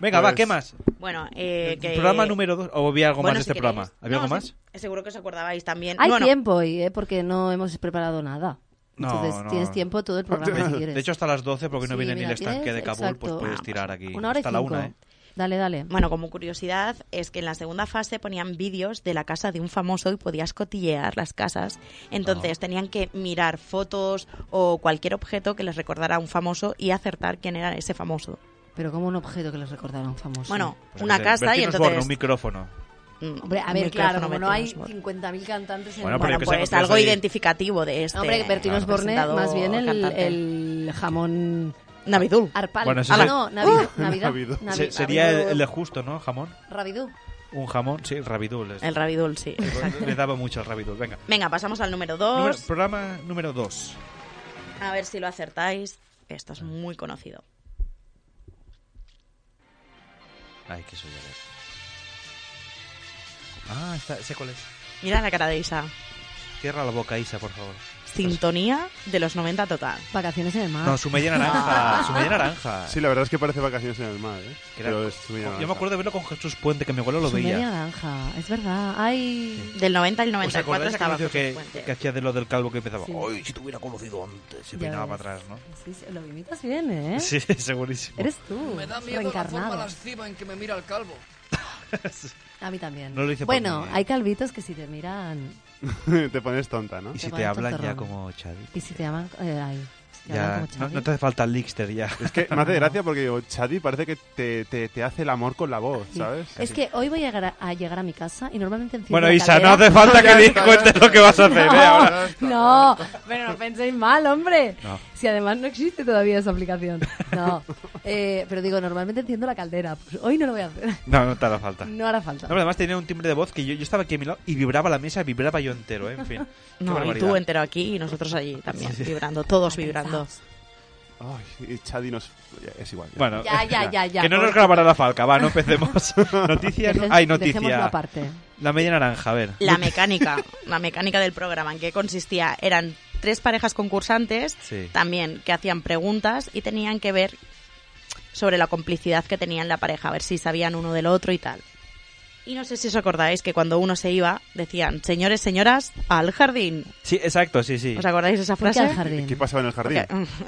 [SPEAKER 7] Venga, va,
[SPEAKER 13] Pues-
[SPEAKER 7] ¿qué más?
[SPEAKER 13] Bueno, eh, que...
[SPEAKER 7] Programa número 2, o había algo
[SPEAKER 13] Bueno,
[SPEAKER 7] más de
[SPEAKER 13] si
[SPEAKER 7] este
[SPEAKER 13] queréis-
[SPEAKER 7] programa. ¿Había
[SPEAKER 13] No,
[SPEAKER 7] algo más?
[SPEAKER 13] sí, seguro que os acordabais también.
[SPEAKER 11] Hay
[SPEAKER 13] Bueno,
[SPEAKER 11] tiempo hoy, ¿eh? porque no hemos preparado nada.
[SPEAKER 7] No,
[SPEAKER 11] Entonces
[SPEAKER 7] no.
[SPEAKER 11] tienes tiempo todo el programa
[SPEAKER 12] <laughs>
[SPEAKER 11] si quieres.
[SPEAKER 7] De hecho, hasta las 12, porque no
[SPEAKER 11] Sí,
[SPEAKER 7] viene ni
[SPEAKER 11] mira,
[SPEAKER 7] el estanque de
[SPEAKER 11] tienes-
[SPEAKER 7] Kabul, pues
[SPEAKER 11] exacto.
[SPEAKER 7] puedes tirar aquí.
[SPEAKER 11] Una hora y
[SPEAKER 7] hasta la
[SPEAKER 11] cinco.
[SPEAKER 7] una, ¿eh?
[SPEAKER 11] Dale, dale.
[SPEAKER 13] Bueno, como curiosidad, es que en la segunda fase ponían vídeos de la casa de un famoso y podías cotillear las casas. Entonces
[SPEAKER 7] Ah.
[SPEAKER 13] tenían que mirar fotos o cualquier objeto que les recordara a un famoso y acertar quién era ese famoso.
[SPEAKER 11] Pero como un objeto que les recordaron famoso.
[SPEAKER 13] Bueno,
[SPEAKER 7] Pues
[SPEAKER 13] una
[SPEAKER 7] que-
[SPEAKER 13] casa y
[SPEAKER 7] Bertín Osborne,
[SPEAKER 13] entonces...
[SPEAKER 7] un micrófono.
[SPEAKER 13] Mm,
[SPEAKER 11] Hombre, a
[SPEAKER 13] un
[SPEAKER 11] ver, claro,
[SPEAKER 13] micrófono
[SPEAKER 11] como no
[SPEAKER 13] Bertín
[SPEAKER 11] hay
[SPEAKER 13] Osborne.
[SPEAKER 11] 50.000 cantantes en
[SPEAKER 13] Bueno,
[SPEAKER 7] Bueno, pero que
[SPEAKER 13] pues
[SPEAKER 7] sepas que
[SPEAKER 13] algo
[SPEAKER 7] soy-
[SPEAKER 13] identificativo de este.
[SPEAKER 11] Hombre, Bertino
[SPEAKER 13] claro.
[SPEAKER 11] Osborne,
[SPEAKER 13] presentador,
[SPEAKER 11] más bien el,
[SPEAKER 13] cantante.
[SPEAKER 11] el jamón...
[SPEAKER 13] Navidul.
[SPEAKER 11] Arpal.
[SPEAKER 7] Bueno, eso
[SPEAKER 11] Ah,
[SPEAKER 7] se-
[SPEAKER 11] no,
[SPEAKER 7] <laughs>
[SPEAKER 11] Navidul.
[SPEAKER 7] Uh,
[SPEAKER 11] Navidad.
[SPEAKER 7] Navidul.
[SPEAKER 11] Navi-
[SPEAKER 7] Se- sería el,
[SPEAKER 11] Navidul.
[SPEAKER 7] el justo, ¿no? Jamón.
[SPEAKER 11] Rabidú.
[SPEAKER 7] Un jamón, sí, rabidul. es.
[SPEAKER 13] El rabidul, sí, exacto.
[SPEAKER 7] este. Eh, pues, Le daba mucho al rabidul, venga.
[SPEAKER 13] Venga, pasamos al número
[SPEAKER 7] Número-
[SPEAKER 13] 2.
[SPEAKER 7] programa número 2.
[SPEAKER 13] A ver si lo acertáis. Esto es muy conocido.
[SPEAKER 7] Ay, qué soy Ah, está, sé cuál es.
[SPEAKER 13] Mira la cara de Isa.
[SPEAKER 7] Cierra la boca, Isa, por favor.
[SPEAKER 13] Sintonía de los 90 total.
[SPEAKER 11] Vacaciones en el mar.
[SPEAKER 7] No, su media
[SPEAKER 11] <laughs>
[SPEAKER 7] naranja.
[SPEAKER 13] Ah.
[SPEAKER 7] su media naranja.
[SPEAKER 12] Sí, la verdad es que parece vacaciones en el mar, ¿eh?
[SPEAKER 7] Que era-
[SPEAKER 12] Pero es su media
[SPEAKER 7] Yo me
[SPEAKER 12] naranja.
[SPEAKER 7] acuerdo de verlo con Jesús Puente, que mi abuelo lo
[SPEAKER 11] Su media
[SPEAKER 7] veía.
[SPEAKER 11] naranja, es verdad. Ay.
[SPEAKER 13] Del 90 al
[SPEAKER 7] ¿Os
[SPEAKER 13] 94
[SPEAKER 7] acordáis de
[SPEAKER 13] estaba
[SPEAKER 7] aquel
[SPEAKER 13] Jesús
[SPEAKER 7] vídeo que,
[SPEAKER 13] Puente.
[SPEAKER 7] que hacía de lo del calvo que empezaba? Oh,
[SPEAKER 11] Sí.
[SPEAKER 7] ¡Ay, si te hubiera conocido antes! Se
[SPEAKER 11] Ya
[SPEAKER 7] peinaba
[SPEAKER 11] ves.
[SPEAKER 7] para atrás, ¿no?
[SPEAKER 11] Sí, sí, lo imitas bien, ¿eh?
[SPEAKER 7] <laughs> Sí, segurísimo.
[SPEAKER 11] Eres tú,
[SPEAKER 21] Me da miedo la forma
[SPEAKER 11] reencarnado.
[SPEAKER 21] lasciva en que me mira el
[SPEAKER 11] <laughs>
[SPEAKER 21] calvo.
[SPEAKER 11] A mí también.
[SPEAKER 7] No lo hice por
[SPEAKER 11] bueno,
[SPEAKER 7] mí, ¿eh?
[SPEAKER 11] hay calvitos que si te miran...
[SPEAKER 12] <laughs> te pones tonta, ¿no?
[SPEAKER 7] Y si
[SPEAKER 11] Te
[SPEAKER 7] te
[SPEAKER 11] ponen
[SPEAKER 7] hablan ya
[SPEAKER 11] tontorrón.
[SPEAKER 7] como Chadi.
[SPEAKER 11] Y si te llaman... eh, ay, si te
[SPEAKER 7] Ya,
[SPEAKER 11] hablan como
[SPEAKER 7] no,
[SPEAKER 11] Xavi.
[SPEAKER 7] no te hace falta el Lixter ya.
[SPEAKER 12] Es que me
[SPEAKER 7] <laughs>
[SPEAKER 12] hace gracia porque digo, Chadi parece que te, te, te hace el amor con la voz,
[SPEAKER 11] Sí.
[SPEAKER 12] ¿sabes?
[SPEAKER 11] Es que hoy voy a llegar a, a llegar a mi casa y normalmente enciendo
[SPEAKER 7] Bueno,
[SPEAKER 11] la
[SPEAKER 7] Isa, no
[SPEAKER 11] caldera. <laughs>
[SPEAKER 7] hace falta que di- cuentes lo que vas a hacer, ¿eh? Ahora.
[SPEAKER 11] No, pero no penséis mal, hombre.
[SPEAKER 7] No.
[SPEAKER 11] Si además no existe todavía esa aplicación. No. Eh, pero digo, normalmente enciendo la caldera. Pues hoy no lo voy a hacer.
[SPEAKER 7] No, no te hará falta.
[SPEAKER 11] No hará falta.
[SPEAKER 7] No, pero además tenía un timbre de voz que yo, yo estaba aquí a mi lado y vibraba la mesa, vibraba yo entero, ¿eh? en fin.
[SPEAKER 13] <laughs>
[SPEAKER 7] Qué
[SPEAKER 13] No, y
[SPEAKER 7] barbaridad.
[SPEAKER 13] tú entero aquí y nosotros allí también, vibrando, todos vibrando.
[SPEAKER 12] Ay, y Chadi nos... ya, Es igual.
[SPEAKER 7] Bueno,
[SPEAKER 11] Ya, ya, ya, ya.
[SPEAKER 7] que no nos
[SPEAKER 11] Porque-
[SPEAKER 7] grabará la falca, va, no
[SPEAKER 13] <laughs>
[SPEAKER 7] empecemos. <laughs> noticia,
[SPEAKER 13] Deje-
[SPEAKER 7] hay noticia.
[SPEAKER 13] dejémoslo aparte.
[SPEAKER 7] La media naranja, a ver.
[SPEAKER 13] La mecánica, la mecánica del programa, en qué consistía, eran tres parejas concursantes
[SPEAKER 7] Sí.
[SPEAKER 13] también que hacían preguntas y tenían que ver sobre la complicidad que tenían la pareja, a ver si sabían uno del otro y tal. Y no sé si os acordáis que cuando uno se iba decían, señores, señoras, al jardín.
[SPEAKER 7] Sí, exacto, sí, sí.
[SPEAKER 13] ¿Os acordáis de esa
[SPEAKER 11] ¿Por qué
[SPEAKER 13] frase?
[SPEAKER 11] al jardín?
[SPEAKER 12] ¿Qué pasaba en el jardín?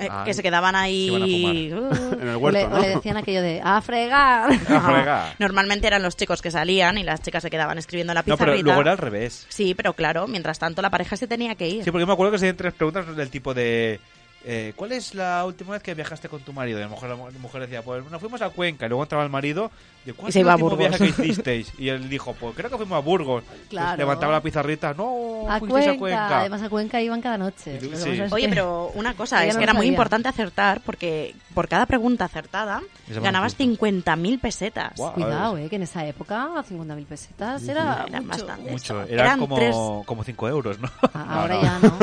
[SPEAKER 13] Eh,
[SPEAKER 7] Ah.
[SPEAKER 13] que se quedaban ahí... uh,
[SPEAKER 7] Se <laughs> iban a fumar.
[SPEAKER 12] En el
[SPEAKER 11] O
[SPEAKER 12] huerto,
[SPEAKER 11] le-
[SPEAKER 12] ¿no?
[SPEAKER 11] o le decían aquello de a fregar. <laughs>
[SPEAKER 7] <laughs> A fregar.
[SPEAKER 13] Normalmente eran los chicos que salían y las chicas se quedaban escribiendo en la
[SPEAKER 7] No,
[SPEAKER 13] pizarrita.
[SPEAKER 7] pero luego era al revés.
[SPEAKER 13] Sí, pero claro, mientras tanto la pareja se tenía que ir.
[SPEAKER 7] Sí, porque yo me acuerdo que se hacían tres preguntas del tipo de... eh, ¿Cuál es la última vez que viajaste con tu marido? Y a lo mejor la mu- la mujer decía, pues nos fuimos a Cuenca. Y luego entraba el marido. De, ¿Cuál
[SPEAKER 13] se
[SPEAKER 7] es el
[SPEAKER 13] iba a
[SPEAKER 7] último
[SPEAKER 13] Burgos.
[SPEAKER 7] viaje que
[SPEAKER 13] <laughs>
[SPEAKER 7] hicisteis? Y él dijo, pues creo que fuimos a Burgos. Entonces
[SPEAKER 11] Claro.
[SPEAKER 7] levantaba la pizarrita. No,
[SPEAKER 11] A Cuenca.
[SPEAKER 7] fuisteis a Cuenca.
[SPEAKER 11] Además, a Cuenca iban cada noche.
[SPEAKER 7] Sí.
[SPEAKER 11] Lo que pasa es
[SPEAKER 13] Oye,
[SPEAKER 11] que-
[SPEAKER 13] pero una cosa,
[SPEAKER 11] Ella
[SPEAKER 13] es
[SPEAKER 11] no
[SPEAKER 13] que era muy
[SPEAKER 11] sabía.
[SPEAKER 13] importante acertar porque por cada pregunta acertada
[SPEAKER 11] Esa fue
[SPEAKER 13] ganabas 50.000 pesetas.
[SPEAKER 11] Cuidado, eh, que en esa época 50.000 pesetas era,
[SPEAKER 13] Era
[SPEAKER 11] mucho.
[SPEAKER 13] bastante.
[SPEAKER 7] Mucho.
[SPEAKER 13] Eso.
[SPEAKER 7] Eran,
[SPEAKER 13] Eran
[SPEAKER 7] como,
[SPEAKER 13] tres- Ah,
[SPEAKER 7] como 5 euros, <laughs> ¿no?
[SPEAKER 11] Ahora ya no.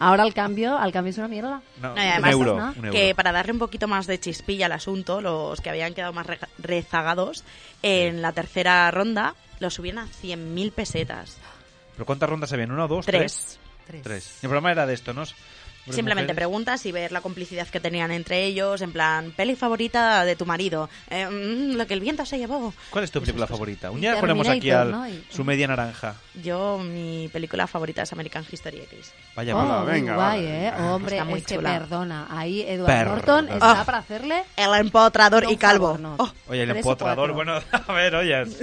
[SPEAKER 11] Ahora al cambio, al cambio es una mierda.
[SPEAKER 7] No,
[SPEAKER 13] No, y
[SPEAKER 7] un
[SPEAKER 13] además,
[SPEAKER 7] euro,
[SPEAKER 13] ¿no?
[SPEAKER 7] un euro.
[SPEAKER 13] que para darle un poquito más de chispilla al asunto, los que habían quedado más reja- rezagados, en la tercera ronda lo subían a 100.000 pesetas.
[SPEAKER 7] <laughs> ¿Pero cuántas rondas habían? ¿Una, dos,
[SPEAKER 13] Tres.
[SPEAKER 7] tres?
[SPEAKER 13] Tres.
[SPEAKER 7] El programa era de esto, ¿no? Hombres,
[SPEAKER 13] Simplemente
[SPEAKER 7] mujeres.
[SPEAKER 13] preguntas y ver la complicidad que tenían entre ellos, en plan, peli favorita de tu marido, eh, mm, lo que el viento se llevó.
[SPEAKER 7] ¿Cuál es tu película favorita? Un día
[SPEAKER 13] Y
[SPEAKER 7] ponemos aquí al,
[SPEAKER 13] Pues Terminator, ¿no? Y-
[SPEAKER 7] su media naranja.
[SPEAKER 13] Yo, mi película favorita es American History X.
[SPEAKER 7] Vaya,
[SPEAKER 11] Oh,
[SPEAKER 7] bola.
[SPEAKER 11] muy guay, eh. Hombre,
[SPEAKER 13] Está muy
[SPEAKER 11] es que
[SPEAKER 13] chula.
[SPEAKER 11] perdona. Ahí Edward
[SPEAKER 7] Perdona.
[SPEAKER 11] Norton está
[SPEAKER 13] Ah.
[SPEAKER 11] para hacerle.
[SPEAKER 13] El empotrador
[SPEAKER 11] No,
[SPEAKER 13] y
[SPEAKER 11] un
[SPEAKER 13] calvo.
[SPEAKER 11] favor, no.
[SPEAKER 13] Oh,
[SPEAKER 7] Oye, el
[SPEAKER 11] Tres o
[SPEAKER 7] empotrador,
[SPEAKER 11] cuatro.
[SPEAKER 7] bueno, <laughs> a ver, oye, es-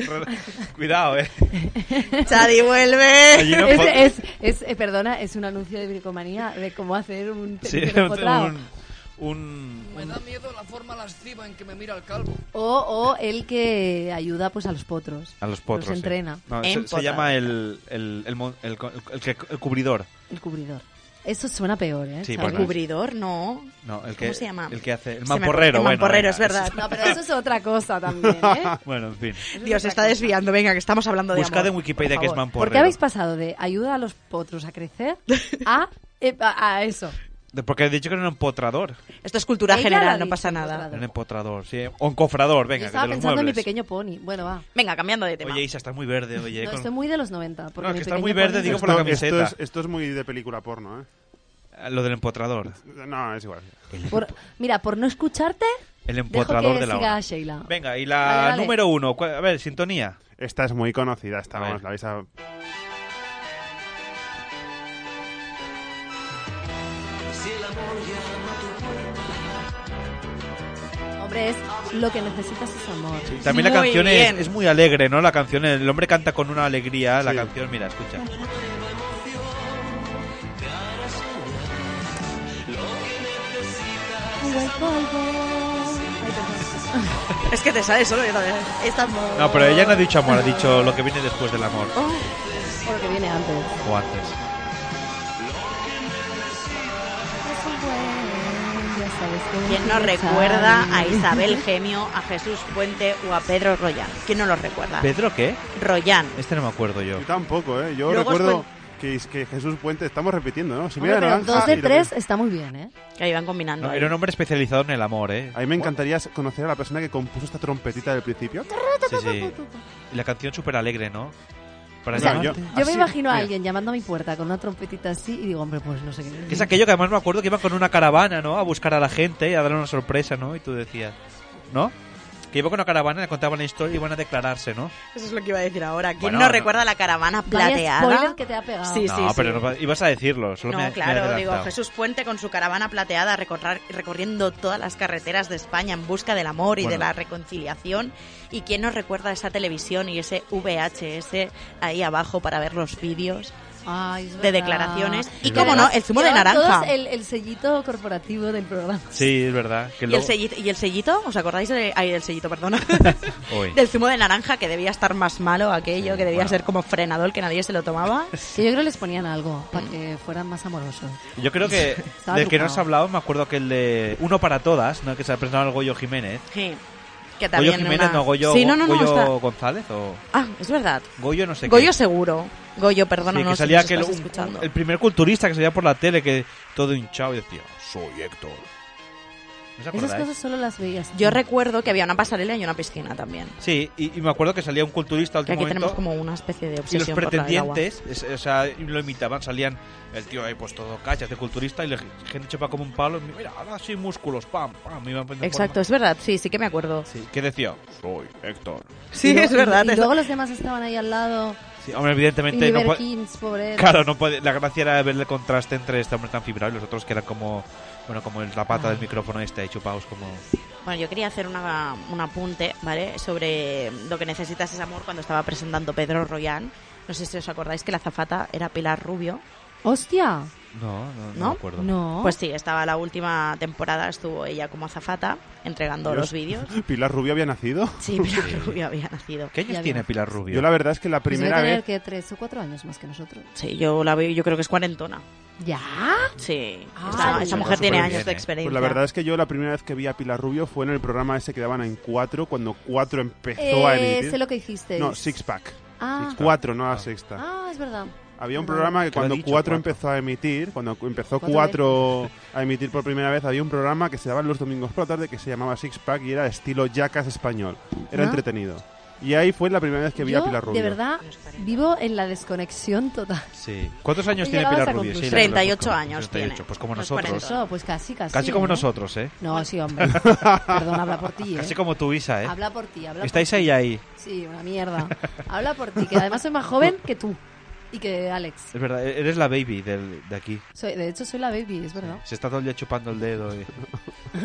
[SPEAKER 7] cuidado, eh.
[SPEAKER 13] <laughs> Chadi vuelve.
[SPEAKER 7] Allí
[SPEAKER 11] <laughs>
[SPEAKER 7] no
[SPEAKER 11] es,
[SPEAKER 7] pot-
[SPEAKER 11] es, es- eh, perdona, es un anuncio de bricomanía de cómo hacer un <laughs>
[SPEAKER 7] Sí,
[SPEAKER 11] tercer empotrado.
[SPEAKER 7] un, un-
[SPEAKER 21] Me da miedo la forma lasciva en que me mira el calvo.
[SPEAKER 11] O, o el que ayuda pues a los potros.
[SPEAKER 7] A los potros.
[SPEAKER 11] Los
[SPEAKER 7] sí.
[SPEAKER 11] entrena.
[SPEAKER 7] No, se- se,
[SPEAKER 11] Empotrador.
[SPEAKER 7] llama el, el, el, mon- el co- el que- el cubridor.
[SPEAKER 11] El cubridor. Eso suena peor, ¿eh?
[SPEAKER 7] Sí,
[SPEAKER 11] ¿Sabes?
[SPEAKER 7] bueno, es-
[SPEAKER 13] Cubridor, no.
[SPEAKER 7] No, el que,
[SPEAKER 13] ¿Cómo se llama?
[SPEAKER 7] El que hace. El
[SPEAKER 13] Se me-
[SPEAKER 7] mamporrero,
[SPEAKER 13] el
[SPEAKER 7] bueno.
[SPEAKER 13] mamporrero,
[SPEAKER 7] venga,
[SPEAKER 13] es verdad.
[SPEAKER 7] eso-
[SPEAKER 11] No, pero eso es otra cosa
[SPEAKER 7] <laughs>
[SPEAKER 11] también, ¿eh?
[SPEAKER 7] bueno, en fin.
[SPEAKER 13] Dios, se está desviando. Venga, que estamos hablando de
[SPEAKER 7] Buscad
[SPEAKER 13] amor.
[SPEAKER 7] en Wikipedia
[SPEAKER 13] por
[SPEAKER 7] que es
[SPEAKER 13] favor.
[SPEAKER 7] mamporrero.
[SPEAKER 11] ¿Por qué habéis pasado de ayuda a los potros a crecer a, eh, a, a eso?
[SPEAKER 7] De- Porque he dicho que era un empotrador.
[SPEAKER 13] Esto es cultura
[SPEAKER 11] Ella lo ha
[SPEAKER 13] general, no
[SPEAKER 11] dicho,
[SPEAKER 13] pasa nada.
[SPEAKER 7] Un empotrador, sí. O un cofrador,
[SPEAKER 11] Yo
[SPEAKER 7] venga, que de
[SPEAKER 11] estaba
[SPEAKER 7] los
[SPEAKER 11] pensando en mi
[SPEAKER 7] muebles.
[SPEAKER 11] pequeño pony. Bueno, va.
[SPEAKER 13] Venga, cambiando de tema.
[SPEAKER 7] Oye, Isa, estás muy verde, oye.
[SPEAKER 11] No,
[SPEAKER 7] con-
[SPEAKER 11] estoy muy de los 90. Porque
[SPEAKER 7] No,
[SPEAKER 11] mi
[SPEAKER 7] que estás
[SPEAKER 11] pequeño
[SPEAKER 7] muy verde,
[SPEAKER 11] pony-
[SPEAKER 7] digo, por la
[SPEAKER 12] esto,
[SPEAKER 7] camiseta.
[SPEAKER 12] es, esto es muy de película porno, ¿eh?
[SPEAKER 7] Ah, Lo del empotrador.
[SPEAKER 12] No, es igual.
[SPEAKER 11] Por- mira, por no escucharte,
[SPEAKER 7] El
[SPEAKER 11] dejo
[SPEAKER 7] empotrador
[SPEAKER 11] que
[SPEAKER 7] de la
[SPEAKER 11] siga
[SPEAKER 7] hora.
[SPEAKER 11] Sheila.
[SPEAKER 7] Venga, y la
[SPEAKER 11] Dale, dale.
[SPEAKER 7] número uno. ¿cuál- A ver, sintonía.
[SPEAKER 12] Esta es muy conocida, esta, vamos, la vais a...
[SPEAKER 22] Si el amor llama a tu
[SPEAKER 11] Hombre, es lo que necesitas es amor.
[SPEAKER 7] También la canción es, es muy alegre, ¿no? La canción, el hombre canta con una alegría. La canción, mira, escucha.
[SPEAKER 13] Es que te sale solo yo también. Es amor.
[SPEAKER 7] No, pero ella no ha dicho amor, ha dicho lo que viene después del amor.
[SPEAKER 13] Oh,
[SPEAKER 11] por lo que viene antes.
[SPEAKER 7] O antes.
[SPEAKER 17] Pues,
[SPEAKER 13] ¿Quién no recuerda a Isabel Gemio, a Jesús Puente o a Pedro Royán? ¿Quién no los recuerda?
[SPEAKER 7] ¿Pedro qué?
[SPEAKER 13] Royán.
[SPEAKER 7] Este no me acuerdo yo.
[SPEAKER 12] Yo tampoco, ¿eh? Yo
[SPEAKER 13] Luego os
[SPEAKER 12] recuerdo que, que Jesús Puente... Estamos repitiendo, ¿no? Si
[SPEAKER 11] Hombre, pero
[SPEAKER 12] naranja
[SPEAKER 11] dos de
[SPEAKER 12] y lo que-
[SPEAKER 11] tres está muy bien, ¿eh?
[SPEAKER 13] Que iban combinando.
[SPEAKER 7] No,
[SPEAKER 13] ahí.
[SPEAKER 7] era un hombre especializado en el amor, ¿eh?
[SPEAKER 12] A mí me encantaría conocer a la persona que compuso esta trompetita del principio.
[SPEAKER 7] Sí, sí. Y la canción súper alegre, ¿no? Para
[SPEAKER 12] O sea,
[SPEAKER 7] llamarte.
[SPEAKER 12] yo-
[SPEAKER 11] Yo me imagino a alguien llamando a mi puerta con una trompetita así y digo, hombre, pues no sé qué.
[SPEAKER 7] Que es aquello que además me acuerdo que iban con una caravana, ¿no? A buscar a la gente y a darle una sorpresa, ¿no? Y tú decías, ¿no? Que iba con una caravana, le contaban la historia y iban a declararse, ¿no?
[SPEAKER 13] Eso es lo que iba a decir ahora. ¿Quién
[SPEAKER 7] Bueno,
[SPEAKER 13] no,
[SPEAKER 7] no.
[SPEAKER 13] recuerda la caravana
[SPEAKER 11] Vaya
[SPEAKER 13] plateada?
[SPEAKER 11] spoiler que te ha pegado.
[SPEAKER 13] Ah. Sí,
[SPEAKER 7] no,
[SPEAKER 13] sí, sí.
[SPEAKER 7] pero no va- ibas a decirlo. Solo
[SPEAKER 13] No,
[SPEAKER 7] me, me he
[SPEAKER 13] claro, digo,
[SPEAKER 7] adelantado.
[SPEAKER 13] Jesús Puente con su caravana plateada recorrar- recorriendo todas las carreteras de España en busca del amor y de
[SPEAKER 7] Bueno.
[SPEAKER 13] la reconciliación. ¿Y quién nos recuerda esa televisión y ese VHS ahí abajo para ver los vídeos?
[SPEAKER 11] Ay, es
[SPEAKER 13] de
[SPEAKER 11] verdad.
[SPEAKER 13] declaraciones. Y
[SPEAKER 7] Es cómo
[SPEAKER 13] no, el zumo de
[SPEAKER 11] Llevaban
[SPEAKER 13] naranja.
[SPEAKER 11] todos El, el sellito corporativo del programa.
[SPEAKER 7] Sí, es verdad.
[SPEAKER 13] ¿Y
[SPEAKER 7] Que
[SPEAKER 13] el,
[SPEAKER 7] luego-
[SPEAKER 13] sellito, ¿Y el sellito? ¿Os acordáis? De, ay, del sellito,
[SPEAKER 7] <laughs>
[SPEAKER 13] perdona.
[SPEAKER 7] Uy.
[SPEAKER 13] del zumo de naranja, que debía estar más malo aquello, que debía
[SPEAKER 7] bueno.
[SPEAKER 13] ser como frenador, que nadie se lo
[SPEAKER 7] <laughs>
[SPEAKER 13] tomaba. Mm.
[SPEAKER 11] Que yo creo que les ponían algo para que fueran más amorosos.
[SPEAKER 7] Yo
[SPEAKER 13] <laughs>
[SPEAKER 7] creo que
[SPEAKER 11] Estaba
[SPEAKER 7] del que no
[SPEAKER 11] trucado.
[SPEAKER 7] has hablado, me acuerdo que el de Uno para Todas, ¿no? Que se ha presentado el Goyo Jiménez.
[SPEAKER 13] Sí. Que
[SPEAKER 7] Goyo
[SPEAKER 13] también
[SPEAKER 7] Jiménez,
[SPEAKER 13] una-
[SPEAKER 7] no, Goyo,
[SPEAKER 13] Sí, no, no, no,
[SPEAKER 7] Goyo
[SPEAKER 13] está-
[SPEAKER 7] González o...
[SPEAKER 13] Ah, es verdad.
[SPEAKER 7] Goyo no sé qué.
[SPEAKER 13] Goyo seguro. Goyo, perdona,
[SPEAKER 7] Sí,
[SPEAKER 13] no sé
[SPEAKER 7] que
[SPEAKER 13] si
[SPEAKER 7] salía
[SPEAKER 13] nos
[SPEAKER 7] aquel-
[SPEAKER 13] estás
[SPEAKER 7] un-
[SPEAKER 13] escuchando.
[SPEAKER 7] el primer culturista que salía por la tele, que todo hinchado y decía, soy Héctor. ¿No os
[SPEAKER 11] Esas
[SPEAKER 7] acordáis?
[SPEAKER 11] cosas solo las veías.
[SPEAKER 13] Yo recuerdo que había una pasarela y una piscina también.
[SPEAKER 7] Sí, y, y me acuerdo que salía un culturista al
[SPEAKER 13] Que aquí
[SPEAKER 7] último
[SPEAKER 13] tenemos
[SPEAKER 7] momento
[SPEAKER 13] como una especie de
[SPEAKER 7] y los
[SPEAKER 13] obsesión por la del agua.
[SPEAKER 7] pretendientes es- o sea, lo imitaban, salían el tío ahí pues todo cachas de culturista y la gente chapa como un palo y mira, ahora sí músculos, pam, pam, me iban poniendo
[SPEAKER 13] Exacto,
[SPEAKER 7] forma.
[SPEAKER 13] es verdad, sí, sí que me acuerdo.
[SPEAKER 7] Sí, ¿Qué decía? Soy Héctor.
[SPEAKER 13] Sí,
[SPEAKER 11] Y luego-
[SPEAKER 13] es verdad.
[SPEAKER 11] Y, y
[SPEAKER 13] es-
[SPEAKER 11] luego los demás estaban ahí al lado.
[SPEAKER 7] Sí, hombre, evidentemente
[SPEAKER 11] Y
[SPEAKER 7] no
[SPEAKER 11] River
[SPEAKER 7] po-
[SPEAKER 11] Kings, pobre.
[SPEAKER 7] Claro, no puede- la gracia era ver el contraste entre este hombre tan fibrado y los otros que eran como bueno, como el- la pata
[SPEAKER 11] Ah.
[SPEAKER 7] del micrófono este, ahí chupados como
[SPEAKER 13] Bueno, yo quería hacer una- un apunte, ¿vale? Sobre lo que necesitas es amor cuando estaba presentando Pedro Royán. No sé si os acordáis que la zafata era Pilar Rubio,
[SPEAKER 11] Hostia.
[SPEAKER 7] No, no, no,
[SPEAKER 13] ¿no?
[SPEAKER 7] me acuerdo.
[SPEAKER 13] Pues sí, estaba la última temporada, estuvo ella como azafata entregando
[SPEAKER 12] Dios.
[SPEAKER 13] los
[SPEAKER 7] <laughs>
[SPEAKER 13] vídeos.
[SPEAKER 12] <laughs> ¿Pilar Rubio había nacido?
[SPEAKER 13] Sí, Pilar Rubio había nacido.
[SPEAKER 7] ¿Qué años
[SPEAKER 13] Ya
[SPEAKER 7] tiene Pilar Rubio?
[SPEAKER 12] Yo la verdad es que la
[SPEAKER 11] Pues debe
[SPEAKER 12] primera
[SPEAKER 11] tener
[SPEAKER 12] vez...
[SPEAKER 11] que tres o cuatro años más que nosotros.
[SPEAKER 13] Sí, yo la veo, yo creo que es cuarentona.
[SPEAKER 11] ¿Ya?
[SPEAKER 13] Sí.
[SPEAKER 11] Ah,
[SPEAKER 13] Esta- esa
[SPEAKER 11] pues
[SPEAKER 13] mujer
[SPEAKER 12] Súper
[SPEAKER 13] tiene
[SPEAKER 12] bien,
[SPEAKER 13] años
[SPEAKER 12] ¿eh?
[SPEAKER 13] de experiencia.
[SPEAKER 12] Pues la verdad es que yo la primera vez que vi a Pilar Rubio fue en el programa ese que daban en 4, cuando 4 empezó a
[SPEAKER 11] Eh,
[SPEAKER 12] emitir.
[SPEAKER 11] sé lo que hicisteis.
[SPEAKER 12] No, Six Pack.
[SPEAKER 11] Ah. Six Pack.
[SPEAKER 12] 4, no la sexta.
[SPEAKER 11] Ah, es verdad.
[SPEAKER 12] Había un
[SPEAKER 11] Ajá.
[SPEAKER 12] programa que
[SPEAKER 7] ¿Qué lo ha
[SPEAKER 12] cuando
[SPEAKER 7] dicho?
[SPEAKER 12] 4
[SPEAKER 7] Cuatro.
[SPEAKER 12] empezó a emitir, cuando cu- empezó
[SPEAKER 11] Cuatro
[SPEAKER 12] 4 a emitir por primera vez, había un programa que se daba los domingos por la tarde que se llamaba Six Pack y era estilo Jackass español. Era
[SPEAKER 11] Ah.
[SPEAKER 12] entretenido. Y ahí fue la primera vez que vi
[SPEAKER 11] Yo,
[SPEAKER 12] a Pilar Rubio.
[SPEAKER 11] De verdad, vivo en la desconexión total.
[SPEAKER 7] Sí. ¿Cuántos años
[SPEAKER 11] He
[SPEAKER 7] tiene
[SPEAKER 11] llegado a
[SPEAKER 7] Pilar
[SPEAKER 11] esa
[SPEAKER 7] Rubio? Sí,
[SPEAKER 11] conclusión.
[SPEAKER 7] la verdad,
[SPEAKER 13] 38
[SPEAKER 7] como-
[SPEAKER 13] años
[SPEAKER 7] 38,
[SPEAKER 13] tiene.
[SPEAKER 7] Pues como
[SPEAKER 13] Los
[SPEAKER 7] nosotros.
[SPEAKER 11] Eso, pues casi, casi.
[SPEAKER 7] Casi como
[SPEAKER 11] ¿eh?
[SPEAKER 7] nosotros, ¿eh?
[SPEAKER 11] No, sí,
[SPEAKER 7] <laughs>
[SPEAKER 11] hombre. Perdón, habla por ti, ¿eh?
[SPEAKER 7] Casi como tu Isa, ¿eh?
[SPEAKER 11] Habla por ti, habla
[SPEAKER 7] ¿Estáis
[SPEAKER 11] por ti.
[SPEAKER 7] ahí ahí?
[SPEAKER 11] Sí, una
[SPEAKER 7] <laughs>
[SPEAKER 11] mierda. Habla por ti, que además soy más joven que tú y que Alex.
[SPEAKER 7] Es verdad, e-, eres la baby del, de aquí.
[SPEAKER 11] Soy, de hecho, soy la baby, es verdad.
[SPEAKER 7] Se está todo el día chupando el dedo. y-
[SPEAKER 11] <laughs>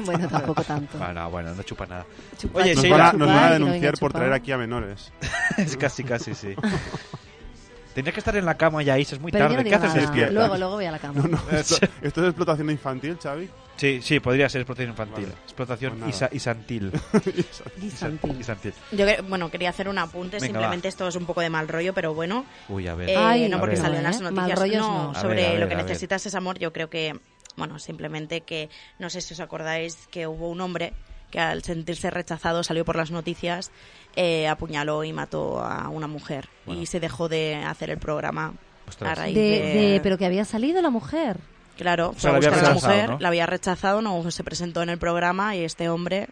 [SPEAKER 11] Bueno, tampoco tanto.
[SPEAKER 7] Ah, no, bueno, no chupa nada.
[SPEAKER 11] Chupa,
[SPEAKER 7] Oye,
[SPEAKER 12] nos,
[SPEAKER 7] Sheila,
[SPEAKER 12] van a, nos
[SPEAKER 11] Chupar, que
[SPEAKER 12] van a
[SPEAKER 11] no venga
[SPEAKER 12] denunciar por
[SPEAKER 11] chupado.
[SPEAKER 12] traer aquí a menores.
[SPEAKER 7] <laughs> es casi, casi, sí. Tendría que estar en la cama ya, Isa, es muy
[SPEAKER 11] Pero yo
[SPEAKER 7] tarde.
[SPEAKER 11] no
[SPEAKER 7] ¿Qué
[SPEAKER 11] digo
[SPEAKER 7] haces
[SPEAKER 11] nada.
[SPEAKER 7] despierta?
[SPEAKER 11] Luego, luego voy a la cama.
[SPEAKER 12] No, no, esto,
[SPEAKER 7] <laughs>
[SPEAKER 12] esto es explotación infantil, Xavi.
[SPEAKER 7] Sí, sí, podría ser explotación infantil.
[SPEAKER 12] Vale.
[SPEAKER 7] Explotación
[SPEAKER 12] Pues nada.
[SPEAKER 7] isa-
[SPEAKER 12] <laughs>
[SPEAKER 7] isantil.
[SPEAKER 11] Isantil.
[SPEAKER 7] Isantil.
[SPEAKER 13] Yo, cre- bueno, quería hacer un apunte,
[SPEAKER 7] Venga,
[SPEAKER 13] simplemente esto es un poco de mal rollo, pero bueno.
[SPEAKER 7] Uy, a ver.
[SPEAKER 13] Eh,
[SPEAKER 7] Ay,
[SPEAKER 13] no,
[SPEAKER 7] a
[SPEAKER 13] porque
[SPEAKER 7] ver.
[SPEAKER 13] salió en las
[SPEAKER 11] No, ¿eh?
[SPEAKER 13] noticias.
[SPEAKER 11] Mal rollos no. A
[SPEAKER 13] sobre
[SPEAKER 7] ver, a ver,
[SPEAKER 13] lo que
[SPEAKER 7] a ver.
[SPEAKER 13] necesitas es amor. Yo creo que, bueno, simplemente que, no sé si os acordáis que hubo un hombre que al sentirse rechazado salió por las noticias, eh, apuñaló y mató a una mujer y se dejó de hacer el programa
[SPEAKER 7] Ostras.
[SPEAKER 13] a raíz
[SPEAKER 11] De-
[SPEAKER 13] de...
[SPEAKER 11] de- pero que había salido la mujer.
[SPEAKER 13] Claro, fue
[SPEAKER 7] sea,
[SPEAKER 13] a
[SPEAKER 7] la había
[SPEAKER 13] buscar a la
[SPEAKER 7] rechazado,
[SPEAKER 13] mujer,
[SPEAKER 7] ¿no?
[SPEAKER 13] la había rechazado, no se presentó en el programa y este hombre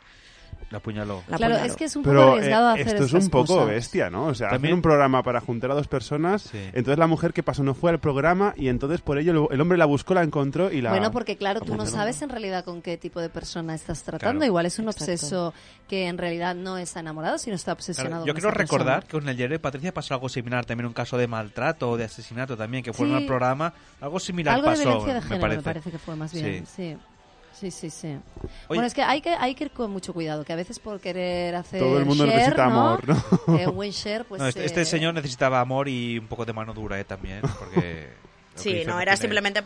[SPEAKER 7] La apuñaló.
[SPEAKER 13] la
[SPEAKER 11] Claro,
[SPEAKER 13] apuñaló.
[SPEAKER 11] es que es un poco
[SPEAKER 12] Pero
[SPEAKER 11] arriesgado
[SPEAKER 12] eh,
[SPEAKER 11] hacer
[SPEAKER 12] esto es
[SPEAKER 11] estas
[SPEAKER 12] un poco
[SPEAKER 11] cosas.
[SPEAKER 12] bestia, ¿no? O sea,
[SPEAKER 7] También-
[SPEAKER 12] hacen un programa para juntar a dos personas, entonces la mujer que pasó no fue al programa y entonces por ello el, el hombre la buscó, la encontró y la...
[SPEAKER 11] Bueno, porque claro, tú no
[SPEAKER 12] apuñaló.
[SPEAKER 11] sabes en realidad con qué tipo de persona estás tratando. Igual es un obseso que en realidad no está enamorado, sino está
[SPEAKER 7] Claro,
[SPEAKER 11] obsesionado.
[SPEAKER 7] yo
[SPEAKER 11] con
[SPEAKER 7] quiero
[SPEAKER 11] esa persona.
[SPEAKER 7] recordar que con el diario de Patricia pasó algo similar, también un caso de maltrato o de asesinato también, que fue en
[SPEAKER 11] Sí.
[SPEAKER 7] el programa. Algo similar
[SPEAKER 11] Algo
[SPEAKER 7] pasó,
[SPEAKER 11] de violencia de
[SPEAKER 7] me
[SPEAKER 11] género,
[SPEAKER 7] parece.
[SPEAKER 11] que fue más bien.
[SPEAKER 7] Sí.
[SPEAKER 11] Sí, sí, sí. sí. Bueno, es que hay, que hay que ir con mucho cuidado, que a veces por querer hacer.
[SPEAKER 12] Todo el mundo
[SPEAKER 11] share,
[SPEAKER 12] necesita
[SPEAKER 11] Este ¿no?
[SPEAKER 12] amor, ¿no?
[SPEAKER 11] Eh, un buen
[SPEAKER 7] <laughs>
[SPEAKER 11] share, pues.
[SPEAKER 7] No, este,
[SPEAKER 11] eh,
[SPEAKER 7] este señor necesitaba amor y un poco de mano dura ¿eh? también, porque... lo que
[SPEAKER 13] Sí,
[SPEAKER 7] hizo
[SPEAKER 13] no, era
[SPEAKER 7] tiene-
[SPEAKER 13] simplemente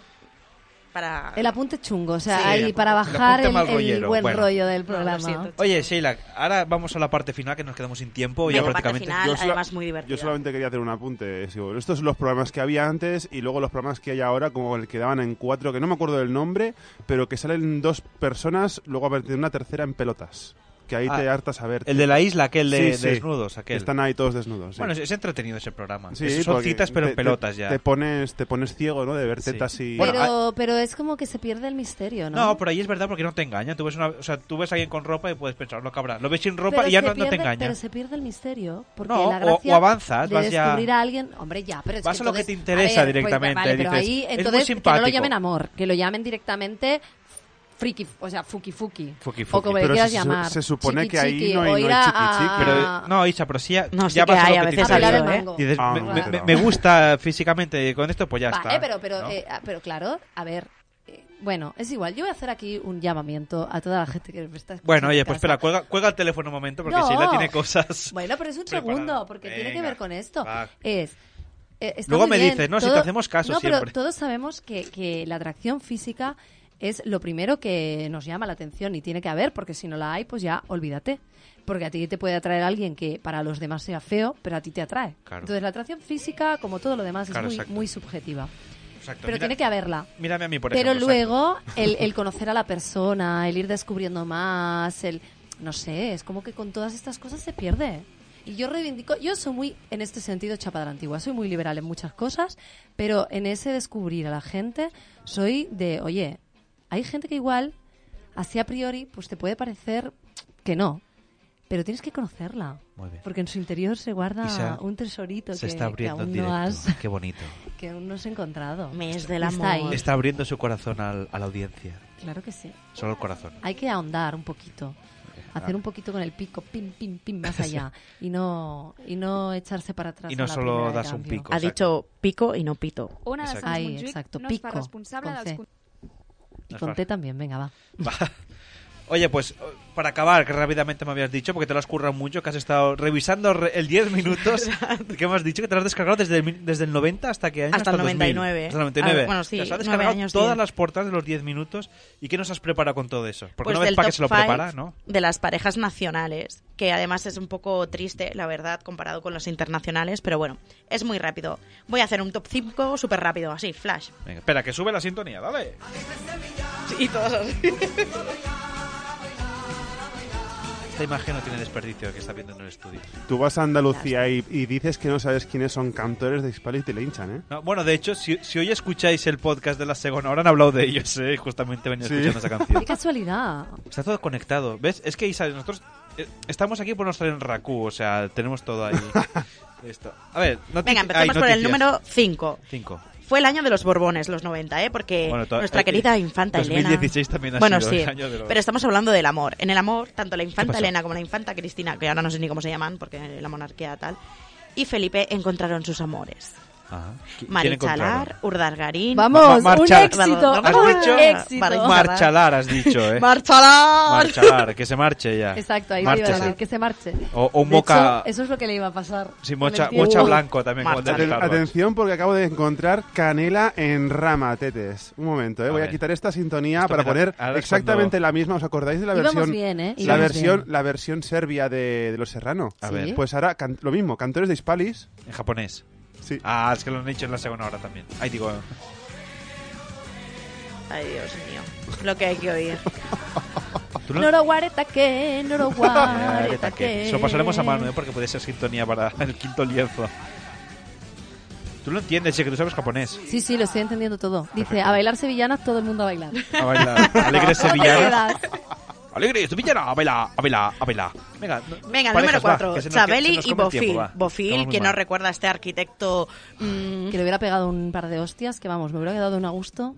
[SPEAKER 13] para...
[SPEAKER 11] El apunte chungo, o sea,
[SPEAKER 13] Sí, el
[SPEAKER 11] ahí
[SPEAKER 13] apunte-
[SPEAKER 11] para
[SPEAKER 13] el
[SPEAKER 11] bajar
[SPEAKER 7] apunte
[SPEAKER 11] el,
[SPEAKER 7] mal
[SPEAKER 11] el
[SPEAKER 7] rollero,
[SPEAKER 11] buen
[SPEAKER 7] bueno.
[SPEAKER 11] rollo del
[SPEAKER 13] No, lo
[SPEAKER 11] programa.
[SPEAKER 13] siento.
[SPEAKER 7] Oye, Sheila, ahora vamos a la parte final, que nos quedamos sin tiempo.
[SPEAKER 13] Venga,
[SPEAKER 7] ya
[SPEAKER 13] parte
[SPEAKER 7] prácticamente...
[SPEAKER 13] final,
[SPEAKER 12] sola-
[SPEAKER 13] además muy divertida.
[SPEAKER 12] Yo solamente quería hacer un apunte. eh, Sigo. Estos son los programas que había antes y luego los programas que hay ahora, como el que daban en cuatro, que no me acuerdo del nombre, pero que salen dos personas, luego aparece una tercera en pelotas. Que ahí
[SPEAKER 7] Ah,
[SPEAKER 12] te hartas a ver.
[SPEAKER 7] el de la isla, aquel de- desnudos, aquel.
[SPEAKER 12] Están ahí todos desnudos. sí.
[SPEAKER 7] Bueno, es, es entretenido ese programa.
[SPEAKER 12] Sí,
[SPEAKER 7] Es- son
[SPEAKER 12] porque
[SPEAKER 7] citas, pero
[SPEAKER 12] te-
[SPEAKER 7] en pelotas
[SPEAKER 12] te-
[SPEAKER 7] ya.
[SPEAKER 12] Te pones, te pones ciego, ¿no? De ver
[SPEAKER 7] Sí.
[SPEAKER 12] tetas y...
[SPEAKER 11] Pero, pero es como que se pierde el misterio, ¿no?
[SPEAKER 7] ah, No, pero ahí es verdad porque no te engaña. Tú ves, una, o sea, tú ves a alguien con ropa y puedes pensar, lo cabrá. Lo ves sin ropa
[SPEAKER 11] Pero
[SPEAKER 7] y ya
[SPEAKER 11] se
[SPEAKER 7] no, no te
[SPEAKER 11] pierde-
[SPEAKER 7] engaña.
[SPEAKER 11] Pero se pierde el misterio. Porque
[SPEAKER 7] No,
[SPEAKER 11] la
[SPEAKER 7] o-
[SPEAKER 11] gracia
[SPEAKER 7] o avanzas,
[SPEAKER 11] de
[SPEAKER 7] vas ya-
[SPEAKER 11] descubrir a alguien. Hombre, ya, pero es
[SPEAKER 7] Vas
[SPEAKER 11] que
[SPEAKER 7] a lo que
[SPEAKER 11] entonces-
[SPEAKER 7] te interesa
[SPEAKER 11] a ver, pues,
[SPEAKER 7] directamente,
[SPEAKER 11] vale, pero
[SPEAKER 7] dices,
[SPEAKER 11] ahí,
[SPEAKER 7] "Es muy
[SPEAKER 11] entonces, que no lo
[SPEAKER 7] simpático".
[SPEAKER 11] llamen amor, que lo llamen directamente friki, o sea, fuki fuki.
[SPEAKER 7] Fuki,
[SPEAKER 11] O como
[SPEAKER 7] fuki.
[SPEAKER 11] le
[SPEAKER 7] Pero
[SPEAKER 11] quieras
[SPEAKER 7] se-
[SPEAKER 11] llamar.
[SPEAKER 7] se
[SPEAKER 12] supone
[SPEAKER 11] Chiqui,
[SPEAKER 12] que ahí
[SPEAKER 11] chiqui,
[SPEAKER 12] no hay-
[SPEAKER 11] o
[SPEAKER 12] no hay
[SPEAKER 11] ir a- a-
[SPEAKER 7] Pero, no, Isa, pero sí, ya,
[SPEAKER 13] No, sí
[SPEAKER 7] ya
[SPEAKER 13] que
[SPEAKER 7] vas a
[SPEAKER 13] hay,
[SPEAKER 7] lo
[SPEAKER 13] a
[SPEAKER 7] que te
[SPEAKER 13] veces ha
[SPEAKER 7] interesa.
[SPEAKER 13] habido, ¿eh?
[SPEAKER 7] Y dices,
[SPEAKER 12] Ah,
[SPEAKER 7] me,
[SPEAKER 12] no,
[SPEAKER 7] me-
[SPEAKER 12] claro.
[SPEAKER 7] me gusta físicamente con esto, pues ya
[SPEAKER 11] Vale,
[SPEAKER 7] está.
[SPEAKER 11] pero, pero,
[SPEAKER 7] ¿no?
[SPEAKER 11] eh, ah, pero claro, a ver. eh, Bueno, es igual. Yo voy a hacer aquí un llamamiento a toda la gente que me está escuchando.
[SPEAKER 7] Bueno, oye,
[SPEAKER 11] en
[SPEAKER 7] pues
[SPEAKER 11] casa.
[SPEAKER 7] espera, cuelga, cuelga el teléfono un momento porque
[SPEAKER 11] No.
[SPEAKER 7] Sheila tiene cosas.
[SPEAKER 11] Bueno, pero es
[SPEAKER 7] <laughs>
[SPEAKER 11] un segundo, porque tiene que
[SPEAKER 7] Venga,
[SPEAKER 11] ver con esto.
[SPEAKER 7] va.
[SPEAKER 11] Es. eh, está
[SPEAKER 7] Luego
[SPEAKER 11] muy
[SPEAKER 7] me
[SPEAKER 11] bien,
[SPEAKER 7] dices, no, si te hacemos caso
[SPEAKER 11] No, pero
[SPEAKER 7] siempre.
[SPEAKER 11] todos sabemos que, que la atracción física es lo primero que nos llama la atención y tiene que haber, porque si no la hay, pues ya olvídate. Porque a ti te puede atraer alguien que para los demás sea feo, pero a ti te atrae.
[SPEAKER 7] Claro.
[SPEAKER 11] Entonces la atracción física, como todo lo demás,
[SPEAKER 7] Claro,
[SPEAKER 11] es muy,
[SPEAKER 7] exacto.
[SPEAKER 11] muy subjetiva.
[SPEAKER 7] Exacto,
[SPEAKER 11] pero
[SPEAKER 7] mira-
[SPEAKER 11] tiene que haberla.
[SPEAKER 7] Mírame a mí, por
[SPEAKER 11] Pero
[SPEAKER 7] ejemplo.
[SPEAKER 11] luego el, el conocer a la persona, el ir descubriendo más, el no sé, es como que con todas estas cosas se pierde. Y yo reivindico, yo soy muy, en este sentido, chapa de la antigua, soy muy liberal en muchas cosas, pero en ese descubrir a la gente, soy de, oye, hay gente que igual así a priori, pues te puede parecer que no. Pero tienes que conocerla.
[SPEAKER 7] Muy bien.
[SPEAKER 11] Porque en su interior se guarda
[SPEAKER 7] Y se-
[SPEAKER 11] un tesorito
[SPEAKER 7] se
[SPEAKER 11] que,
[SPEAKER 7] está abriendo
[SPEAKER 11] que aún
[SPEAKER 7] en directo.
[SPEAKER 11] no has,
[SPEAKER 7] Qué bonito.
[SPEAKER 11] <laughs> que aún no has encontrado.
[SPEAKER 13] Mes
[SPEAKER 11] del amor.
[SPEAKER 7] Está abriendo su corazón al- a la audiencia.
[SPEAKER 11] Claro que sí.
[SPEAKER 7] Solo el corazón.
[SPEAKER 11] Hay que ahondar un poquito. Hacer un poquito con el pico, pim, pim, pim,
[SPEAKER 7] <laughs>
[SPEAKER 11] más allá. Y no, y no echarse para atrás.
[SPEAKER 7] Y no
[SPEAKER 11] a la
[SPEAKER 7] solo
[SPEAKER 11] primera de
[SPEAKER 7] das un
[SPEAKER 11] cambio.
[SPEAKER 7] pico,
[SPEAKER 13] Ha dicho pico y no pito.
[SPEAKER 3] Ona de Sants
[SPEAKER 11] Ahí,
[SPEAKER 3] Montjuïc
[SPEAKER 11] exacto,
[SPEAKER 3] no es
[SPEAKER 11] pico,
[SPEAKER 3] fa responsable
[SPEAKER 11] con
[SPEAKER 3] dels...
[SPEAKER 11] C.
[SPEAKER 3] con-
[SPEAKER 11] Y
[SPEAKER 7] No es
[SPEAKER 11] con
[SPEAKER 7] fácil.
[SPEAKER 11] T también, venga, va. <laughs>
[SPEAKER 7] Oye, pues para acabar, que rápidamente me habías dicho, porque te lo has currado mucho, que has estado revisando re- el 10
[SPEAKER 13] <laughs>
[SPEAKER 7] minutos, que me has dicho que te lo has descargado desde el, mi- desde el 90 hasta qué año?
[SPEAKER 13] Hasta el
[SPEAKER 7] 2000.
[SPEAKER 13] 99.
[SPEAKER 7] Hasta el 99.
[SPEAKER 13] Ah, bueno, sí,
[SPEAKER 7] Te has
[SPEAKER 13] nueve
[SPEAKER 7] descargado
[SPEAKER 13] años,
[SPEAKER 7] todas
[SPEAKER 13] diez.
[SPEAKER 7] las portadas de los 10 minutos. ¿Y qué nos has preparado con todo eso? Porque
[SPEAKER 13] Pues
[SPEAKER 7] una vez
[SPEAKER 13] del
[SPEAKER 7] para
[SPEAKER 13] top
[SPEAKER 7] que se lo
[SPEAKER 13] five
[SPEAKER 7] prepara, ¿no?
[SPEAKER 13] De las parejas nacionales, que además es un poco triste, la verdad, comparado con los internacionales, pero bueno, es muy rápido. Voy a hacer un top 5 súper rápido,
[SPEAKER 3] <laughs>
[SPEAKER 13] así, flash.
[SPEAKER 7] Venga, espera, que sube la sintonía, dale.
[SPEAKER 13] Y todos así.
[SPEAKER 7] Esta imagen no tiene desperdicio que está viendo en el estudio.
[SPEAKER 12] Tú vas a Andalucía y, y dices que no sabes quiénes son cantores de Hispali y te linchan, ¿eh?
[SPEAKER 7] No, bueno, de hecho, si, si hoy escucháis el podcast de la segunda, ahora han hablado de ellos, ¿eh? Justamente venía
[SPEAKER 12] Sí.
[SPEAKER 7] escuchando esa
[SPEAKER 11] <laughs>
[SPEAKER 7] canción.
[SPEAKER 11] Qué casualidad.
[SPEAKER 7] Está todo conectado. ¿Ves? Es que Isa, nosotros eh, estamos aquí por no estar en Raku, o sea, tenemos todo ahí. Esto. A ver, noti-
[SPEAKER 13] Venga, empecemos
[SPEAKER 7] ay,
[SPEAKER 13] por el
[SPEAKER 7] noticias.
[SPEAKER 13] número 5.
[SPEAKER 7] Cinco.
[SPEAKER 13] Fue el año de los Borbones, los 90, ¿eh? Porque
[SPEAKER 7] Bueno, to-
[SPEAKER 13] nuestra
[SPEAKER 7] eh,
[SPEAKER 13] querida
[SPEAKER 7] eh,
[SPEAKER 13] infanta
[SPEAKER 7] 2016
[SPEAKER 13] Elena...
[SPEAKER 7] también ha
[SPEAKER 13] bueno,
[SPEAKER 7] sido
[SPEAKER 13] sí,
[SPEAKER 7] el año de los-
[SPEAKER 13] pero estamos hablando del amor. En el amor, tanto la
[SPEAKER 7] pasó?
[SPEAKER 13] infanta Elena como la infanta Cristina, que ahora no sé ni cómo se llaman, porque la monarquía tal, y Felipe encontraron sus amores.
[SPEAKER 7] Ah, ¿qui- quién encontraron?
[SPEAKER 13] Marichalar, Urdargarín...
[SPEAKER 7] Ma- Marcha- ¿Has dicho? Marchalar,
[SPEAKER 13] Marchalar.
[SPEAKER 7] has dicho, ¿eh?
[SPEAKER 13] Marchalar.
[SPEAKER 7] Marchalar, que se marche ya.
[SPEAKER 11] Exacto, ahí te iba a
[SPEAKER 7] Márchese.
[SPEAKER 11] decir, que se marche.
[SPEAKER 7] O, o un
[SPEAKER 11] De
[SPEAKER 7] moca...
[SPEAKER 11] hecho, eso es lo que le iba a pasar.
[SPEAKER 7] Sí,
[SPEAKER 11] Con
[SPEAKER 7] mocha,
[SPEAKER 11] el tiempo.
[SPEAKER 7] mocha blanco también. como el de
[SPEAKER 12] Aten-
[SPEAKER 7] Starbucks.
[SPEAKER 12] atención porque acabo de encontrar canela en rama, tetes. Un momento, eh, voy a
[SPEAKER 7] ver.
[SPEAKER 12] quitar esta sintonía
[SPEAKER 7] Esto
[SPEAKER 12] para
[SPEAKER 7] me da-
[SPEAKER 12] poner
[SPEAKER 7] ahora es
[SPEAKER 12] exactamente
[SPEAKER 7] cuando-
[SPEAKER 12] la misma. ¿Os acordáis de la
[SPEAKER 11] Íbamos
[SPEAKER 12] versión?
[SPEAKER 11] bien, eh,
[SPEAKER 12] La
[SPEAKER 11] íbamos
[SPEAKER 12] versión, la versión serbia de, de los Serrano.
[SPEAKER 7] A ver.
[SPEAKER 12] Pues ahora can- lo mismo, cantores de Hispalis.
[SPEAKER 7] En japonés. Ah, es que lo han hecho en la segunda hora también. Ahí digo...
[SPEAKER 13] Ay, Dios mío. Lo que hay que <laughs> oír.
[SPEAKER 7] ¿tú no-
[SPEAKER 11] Noro guareta que, noro guareta
[SPEAKER 7] Areta, que-
[SPEAKER 11] que.
[SPEAKER 7] Se lo pasaremos a mano, ¿eh? porque puede ser sintonía para el quinto lienzo. Tú lo entiendes, che, que tú sabes japonés.
[SPEAKER 11] Sí, sí, lo estoy entendiendo todo. Dice, a bailar sevillanas, todo el mundo a bailar.
[SPEAKER 7] A bailar. Alegre
[SPEAKER 11] No
[SPEAKER 13] <laughs>
[SPEAKER 11] te <laughs>
[SPEAKER 7] sevillana.
[SPEAKER 11] quedas.
[SPEAKER 7] Alegre sevillana. A bailar, a bailar, a bailar. Venga, no-
[SPEAKER 13] Venga, el número
[SPEAKER 7] parejas, va,
[SPEAKER 13] 4.
[SPEAKER 7] que se nos- que se
[SPEAKER 13] Chabeli
[SPEAKER 7] nos
[SPEAKER 13] y
[SPEAKER 7] come el tiempo,
[SPEAKER 13] Bofil.
[SPEAKER 7] va. Estamos
[SPEAKER 13] Bofil,
[SPEAKER 7] muy
[SPEAKER 13] que no
[SPEAKER 7] mal.
[SPEAKER 13] recuerda a este arquitecto. mm,
[SPEAKER 11] Que le hubiera pegado un par de hostias, que vamos, me hubiera quedado un a gusto.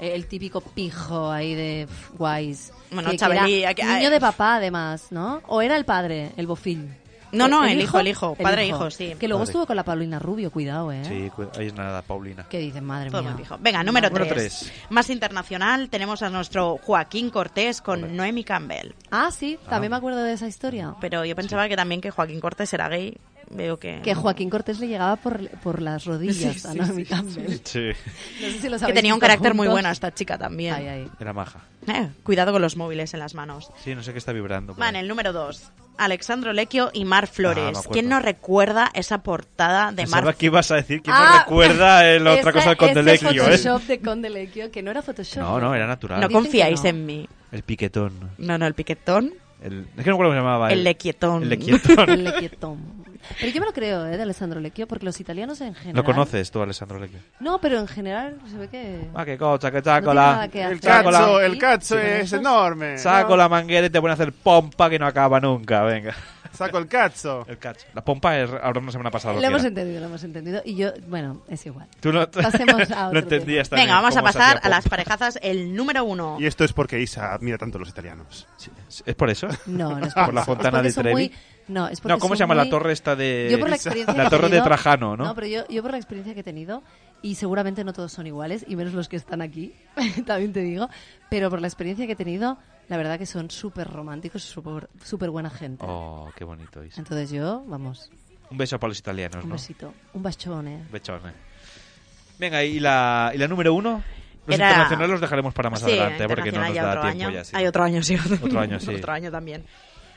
[SPEAKER 11] Eh, El típico pijo ahí de pff, guays.
[SPEAKER 13] Bueno,
[SPEAKER 11] Que- que
[SPEAKER 13] Chabeli,
[SPEAKER 11] era
[SPEAKER 13] aquí-
[SPEAKER 11] Niño
[SPEAKER 13] ay.
[SPEAKER 11] de papá, además, ¿no? ¿O era el padre, el bofil?
[SPEAKER 13] No, no, el hijo, el hijo. Padre e hijo, sí.
[SPEAKER 11] Que luego
[SPEAKER 7] Padre.
[SPEAKER 11] estuvo con la Paulina Rubio, cuidado, ¿eh?
[SPEAKER 7] Sí, cu- ahí es nada, Paulina.
[SPEAKER 11] Que dicen, madre
[SPEAKER 13] todo
[SPEAKER 11] mía.
[SPEAKER 13] muy fijo. Venga, número
[SPEAKER 7] Número
[SPEAKER 13] 3.
[SPEAKER 7] tres.
[SPEAKER 13] Más internacional, tenemos a nuestro Joaquín Cortés con Noemi Campbell.
[SPEAKER 11] Ah, sí, también me acuerdo de esa historia.
[SPEAKER 13] Pero yo pensaba que también que Joaquín Cortés era gay. Veo que.
[SPEAKER 11] Que Joaquín Cortés le llegaba por, por las rodillas
[SPEAKER 13] Sí,
[SPEAKER 11] a
[SPEAKER 13] sí,
[SPEAKER 11] Naomi
[SPEAKER 13] sí,
[SPEAKER 11] Campbell.
[SPEAKER 7] <laughs> Sí.
[SPEAKER 11] No sé si lo
[SPEAKER 13] que
[SPEAKER 11] sabéis
[SPEAKER 13] tenía un
[SPEAKER 11] visto
[SPEAKER 13] carácter muy
[SPEAKER 11] juntos.
[SPEAKER 13] bueno esta chica también.
[SPEAKER 11] Ay, ay.
[SPEAKER 7] Era maja.
[SPEAKER 13] Eh, cuidado con los móviles en las manos.
[SPEAKER 7] Sí, no sé qué está vibrando. por
[SPEAKER 13] Van,
[SPEAKER 7] ahí.
[SPEAKER 13] el número 2. Alexandro Lequio y Mar Flores.
[SPEAKER 7] Ah, acuerdo.
[SPEAKER 13] ¿Quién no recuerda esa portada de
[SPEAKER 7] Pensaba
[SPEAKER 13] Mar
[SPEAKER 7] que ibas a decir que me
[SPEAKER 11] Ah,
[SPEAKER 7] recuerda eh, la otra
[SPEAKER 11] esa-
[SPEAKER 7] cosa del Conde
[SPEAKER 11] ese
[SPEAKER 7] Lecchio, ¿eh?
[SPEAKER 11] Photoshop de Conde Lecchio, que no era Photoshop.
[SPEAKER 7] No, no, era natural.
[SPEAKER 13] No
[SPEAKER 11] Dicen que
[SPEAKER 13] confiáis
[SPEAKER 11] no.
[SPEAKER 13] en mí.
[SPEAKER 7] El piquetón.
[SPEAKER 13] No, no, el piquetón.
[SPEAKER 7] El... Es que no me acuerdo cómo se llamaba.
[SPEAKER 13] El lequietón.
[SPEAKER 7] El lequietón.
[SPEAKER 13] <laughs>
[SPEAKER 11] <laughs> El
[SPEAKER 7] <laughs>
[SPEAKER 11] Lecchietón. Pero yo me lo creo, ¿eh? De Alessandro Lecchio, porque los italianos en general...
[SPEAKER 7] ¿Lo conoces tú, Alessandro Lecchio?
[SPEAKER 11] No, pero en general se ve que...
[SPEAKER 7] Ah, qué cocha, que
[SPEAKER 11] No tiene nada
[SPEAKER 7] chácola.
[SPEAKER 11] que
[SPEAKER 12] El
[SPEAKER 11] hacer.
[SPEAKER 12] cacho,
[SPEAKER 7] Hola.
[SPEAKER 12] el cacho
[SPEAKER 7] Sí.
[SPEAKER 12] es enorme.
[SPEAKER 7] Saco la manguera y te pones a hacer pompa que no acaba nunca, venga.
[SPEAKER 12] Saco el cacho.
[SPEAKER 7] El cacho. La pompa es, ahora no se me ha pasado.
[SPEAKER 11] Lo
[SPEAKER 7] que
[SPEAKER 11] hemos
[SPEAKER 7] era.
[SPEAKER 11] entendido, lo hemos entendido. Y yo, bueno, es igual.
[SPEAKER 7] Tú no,
[SPEAKER 11] Pasemos a
[SPEAKER 7] <laughs> no
[SPEAKER 11] otro
[SPEAKER 7] entendías también
[SPEAKER 13] Venga, vamos a
[SPEAKER 7] cómo se
[SPEAKER 13] pasar
[SPEAKER 7] hacía
[SPEAKER 13] a las
[SPEAKER 7] pompa.
[SPEAKER 13] parejazas. El número 1.
[SPEAKER 12] Y esto es porque Isa admira tanto a los italianos.
[SPEAKER 7] Oh. ¿Es por eso?
[SPEAKER 11] No,
[SPEAKER 7] <laughs>
[SPEAKER 11] no es
[SPEAKER 7] por
[SPEAKER 11] por
[SPEAKER 7] la
[SPEAKER 11] eso. Es
[SPEAKER 7] fontana
[SPEAKER 11] porque
[SPEAKER 7] de
[SPEAKER 11] son
[SPEAKER 7] Trevi.
[SPEAKER 11] muy- no, es porque
[SPEAKER 7] ¿cómo
[SPEAKER 11] son
[SPEAKER 7] se llama la
[SPEAKER 11] muy-
[SPEAKER 7] torre esta de.
[SPEAKER 11] Yo por la experiencia que
[SPEAKER 7] La
[SPEAKER 11] he
[SPEAKER 7] torre de
[SPEAKER 11] tenido-
[SPEAKER 7] Trajano, ¿no?
[SPEAKER 11] No, pero yo, yo por la experiencia que he tenido, y seguramente no todos son iguales, y menos los que están aquí, <laughs> también te digo, pero por la experiencia que he tenido, la verdad que son súper románticos, súper súper buena gente.
[SPEAKER 7] Oh, qué bonito. Isa.
[SPEAKER 11] Entonces yo, vamos,
[SPEAKER 7] Un beso para los italianos,
[SPEAKER 11] un
[SPEAKER 7] ¿no?
[SPEAKER 11] besito, un ¿eh? bachone.
[SPEAKER 7] Bechone. Venga, ¿y la, y la número uno? Los
[SPEAKER 13] Era-
[SPEAKER 7] internacionales los dejaremos para más
[SPEAKER 13] Sí,
[SPEAKER 7] adelante, porque no
[SPEAKER 13] internacional
[SPEAKER 7] nos
[SPEAKER 13] ya
[SPEAKER 7] da
[SPEAKER 13] otro
[SPEAKER 7] tiempo
[SPEAKER 13] año.
[SPEAKER 7] ya. sí.
[SPEAKER 13] Hay otro año, sí.
[SPEAKER 7] Otro año, sí.
[SPEAKER 13] Otro año también.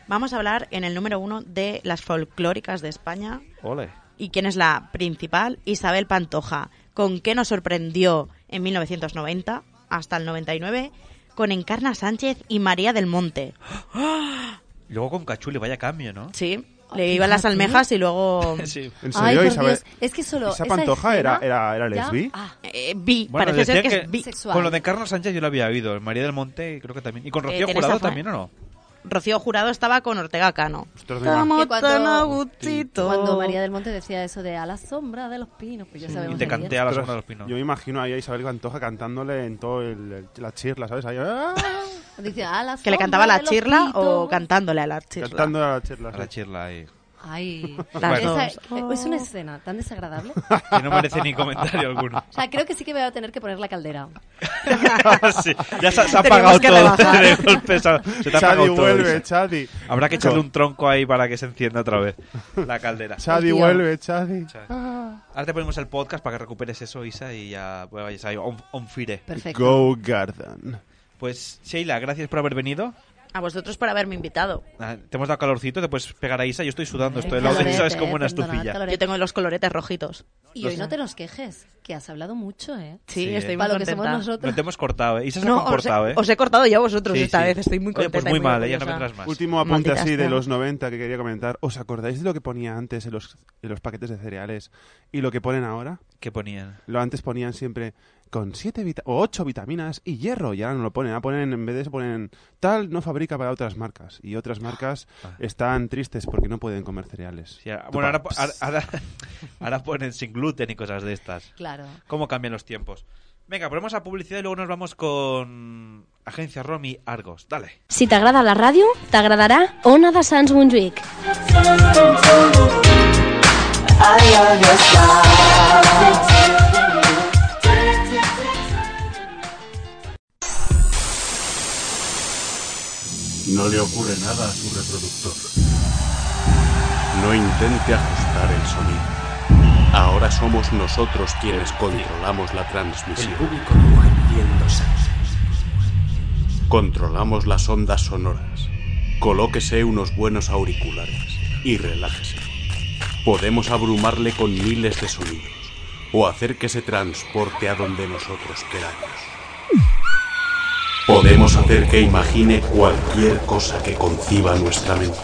[SPEAKER 13] Vamos a hablar en el número 1 de las folclóricas de España.
[SPEAKER 7] Ole.
[SPEAKER 13] ¿Y quién es la principal? Isabel Pantoja. ¿Con qué nos sorprendió en 1990 hasta el 99? Con
[SPEAKER 7] <gasps>
[SPEAKER 13] Encarna Sánchez y María del Monte. <laughs>
[SPEAKER 7] Luego con Cachuli, vaya cambio, ¿no?
[SPEAKER 13] Sí. Le iban las
[SPEAKER 11] fíjate.
[SPEAKER 13] almejas y
[SPEAKER 7] <laughs>
[SPEAKER 13] luego...
[SPEAKER 12] Sí. ¿En serio, Ay, por Isabel? Dios,
[SPEAKER 11] es que solo
[SPEAKER 12] ¿Esa
[SPEAKER 11] esa
[SPEAKER 12] pantoja era,
[SPEAKER 11] escena
[SPEAKER 12] era, era
[SPEAKER 11] ya-
[SPEAKER 12] lesbi?
[SPEAKER 11] Ah.
[SPEAKER 13] Eh, bi,
[SPEAKER 7] Bueno,
[SPEAKER 13] parece ser
[SPEAKER 7] decía
[SPEAKER 13] que,
[SPEAKER 7] que
[SPEAKER 13] es bi.
[SPEAKER 7] con lo de Carlos Sánchez yo lo había oído. María del Monte creo que también. ¿Y con Rocío
[SPEAKER 13] Eh, Teresa
[SPEAKER 7] Jurado
[SPEAKER 13] Fa-
[SPEAKER 7] también o no?
[SPEAKER 13] <laughs>
[SPEAKER 7] <laughs>
[SPEAKER 13] Rocío Jurado estaba con Ortega Cano.
[SPEAKER 7] mira.
[SPEAKER 13] Como
[SPEAKER 11] Que cuando-
[SPEAKER 13] tan a gustito.
[SPEAKER 11] Cuando María del Monte decía eso de a la sombra de los pinos, pues ya sabemos. de quién.
[SPEAKER 7] a la
[SPEAKER 12] Ostras,
[SPEAKER 7] sombra de los pinos.
[SPEAKER 12] Yo me imagino ahí a Isabel Pantoja cantándole en todo el, el- la chirla, ¿sabes? Ahí, ¡ah!
[SPEAKER 11] Dice, "A la
[SPEAKER 13] Que le cantaba a
[SPEAKER 11] sombra
[SPEAKER 13] la
[SPEAKER 11] de los
[SPEAKER 13] chirla o
[SPEAKER 11] pitos".
[SPEAKER 13] cantándole a la chirla.
[SPEAKER 12] Cantando a la chirla.
[SPEAKER 7] A la chirla ahí.
[SPEAKER 11] Ay,
[SPEAKER 7] Las
[SPEAKER 11] esa-
[SPEAKER 13] dos.
[SPEAKER 11] eh, es una escena tan desagradable.
[SPEAKER 7] Que no merece ni comentario alguno.
[SPEAKER 11] O sea, creo que sí que voy a tener que poner la caldera.
[SPEAKER 7] <laughs> Sí, Ya se, se ha
[SPEAKER 11] Tenemos
[SPEAKER 7] apagado
[SPEAKER 11] que
[SPEAKER 7] todo. <laughs>
[SPEAKER 11] rebajar.
[SPEAKER 7] de golpe, se ha- se te ha
[SPEAKER 12] Chadi,
[SPEAKER 7] apagado todo,
[SPEAKER 12] vuelve,
[SPEAKER 7] dice.
[SPEAKER 12] Chadi.
[SPEAKER 7] Habrá que echarle un tronco ahí para que se encienda otra vez la caldera.
[SPEAKER 12] Chadi, vuelve, Chadi.
[SPEAKER 7] Ahora te ponemos el podcast para que recuperes eso, Isa, y ya bueno, vayas ahí on, on fire.
[SPEAKER 12] Go Garden.
[SPEAKER 7] Pues, Sheila, gracias por haber venido.
[SPEAKER 13] A vosotros por haberme invitado.
[SPEAKER 7] Ah, Te hemos dado calorcito, te puedes pegar a Isa. Yo estoy sudando, estoy al lado de <laughs>
[SPEAKER 11] Calorete,
[SPEAKER 7] Isa, es como una
[SPEAKER 11] eh, perdonad,
[SPEAKER 7] estufilla.
[SPEAKER 11] calorete.
[SPEAKER 13] Yo tengo los coloretes rojitos.
[SPEAKER 11] Y hoy no te nos quejes, que has hablado mucho, ¿eh?
[SPEAKER 13] Sí, Sí, estoy eh. muy
[SPEAKER 11] Para lo que somos
[SPEAKER 13] contenta.
[SPEAKER 11] nosotros.
[SPEAKER 7] No te hemos cortado, ¿eh? Isa se
[SPEAKER 13] No,
[SPEAKER 7] ha
[SPEAKER 13] os he-
[SPEAKER 7] comportado, ¿eh?
[SPEAKER 13] os he cortado yo a vosotros
[SPEAKER 7] Sí,
[SPEAKER 13] esta
[SPEAKER 7] sí.
[SPEAKER 13] vez, estoy muy
[SPEAKER 7] Oye, pues
[SPEAKER 13] contenta y
[SPEAKER 7] muy
[SPEAKER 13] muy
[SPEAKER 7] mal, ¿eh? ya no
[SPEAKER 13] orgullosa.
[SPEAKER 7] vendrás más.
[SPEAKER 12] Último apunte
[SPEAKER 13] Maldita
[SPEAKER 12] así de
[SPEAKER 13] sea.
[SPEAKER 12] los 90 que quería comentar. ¿Os acordáis de lo que ponía antes en los, en los paquetes de cereales y lo que ponen ahora?
[SPEAKER 7] ¿Qué ponían?
[SPEAKER 12] Lo antes ponían siempre con 7 o 8 vitaminas y hierro. Y ahora no lo ponen. Ahora ponen, en vez de eso ponen tal, no fabrica para otras marcas. Y otras marcas están tristes porque no pueden comer cereales.
[SPEAKER 7] Sí, ahora- Ah. bueno, ahora, po- ahora- ahora- ahora ponen sin gluten y cosas de estas.
[SPEAKER 11] Claro.
[SPEAKER 7] ¿Cómo cambian los tiempos? Venga, ponemos a publicidad y luego nos vamos con Agencia Romy Argos. Dale.
[SPEAKER 23] Si t'agrada la ràdio, t'agradarà Ona de Sants Montjuïc.
[SPEAKER 24] No le ocurre nada a su reproductor. No intente ajustar el sonido. Ahora somos nosotros quienes controlamos la transmisión. Controlamos las ondas sonoras. Colóquese unos buenos auriculares y relájese. Podemos abrumarle con miles de sonidos o hacer que se transporte a donde nosotros queramos. Podemos hacer que imagine cualquier cosa que conciba nuestra mente.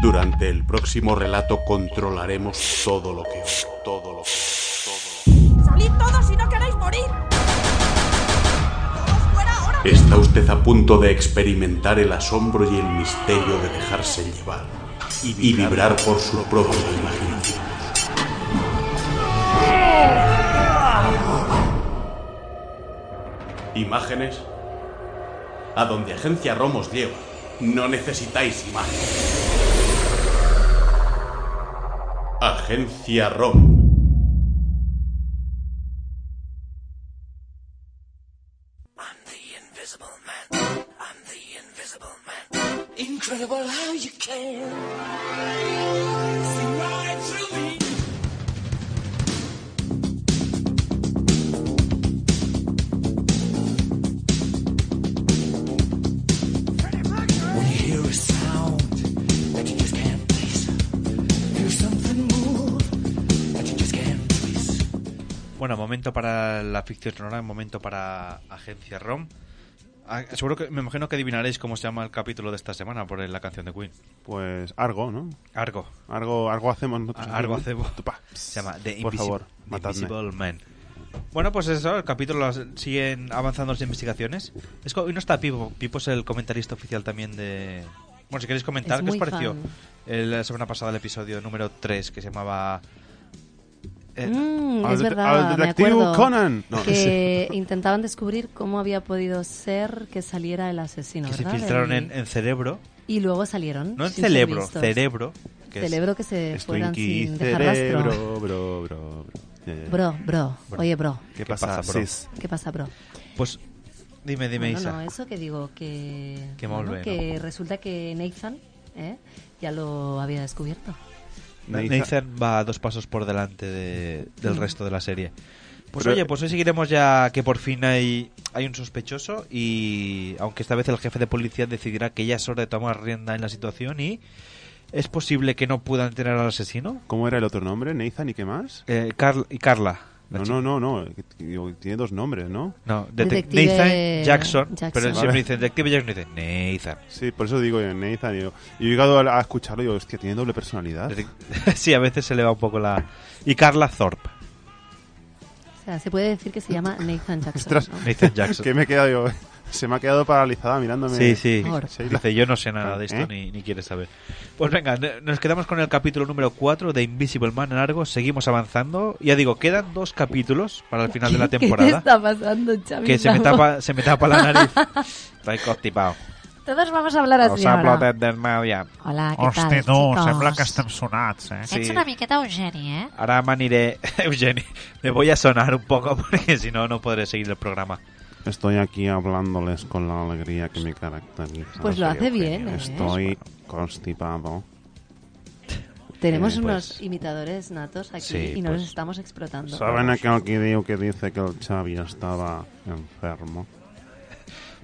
[SPEAKER 24] Durante el próximo relato controlaremos todo lo que todo lo que
[SPEAKER 22] ¡Salid todos si no queréis morir!
[SPEAKER 24] Está usted a punto de experimentar el asombro y el misterio de dejarse llevar y vibrar por su propia imaginación. Imágenes. A donde Agencia Romos lleva, no necesitáis imágenes. Agencia Rom.
[SPEAKER 22] Incredible how you can see right through me. When you hear a sound that you just can't place, hear something move that you just can't place.
[SPEAKER 7] Bueno, momento para la ficción sonora, momento para Agencia Rom. Ah, Seguro que me imagino que adivinaréis cómo se llama el capítulo de esta semana por la canción de Queen.
[SPEAKER 12] Pues Argo, ¿no?
[SPEAKER 7] Argo.
[SPEAKER 12] Argo, Argo hacemos nosotros.
[SPEAKER 7] Argo
[SPEAKER 12] ¿no?
[SPEAKER 7] hacemos.
[SPEAKER 12] <laughs> Tupa.
[SPEAKER 7] Se llama The,
[SPEAKER 12] Por
[SPEAKER 7] Invisi-
[SPEAKER 12] favor,
[SPEAKER 7] The
[SPEAKER 12] matadme.
[SPEAKER 7] Invisible Man. Bueno, pues eso, el capítulo siguen avanzando las investigaciones. Es que hoy no está Pipo, Pipo es el comentarista oficial también de... Bueno, si queréis comentar,
[SPEAKER 25] Es
[SPEAKER 7] ¿qué os
[SPEAKER 25] muy
[SPEAKER 7] pareció
[SPEAKER 25] fan.
[SPEAKER 7] el- la semana pasada el episodio número 3 que se llamaba... eh,
[SPEAKER 11] Mm,
[SPEAKER 12] Al
[SPEAKER 11] es
[SPEAKER 12] det-
[SPEAKER 11] verdad,
[SPEAKER 12] al
[SPEAKER 11] me
[SPEAKER 12] detective
[SPEAKER 11] acuerdo
[SPEAKER 12] Conan. No,
[SPEAKER 11] que intentaban descubrir cómo había podido ser que saliera el asesino,
[SPEAKER 7] que se
[SPEAKER 11] ¿verdad? eh.
[SPEAKER 7] filtraron
[SPEAKER 11] El-
[SPEAKER 7] en, en Cerebro.
[SPEAKER 11] Y luego salieron.
[SPEAKER 12] ¿Mm?
[SPEAKER 7] No en
[SPEAKER 11] sin
[SPEAKER 7] Celebro,
[SPEAKER 11] ser vistos.
[SPEAKER 7] Cerebro. Que es-
[SPEAKER 11] Celebro que se
[SPEAKER 12] Es
[SPEAKER 11] fueran
[SPEAKER 12] Twinkie,
[SPEAKER 11] sin dejar
[SPEAKER 12] cerebro,
[SPEAKER 11] rastro.
[SPEAKER 12] bro, bro, bro. Ya, ya, ya.
[SPEAKER 11] Bro, bro, oye, bro.
[SPEAKER 12] ¿Qué, pasa,
[SPEAKER 7] pasa,
[SPEAKER 12] bro?
[SPEAKER 7] sis?
[SPEAKER 11] ¿Qué pasa, bro?
[SPEAKER 7] Pues dime, dime,
[SPEAKER 11] Bueno,
[SPEAKER 7] Isa.
[SPEAKER 11] no, eso que digo, que,
[SPEAKER 7] Que
[SPEAKER 11] bueno,
[SPEAKER 7] molt bé,
[SPEAKER 11] que resulta que Nathan eh, ya lo había descubierto.
[SPEAKER 7] Nathan, va dos pasos por delante de- del
[SPEAKER 11] Mm.
[SPEAKER 7] resto de la serie. Pues
[SPEAKER 12] Pero-
[SPEAKER 7] oye, pues hoy seguiremos ya que por fin hay, hay un sospechoso y aunque esta vez el jefe de policía decidirá que ya es hora de tomar rienda en la situación y es posible que no puedan tener al asesino.
[SPEAKER 12] ¿Cómo era el otro nombre? ¿Nathan y qué más?
[SPEAKER 7] Eh, Carl- y Carla.
[SPEAKER 12] No, no, no, no. que- que- digo, Tiene dos nombres, ¿no?
[SPEAKER 7] No, detec- Nathan Jackson, pero él siempre dice Detective Jackson, dice Nathan.
[SPEAKER 12] Sí, por eso digo yo, Nathan. digo. Y he llegado a, a escucharlo y digo, hostia, tiene doble personalidad.
[SPEAKER 7] <laughs> sí, a veces se le va un poco la... Y Carla Thorpe.
[SPEAKER 11] O sea, se puede decir que se llama Nathan Jackson.
[SPEAKER 12] Ostras,
[SPEAKER 11] ¿no?
[SPEAKER 7] Nathan Jackson.
[SPEAKER 12] <laughs> que me he quedado yo. Se me ha quedado paralizada mirándome.
[SPEAKER 7] Sí, sí.
[SPEAKER 12] Ahora.
[SPEAKER 7] Dice, yo no sé nada de esto
[SPEAKER 12] ¿Eh?
[SPEAKER 7] ni, ni quiere saber. Pues venga, ne- nos quedamos con el capítulo número 4 de Invisible Man largo. Seguimos avanzando. Ya digo, quedan dos capítulos para el final de la
[SPEAKER 11] <laughs> ¿Qué te
[SPEAKER 7] temporada.
[SPEAKER 11] está pasando, Xavi?
[SPEAKER 7] Que se me, tapa, se me
[SPEAKER 11] <laughs>
[SPEAKER 7] tapa la nariz. Estoy constipado.
[SPEAKER 11] Todos vamos a hablar así
[SPEAKER 7] Os hablo
[SPEAKER 11] ahora.
[SPEAKER 7] des del meu ja.
[SPEAKER 11] Hola, què tal,
[SPEAKER 7] Hosti, no,
[SPEAKER 11] chicos?
[SPEAKER 7] sembla que estem sonats, eh?
[SPEAKER 11] Ets una miqueta Eugeni, eh?
[SPEAKER 7] Ahora me aniré... <laughs> Eugeni, me voy a sonar un poco <laughs> porque si no, no podré seguir el programa.
[SPEAKER 12] Estoy aquí hablándoles con la alegría que me caracteriza.
[SPEAKER 11] Pues lo hace bien, ¿eh?
[SPEAKER 12] Estoy constipado.
[SPEAKER 11] Tenemos
[SPEAKER 12] Eh,
[SPEAKER 7] pues.
[SPEAKER 11] unos imitadores natos aquí
[SPEAKER 12] Sí,
[SPEAKER 11] y nos
[SPEAKER 12] pues,
[SPEAKER 11] estamos explotando.
[SPEAKER 12] ¿Saben aquel que digo que dice que el Xavi estaba enfermo?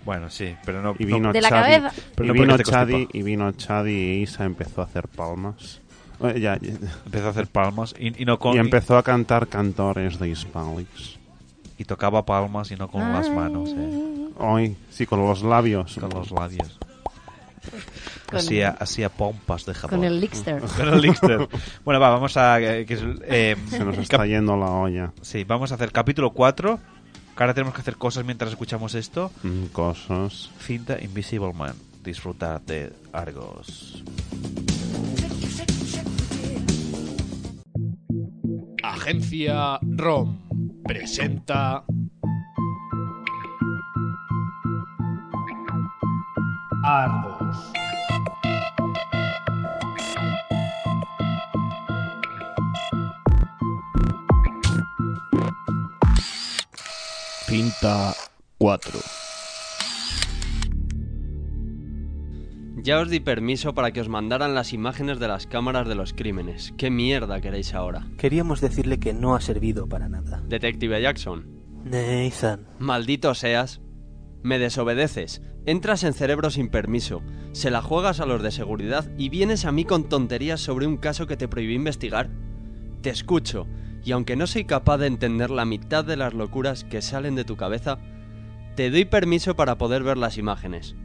[SPEAKER 7] Bueno, sí, pero no...
[SPEAKER 12] Y vino
[SPEAKER 11] De la
[SPEAKER 12] Xavi-
[SPEAKER 11] cabeza.
[SPEAKER 7] Pero
[SPEAKER 12] y
[SPEAKER 7] no porque
[SPEAKER 12] vino
[SPEAKER 7] te constipa.
[SPEAKER 12] Xavi, y vino Xavi y Isa empezó a hacer palmas. Eh, ya, ya.
[SPEAKER 7] Empezó a hacer palmas y, y no con...
[SPEAKER 12] Y empezó a cantar cantores de hispanics.
[SPEAKER 7] y tocaba palmas y no con las manos, eh.
[SPEAKER 12] Hoy, sí, con los labios.
[SPEAKER 7] Con los labios.
[SPEAKER 11] Con-
[SPEAKER 7] Hacía, hacía pompas de jabón.
[SPEAKER 11] Con el Lickster.
[SPEAKER 7] <laughs> Con el Lickster. Bueno, va, vamos a... eh, que es, eh,
[SPEAKER 12] Se nos
[SPEAKER 7] cap-
[SPEAKER 12] está yendo la olla.
[SPEAKER 7] Sí, vamos a hacer capítulo 4. Que ahora tenemos que hacer cosas mientras escuchamos esto.
[SPEAKER 12] Mm, Cosas.
[SPEAKER 7] Cinta Invisible Man. Disfrutar de Argos.
[SPEAKER 6] Agencia ROM presenta Argos.
[SPEAKER 25] Cinta 4.
[SPEAKER 26] Ya os di permiso para que os mandaran las imágenes de las cámaras de los crímenes. ¿Qué mierda queréis ahora?
[SPEAKER 27] Queríamos decirle que no ha servido para nada.
[SPEAKER 26] Detective Jackson.
[SPEAKER 27] Nathan.
[SPEAKER 26] Maldito seas. Me desobedeces. Entras en cerebro sin permiso. Se la juegas a los de seguridad y vienes a mí con tonterías sobre un caso que te prohibí investigar. Te escucho. Y aunque no soy capaz de entender la mitad de las locuras que salen de tu cabeza, te doy permiso para poder ver las imágenes.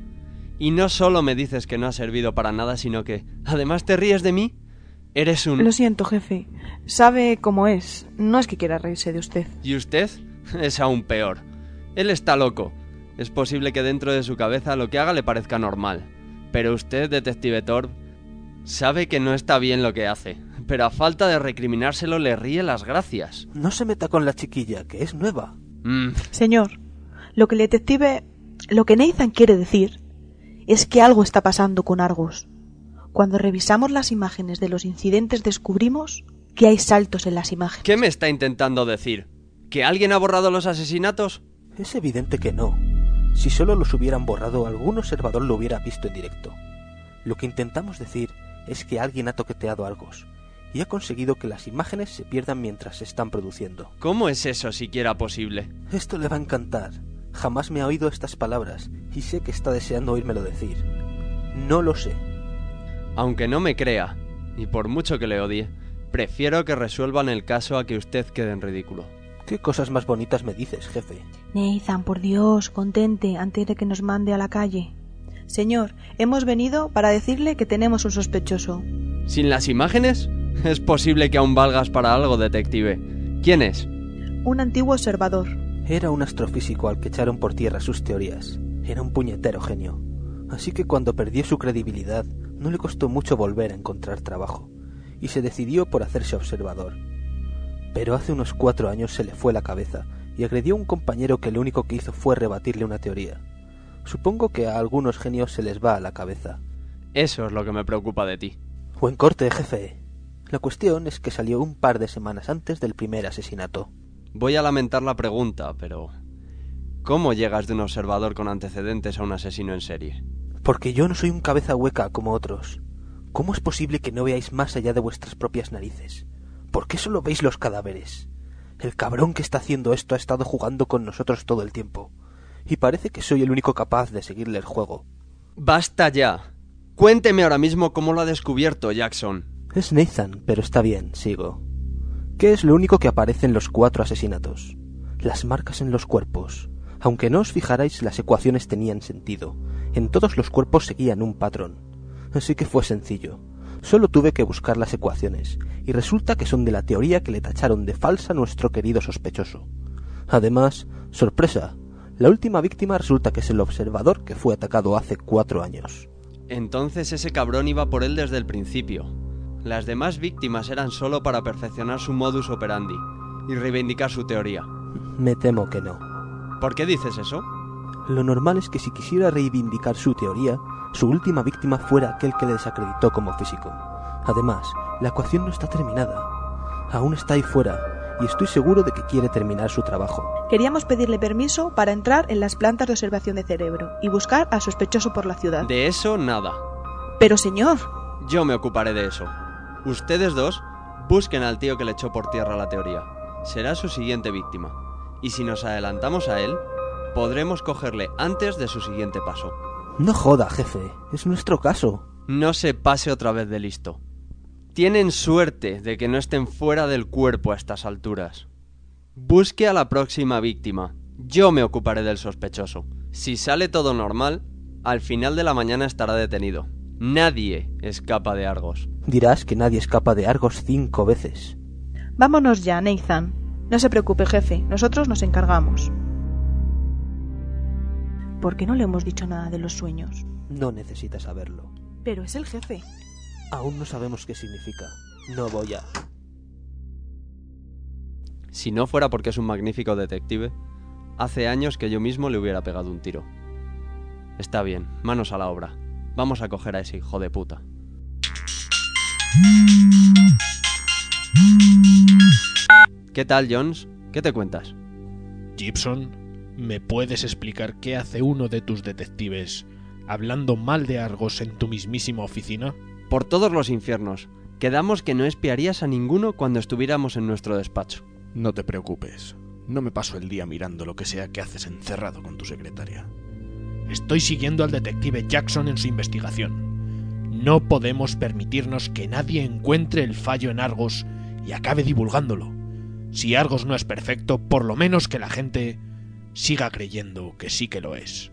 [SPEAKER 26] Y no solo me dices que no ha servido para nada, sino que, además, te ríes de mí. Eres un...
[SPEAKER 28] Lo siento, jefe. Sabe cómo es. No es que quiera reírse de usted.
[SPEAKER 26] ¿Y usted? <laughs> Es aún peor. Él está loco. Es posible que dentro de su cabeza lo que haga le parezca normal. Pero usted, detective Torb, sabe que no está bien lo que hace. Pero a falta de recriminárselo le ríe las gracias.
[SPEAKER 27] No se meta con la chiquilla, que es nueva.
[SPEAKER 26] Mm,
[SPEAKER 28] Señor, lo que el detective. Lo que Nathan quiere decir es que algo está pasando con Argus. Cuando revisamos las imágenes de los incidentes, descubrimos que hay saltos en las imágenes.
[SPEAKER 26] ¿Qué me está intentando decir? ¿Que alguien ha borrado los asesinatos?
[SPEAKER 27] Es evidente que no. Si solo los hubieran borrado, algún observador lo hubiera visto en directo. Lo que intentamos decir es que alguien ha toqueteado a Argos y ha conseguido que las imágenes se pierdan mientras se están produciendo.
[SPEAKER 26] ¿Cómo es eso siquiera posible?
[SPEAKER 27] Esto le va a encantar. Jamás me ha oído estas palabras y sé que está deseando oírmelo decir. No lo sé.
[SPEAKER 26] Aunque no me crea, y por mucho que le odie, prefiero que resuelvan el caso a que usted quede en ridículo.
[SPEAKER 27] ¿Qué cosas más bonitas me dices, jefe?
[SPEAKER 28] Nathan, por Dios, contente antes de que nos mande a la calle. Señor, hemos venido para decirle que tenemos un sospechoso.
[SPEAKER 26] ¿Sin las imágenes? <laughs> Es posible que aún valgas para algo, detective. ¿Quién es?
[SPEAKER 28] Un antiguo observador.
[SPEAKER 27] Era un astrofísico al que echaron por tierra sus teorías. Era un puñetero genio. Así que cuando perdió su credibilidad, no le costó mucho volver a encontrar trabajo, y se decidió por hacerse observador. Pero hace unos cuatro años se le fue la cabeza y agredió a un compañero que lo único que hizo fue rebatirle una teoría. Supongo que a algunos genios se les va a la cabeza.
[SPEAKER 26] Eso es lo que me preocupa de ti.
[SPEAKER 27] Buen corte, jefe. La cuestión es que salió un par de semanas antes del primer asesinato.
[SPEAKER 26] Voy a lamentar la pregunta, pero... ¿Cómo llegas de un observador con antecedentes a un asesino en serie?
[SPEAKER 27] Porque yo no soy un cabeza hueca como otros. ¿Cómo es posible que no veáis más allá de vuestras propias narices? ¿Por qué solo veis los cadáveres? El cabrón que está haciendo esto ha estado jugando con nosotros todo el tiempo. Y parece que soy el único capaz de seguirle el juego.
[SPEAKER 26] ¡Basta ya! Cuénteme ahora mismo cómo lo ha descubierto Jackson.
[SPEAKER 27] Es Nathan, pero está bien, sigo. ¿Qué es lo único que aparece en los cuatro asesinatos? Las marcas en los cuerpos. Aunque no os fijarais, las ecuaciones tenían sentido. En todos los cuerpos seguían un patrón. Así que fue sencillo. Solo tuve que buscar las ecuaciones, y resulta que son de la teoría que le tacharon de falsa a nuestro querido sospechoso. Además, sorpresa, la última víctima resulta que es el observador que fue atacado hace cuatro años.
[SPEAKER 26] Entonces ese cabrón iba por él desde el principio. Las demás víctimas eran solo para perfeccionar su modus operandi y reivindicar su teoría.
[SPEAKER 27] Me temo que no.
[SPEAKER 26] ¿Por qué dices eso?
[SPEAKER 27] Lo normal es que si quisiera reivindicar su teoría, su última víctima fuera aquel que le desacreditó como físico. Además, la ecuación no está terminada. Aún está ahí fuera, y estoy seguro de que quiere terminar su trabajo.
[SPEAKER 28] Queríamos pedirle permiso para entrar en las plantas de observación de cerebro y buscar al sospechoso por la ciudad.
[SPEAKER 26] De eso nada.
[SPEAKER 28] Pero señor,
[SPEAKER 26] Yo me ocuparé de eso. Ustedes dos busquen al tío que le echó por tierra la teoría. Será su siguiente víctima. Y si nos adelantamos a él, podremos cogerle antes de su siguiente paso.
[SPEAKER 27] No joda, jefe, es nuestro caso.
[SPEAKER 26] No se pase otra vez de listo. Tienen suerte de que no estén fuera del cuerpo a estas alturas. Busque a la próxima víctima. Yo me ocuparé del sospechoso. Si sale todo normal, al final de la mañana estará detenido. Nadie escapa de Argos.
[SPEAKER 27] Dirás que nadie escapa de Argos cinco veces.
[SPEAKER 28] vámonos ya, Nathan. No se preocupe, jefe, nosotros nos encargamos. ¿Por qué no le hemos dicho nada de los sueños?
[SPEAKER 27] No necesitas saberlo.
[SPEAKER 28] Pero es el jefe.
[SPEAKER 27] Aún no sabemos qué significa. No voy a...
[SPEAKER 26] Si no fuera porque es un magnífico detective, hace años que yo mismo le hubiera pegado un tiro. Está bien, manos a la obra. Vamos a coger a ese hijo de puta. ¿Qué tal, Jones? ¿Qué te cuentas?
[SPEAKER 6] Gibson, ¿me puedes explicar qué hace uno de tus detectives hablando mal de Argos en tu mismísima oficina?
[SPEAKER 26] Por todos los infiernos, quedamos que no espiarías a ninguno cuando estuviéramos en nuestro despacho.
[SPEAKER 4] No te preocupes. No me paso el día mirando lo que sea que haces encerrado con tu secretaria.
[SPEAKER 6] Estoy siguiendo al detective Jackson en su investigación. No podemos permitirnos que nadie encuentre el fallo en Argos y acabe divulgándolo. Si Argos no es perfecto, por lo menos que la gente siga creyendo que sí que lo es.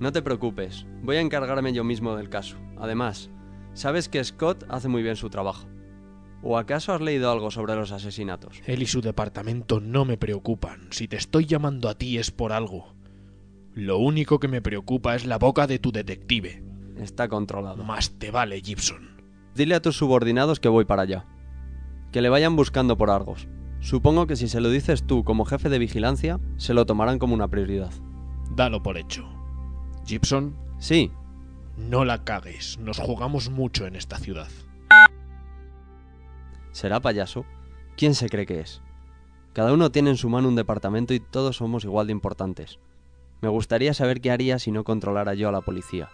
[SPEAKER 26] No te preocupes, voy a encargarme yo mismo del caso. Además, sabes que Scott hace muy bien su trabajo. ¿O acaso has leído algo sobre los asesinatos?
[SPEAKER 6] Él y su departamento no me preocupan. Si te estoy llamando a ti es por algo. Lo único que me preocupa es la boca de tu detective.
[SPEAKER 26] Está controlado.
[SPEAKER 6] Más te vale, Gibson.
[SPEAKER 26] Dile a tus subordinados que voy para allá. Que le vayan buscando por Argos. Supongo que si se lo dices tú como jefe de vigilancia, se lo tomarán como una prioridad.
[SPEAKER 6] Dalo por hecho. Gibson.
[SPEAKER 26] Sí.
[SPEAKER 6] No la cagues. Nos jugamos mucho en esta ciudad.
[SPEAKER 26] ¿Será payaso? ¿Quién se cree que es? Cada uno tiene en su mano un departamento y todos somos igual de importantes. Me gustaría saber qué haría si no controlara yo a la policía.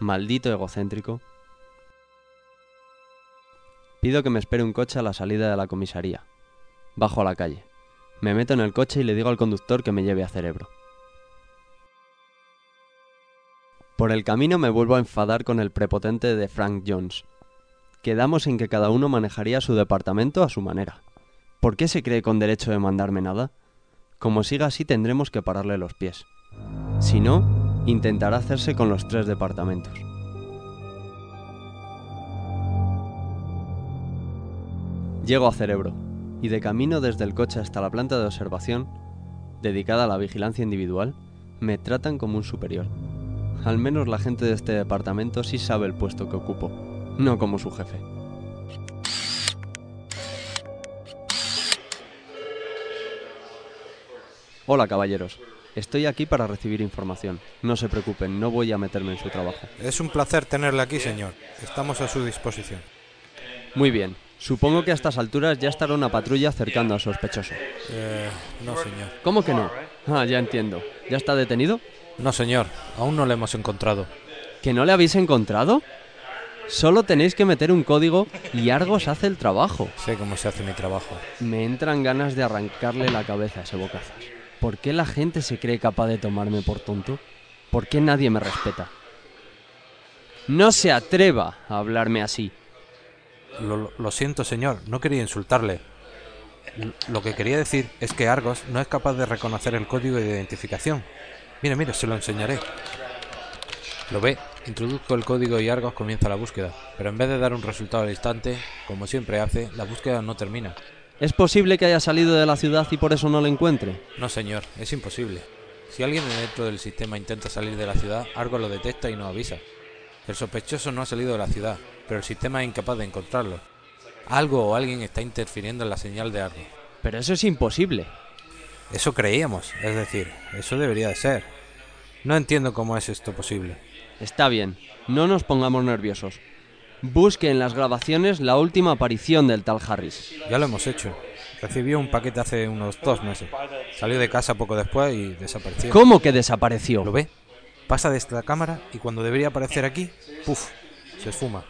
[SPEAKER 26] Maldito egocéntrico. Pido que me espere un coche a la salida de la comisaría. Bajo a la calle. Me meto en el coche y le digo al conductor que me lleve a cerebro. Por el camino me vuelvo a enfadar con el prepotente de Frank Jones. Quedamos en que cada uno manejaría su departamento a su manera. ¿Por qué se cree con derecho de mandarme nada? Como siga así tendremos que pararle los pies. Si no, intentará hacerse con los tres departamentos. Llego a Cerebro, y de camino desde el coche hasta la planta de observación, dedicada a la vigilancia individual, me tratan como un superior. Al menos la gente de este departamento sí sabe el puesto que ocupo, no como su jefe. Hola caballeros, estoy aquí para recibir información. No se preocupen, no voy a meterme en su trabajo.
[SPEAKER 5] Es un placer tenerle aquí, señor. Estamos a su disposición.
[SPEAKER 26] Muy bien, supongo que a estas alturas ya estará una patrulla acercando al sospechoso.
[SPEAKER 5] Eh, no, señor.
[SPEAKER 26] ¿Cómo que no? Ah, ya entiendo. ¿Ya está detenido?
[SPEAKER 5] No, señor. Aún no le hemos encontrado.
[SPEAKER 26] ¿Que no le habéis encontrado? Solo tenéis que meter un código y Argos hace el trabajo.
[SPEAKER 5] Sé cómo se hace mi trabajo.
[SPEAKER 26] Me entran ganas de arrancarle la cabeza a ese bocazas. ¿Por qué la gente se cree capaz de tomarme por tonto? ¿Por qué nadie me respeta? No se atreva a hablarme así.
[SPEAKER 5] Lo, lo siento, señor. No quería insultarle. Lo que quería decir es que Argos no es capaz de reconocer el código de identificación. Mira, mira, se lo enseñaré. Lo ve, introduzco el código y Argos comienza la búsqueda, pero en vez de dar un resultado al instante, como siempre hace, la búsqueda no termina.
[SPEAKER 26] ¿Es posible que haya salido de la ciudad y por eso no lo encuentre?
[SPEAKER 5] No, señor, es imposible. Si alguien de dentro del sistema intenta salir de la ciudad, Argos lo detecta y nos avisa. El sospechoso no ha salido de la ciudad, pero el sistema es incapaz de encontrarlo. Algo o alguien está interfiriendo en la señal de Argos.
[SPEAKER 26] Pero eso es imposible.
[SPEAKER 5] Eso creíamos, es decir, eso debería de ser. No entiendo cómo es esto posible.
[SPEAKER 26] Está bien, no nos pongamos nerviosos. Busque en las grabaciones la última aparición del tal Harris.
[SPEAKER 5] Ya lo hemos hecho. Recibió un paquete hace unos dos meses. Salió de casa poco después y desapareció.
[SPEAKER 26] ¿Cómo que desapareció?
[SPEAKER 5] ¿Lo ve? Pasa de esta cámara y cuando debería aparecer aquí, ¡puf! Se esfuma.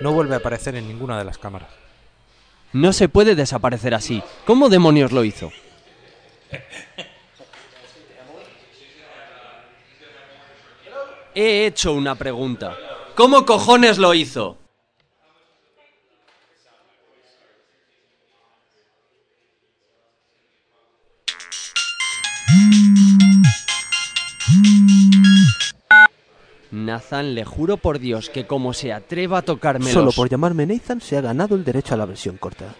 [SPEAKER 5] No vuelve a aparecer en ninguna de las cámaras.
[SPEAKER 26] No se puede desaparecer así. ¿Cómo demonios lo hizo? He hecho una pregunta. ¿Cómo cojones lo hizo? Nathan, le juro por Dios que como se atreva a tocármelos...
[SPEAKER 27] Solo por llamarme Nathan se ha ganado el derecho a la versión corta.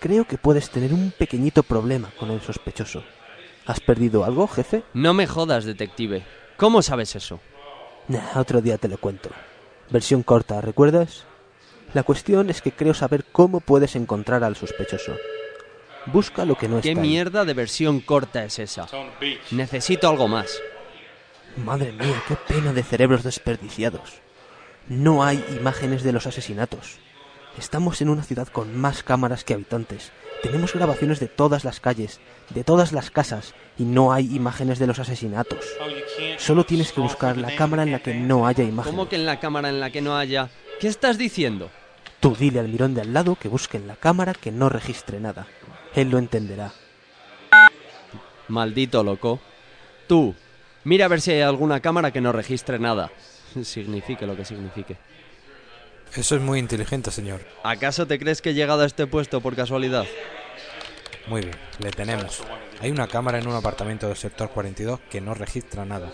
[SPEAKER 27] Creo que puedes tener un pequeñito problema con el sospechoso. ¿Has perdido algo, jefe?
[SPEAKER 26] No me jodas, detective. ¿Cómo sabes eso?
[SPEAKER 27] Nah, otro día te lo cuento. Versión corta, ¿recuerdas? La cuestión es que creo saber cómo puedes encontrar al sospechoso. Busca lo que no
[SPEAKER 26] ¿Qué
[SPEAKER 27] está. ahí.
[SPEAKER 26] mierda de versión corta es esa? Necesito algo más.
[SPEAKER 27] Madre mía, qué pena de cerebros desperdiciados. No hay imágenes de los asesinatos. Estamos en una ciudad con más cámaras que habitantes. Tenemos grabaciones de todas las calles, de todas las casas, y no hay imágenes de los asesinatos. Solo tienes que buscar la cámara en la que no haya imágenes.
[SPEAKER 26] ¿Cómo que en la cámara en la que no haya? ¿Qué estás diciendo?
[SPEAKER 27] Tú dile al mirón de al lado que busque en la cámara que no registre nada. Él lo entenderá.
[SPEAKER 26] Maldito loco. Tú, mira a ver si hay alguna cámara que no registre nada. <laughs> Signifique lo que signifique.
[SPEAKER 5] Eso es muy inteligente, señor.
[SPEAKER 26] ¿Acaso te crees que he llegado a este puesto por casualidad?
[SPEAKER 5] Muy bien, le tenemos. Hay una cámara en un apartamento del sector 42 que no registra nada.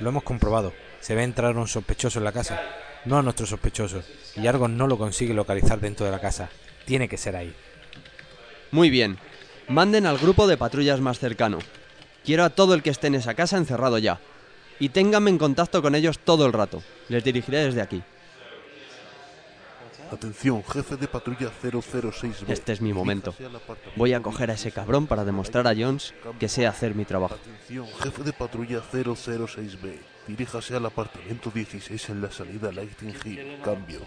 [SPEAKER 5] Lo hemos comprobado. Se ve entrar un sospechoso en la casa. No a nuestro sospechoso. Y Argos no lo consigue localizar dentro de la casa. Tiene que ser ahí.
[SPEAKER 26] Muy bien. Manden al grupo de patrullas más cercano. Quiero a todo el que esté en esa casa encerrado ya. Y ténganme en contacto con ellos todo el rato. Les dirigiré desde aquí.
[SPEAKER 1] Atención, jefe de patrulla 006.
[SPEAKER 26] Este es mi momento. Voy a coger a ese cabrón para demostrar a Jones que sé hacer mi trabajo.
[SPEAKER 1] Atención, jefe de patrulla 006B. Diríjase al apartamento 16 en la salida Lighting Hill. Cambio.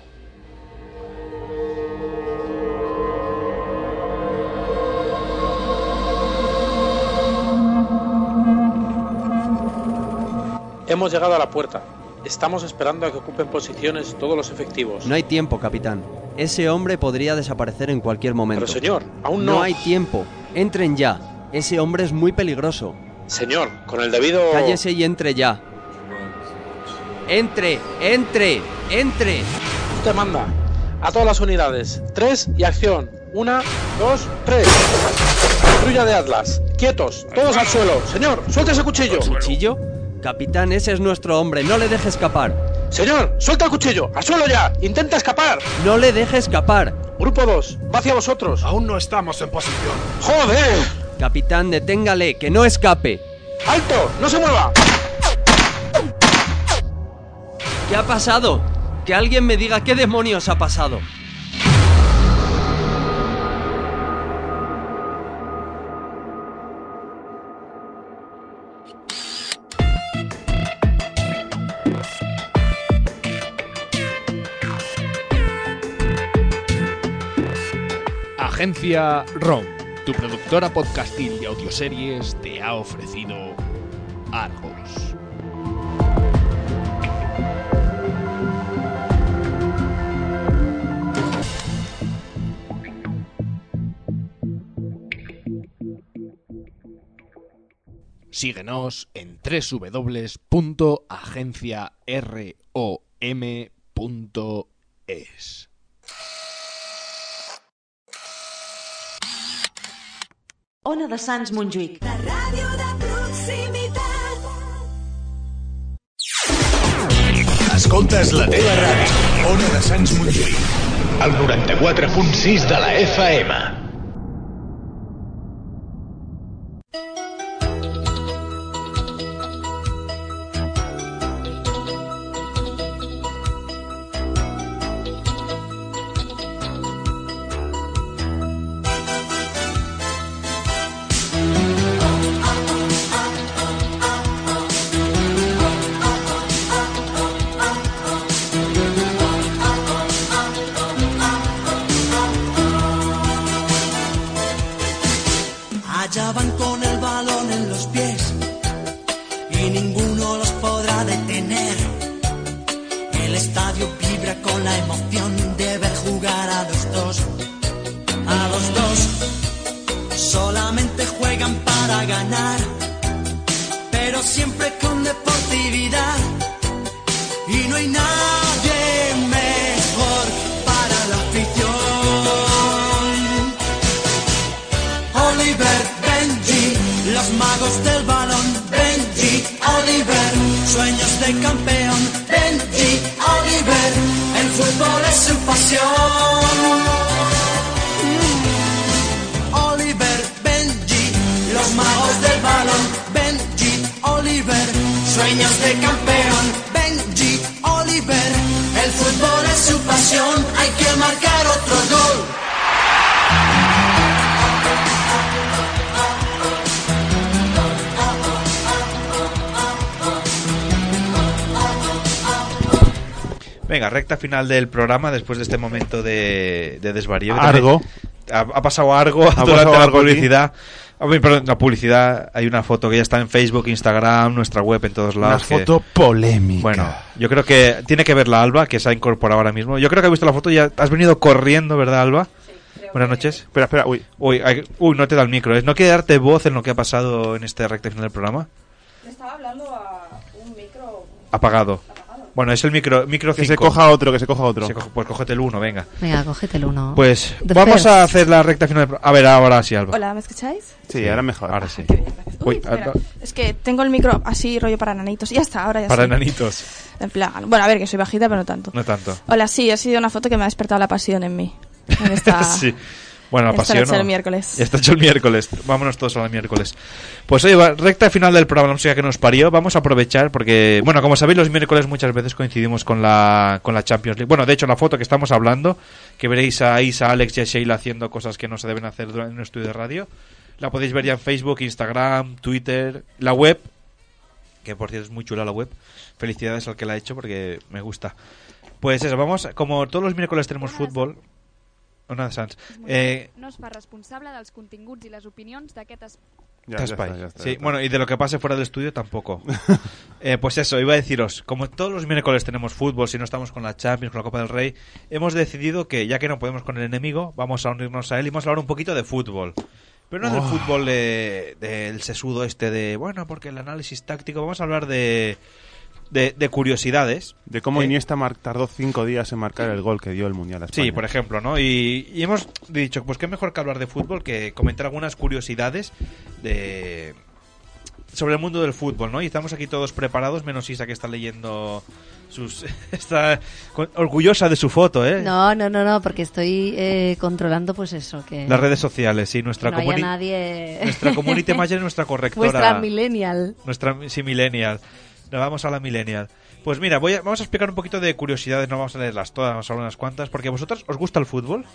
[SPEAKER 9] Hemos llegado a la puerta. Estamos esperando a que ocupen posiciones todos los efectivos.
[SPEAKER 26] No hay tiempo, capitán. Ese hombre podría desaparecer en cualquier momento.
[SPEAKER 9] Pero, señor, aún no-
[SPEAKER 26] No hay tiempo. Entren ya. Ese hombre es muy peligroso.
[SPEAKER 9] Señor, con el debido...
[SPEAKER 26] Cállese y entre ya. Entre, entre, entre.
[SPEAKER 9] Usted manda. A todas las unidades. Tres y acción. Una, dos, tres. Patrulla de Atlas. Quietos. Todos al suelo. Señor, suelte ese cuchillo.
[SPEAKER 26] ¿Cuchillo? Capitán, ese es nuestro hombre. No le deje escapar.
[SPEAKER 9] Señor, suelta el cuchillo. Al suelo ya. Intenta escapar.
[SPEAKER 26] No le deje escapar.
[SPEAKER 9] Grupo 2, va hacia vosotros.
[SPEAKER 1] Aún no estamos en posición.
[SPEAKER 9] ¡Joder!
[SPEAKER 26] Capitán, deténgale, que no escape.
[SPEAKER 9] ¡Alto! ¡No se mueva!
[SPEAKER 26] ¿Qué ha pasado? Que alguien me diga qué demonios ha pasado.
[SPEAKER 6] Agencia ROM, tu productora podcastil de audioseries, te ha ofrecido Argos. Síguenos en E www.agenciarom.es.
[SPEAKER 10] Ona de Sants Montjuïc.
[SPEAKER 15] Escoltes la teva ràdio. Ona de Sants Montjuïc. El 94.6 de la FM.
[SPEAKER 17] Allá van con el balón en los pies y ninguno los podrá detener. El estadio vibra con la emoción de ver jugar a los dos. A los dos solamente juegan para ganar, pero siempre con deportividad. Y no hay nadie mejor para la afición. Oliver, Benji, los magos del balón, Benji, Oliver, sueños de campeón, Benji, Oliver, el fútbol es su pasión. Mm. Oliver, Benji, los magos del balón, Benji, Oliver, sueños de campeón, Benji, Oliver, el fútbol es su pasión, hay que marcar otro gol.
[SPEAKER 7] Venga, recta final del programa después de este momento de, de desvarío. que
[SPEAKER 12] Argo.
[SPEAKER 7] también- Ha, ha pasado Argo <laughs>
[SPEAKER 12] Ha
[SPEAKER 7] durante
[SPEAKER 12] pasado
[SPEAKER 7] la
[SPEAKER 12] Argo aquí.
[SPEAKER 7] publicidad. Ah, uy, perdón, la publicidad. Hay una foto que ya está en Facebook, Instagram, nuestra web, en todos lados. que-
[SPEAKER 12] Una foto polémica.
[SPEAKER 7] Bueno, yo creo que tiene que verla Alba, que se ha incorporado ahora mismo. Yo creo que has visto la foto y ya has venido corriendo, ¿verdad, Alba? Buenas noches.
[SPEAKER 12] Espera, espera, uy.
[SPEAKER 7] Uy, hay- uy, no te da el micro. ¿eh? ¿No quiere darte voz en lo que ha pasado en este recta final del programa? Le estaba hablando a un micro... Apagado. Bueno, es el micro micro
[SPEAKER 12] Que se
[SPEAKER 7] 5.
[SPEAKER 12] coja otro, que se coja otro.
[SPEAKER 7] Se coge- pues cógete el uno, venga.
[SPEAKER 11] Venga, cógete el uno.
[SPEAKER 7] Pues
[SPEAKER 11] The
[SPEAKER 7] vamos
[SPEAKER 11] first.
[SPEAKER 7] a hacer la recta final del pro- A ver, ahora sí, Alba.
[SPEAKER 29] Hola, Ah, ¿me escucháis?
[SPEAKER 12] Sí, ahora mejor.
[SPEAKER 7] Ahora sí.
[SPEAKER 29] Uy,
[SPEAKER 7] Uy, ah,
[SPEAKER 29] espera.
[SPEAKER 7] Alba,
[SPEAKER 29] Es que tengo el micro así, rollo para nanitos. Ya está, ahora ya
[SPEAKER 7] para
[SPEAKER 29] estoy.
[SPEAKER 7] nanitos.
[SPEAKER 29] En plan, bueno, a ver, que soy bajita, pero no tanto.
[SPEAKER 7] No tanto.
[SPEAKER 29] Hola, sí, ha sido una foto que me ha despertado la pasión en mí. En esta-
[SPEAKER 7] <laughs> sí. Bueno, la
[SPEAKER 29] Está
[SPEAKER 7] pasión.
[SPEAKER 29] Ah. hecho
[SPEAKER 7] ¿no?
[SPEAKER 29] el miércoles.
[SPEAKER 7] Está hecho el miércoles. Vámonos todos al miércoles. Pues oye, va, recta final del programa, la música que nos parió. Vamos a aprovechar porque, bueno, como sabéis, los miércoles muchas veces coincidimos con la, con la Champions League. Bueno, de hecho, la foto que estamos hablando, que veréis a Isa, a Alex y a Sheila haciendo cosas que no se deben hacer durante un estudio de radio, la podéis ver ya en Facebook, Instagram, Twitter, la web, que por cierto es muy chula la web. Felicidades al que la ha hecho porque me gusta. Pues eso, vamos, como todos los miércoles tenemos fútbol. Una de Sans. Eh,
[SPEAKER 3] No es fa responsable dels continguts i les opinions d'aquest espai.
[SPEAKER 12] Ya,
[SPEAKER 7] Touch
[SPEAKER 12] ya
[SPEAKER 7] Pie.
[SPEAKER 12] está, ya está,
[SPEAKER 7] Sí,
[SPEAKER 12] ya está.
[SPEAKER 7] bueno, y de lo que pase fuera del estudio tampoco. Eh, pues eso, iba a deciros, como todos los miércoles tenemos fútbol, si no estamos con la Champions, con la Copa del Rey, hemos decidido que ya que no podemos con el enemigo, vamos a unirnos a él y vamos a hablar un poquito de fútbol. Pero no del
[SPEAKER 25] Oh.
[SPEAKER 7] fútbol de- del sesudo este de, bueno, porque el análisis táctico, vamos a hablar de, de, de curiosidades.
[SPEAKER 12] De cómo
[SPEAKER 7] Eh,
[SPEAKER 12] Iniesta mar- tardó cinco días en marcar el gol que dio el Mundial a España.
[SPEAKER 7] Sí, por ejemplo, ¿no? Y, y hemos dicho, pues qué mejor que hablar de fútbol que comentar algunas curiosidades de sobre el mundo del fútbol, ¿no? Y estamos aquí todos preparados, menos Isa que está leyendo sus <laughs> está con- orgullosa de su foto, ¿eh?
[SPEAKER 11] No, no, no, no, porque estoy eh, controlando pues eso, que...
[SPEAKER 7] Las redes sociales, sí, nuestra
[SPEAKER 11] Que no haya
[SPEAKER 7] comuni-
[SPEAKER 11] nadie- <laughs>
[SPEAKER 7] nuestra community manager, es nuestra correctora.
[SPEAKER 11] Vuestra millennial.
[SPEAKER 7] Nuestra sí, millennial. Nos vamos a la millennial. Pues mira, voy a- vamos a explicar un poquito de curiosidades, no vamos a leerlas todas, vamos a hablar unas cuantas, porque a vosotros os gusta el fútbol,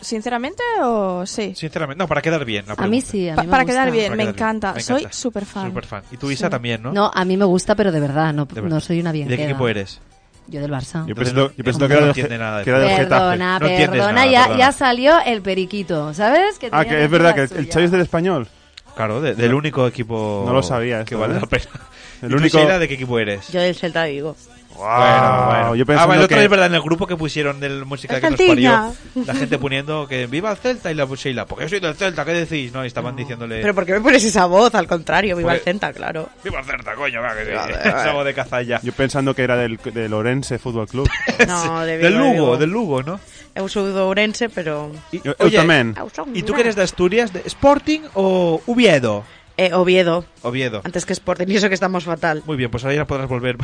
[SPEAKER 29] ¿Sinceramente o sí?
[SPEAKER 7] sinceramente. No, para quedar bien. la
[SPEAKER 11] A mí
[SPEAKER 7] pregunta.
[SPEAKER 11] sí, a mí
[SPEAKER 29] Pa-
[SPEAKER 11] me
[SPEAKER 29] para
[SPEAKER 11] gusta.
[SPEAKER 29] quedar bien,
[SPEAKER 7] Para
[SPEAKER 29] me,
[SPEAKER 7] quedar bien,
[SPEAKER 29] encanta.
[SPEAKER 7] me
[SPEAKER 29] Soy
[SPEAKER 7] encanta.
[SPEAKER 29] súper fan.
[SPEAKER 7] Superfan. Y tú, Isa, también, ¿no?
[SPEAKER 11] No, a mí me gusta, pero de verdad, no,
[SPEAKER 7] verdad.
[SPEAKER 11] no soy una bien
[SPEAKER 7] ¿Y de qué equipo eres?
[SPEAKER 11] Yo del Barça.
[SPEAKER 12] Yo pensé- yo pensé que
[SPEAKER 7] no
[SPEAKER 12] era del
[SPEAKER 7] entiende
[SPEAKER 12] Ge-
[SPEAKER 7] nada de
[SPEAKER 12] que era del
[SPEAKER 7] fútbol.
[SPEAKER 11] Perdona,
[SPEAKER 7] No entiendes
[SPEAKER 11] perdona,
[SPEAKER 7] nada,
[SPEAKER 11] ya,
[SPEAKER 7] perdona.
[SPEAKER 11] ya salió el periquito, ¿sabes? Que tenía
[SPEAKER 12] Ah, que es
[SPEAKER 11] decir
[SPEAKER 12] verdad
[SPEAKER 11] la
[SPEAKER 12] que el-
[SPEAKER 11] suya.
[SPEAKER 12] el Xavi es del español.
[SPEAKER 7] Claro, de- del único equipo
[SPEAKER 12] No lo sabía esto,
[SPEAKER 7] que vale
[SPEAKER 12] ¿eh?
[SPEAKER 7] la pena.
[SPEAKER 12] El
[SPEAKER 7] ¿Y tú,
[SPEAKER 12] único-
[SPEAKER 7] Sheila, de qué equipo eres?
[SPEAKER 13] Yo del Celta de Vigo.
[SPEAKER 7] Eh.
[SPEAKER 12] Bueno, bueno. Yo pensando
[SPEAKER 7] ah, bueno, el otro
[SPEAKER 12] que-
[SPEAKER 7] día es verdad, en el grupo que pusieron del musical que nos
[SPEAKER 13] Celtiña.
[SPEAKER 7] parió, la
[SPEAKER 13] <laughs>
[SPEAKER 7] gente poniendo que viva el Celta y la Sheila, porque yo soy del Celta, ¿qué decís? No, y estaban diciéndole...
[SPEAKER 13] Pero ¿por qué me pones esa voz? Al contrario, viva el
[SPEAKER 12] Pues-
[SPEAKER 7] Porque-
[SPEAKER 13] Celta, claro.
[SPEAKER 7] ¡Viva el Celta, coño! Va, que sí.
[SPEAKER 13] Vale, vale.
[SPEAKER 7] Esa voz de cazalla.
[SPEAKER 12] Yo pensando que era del, del Orense
[SPEAKER 7] <laughs>
[SPEAKER 12] Fútbol Club.
[SPEAKER 13] No, de Vigo,
[SPEAKER 7] Del
[SPEAKER 13] de Vigo.
[SPEAKER 7] Lugo, del Lugo, ¿no?
[SPEAKER 13] Eu sou do Ourense, pero...
[SPEAKER 12] Yo- yo también.
[SPEAKER 13] eu sou
[SPEAKER 7] ¿Y tú
[SPEAKER 13] una-
[SPEAKER 7] que eres de Asturias, de Sporting o Oviedo?
[SPEAKER 13] Eh, Oviedo.
[SPEAKER 7] Oviedo.
[SPEAKER 13] Antes que Sporting, y eso que estamos fatal.
[SPEAKER 7] Muy bien, pues ahora ya podrás volver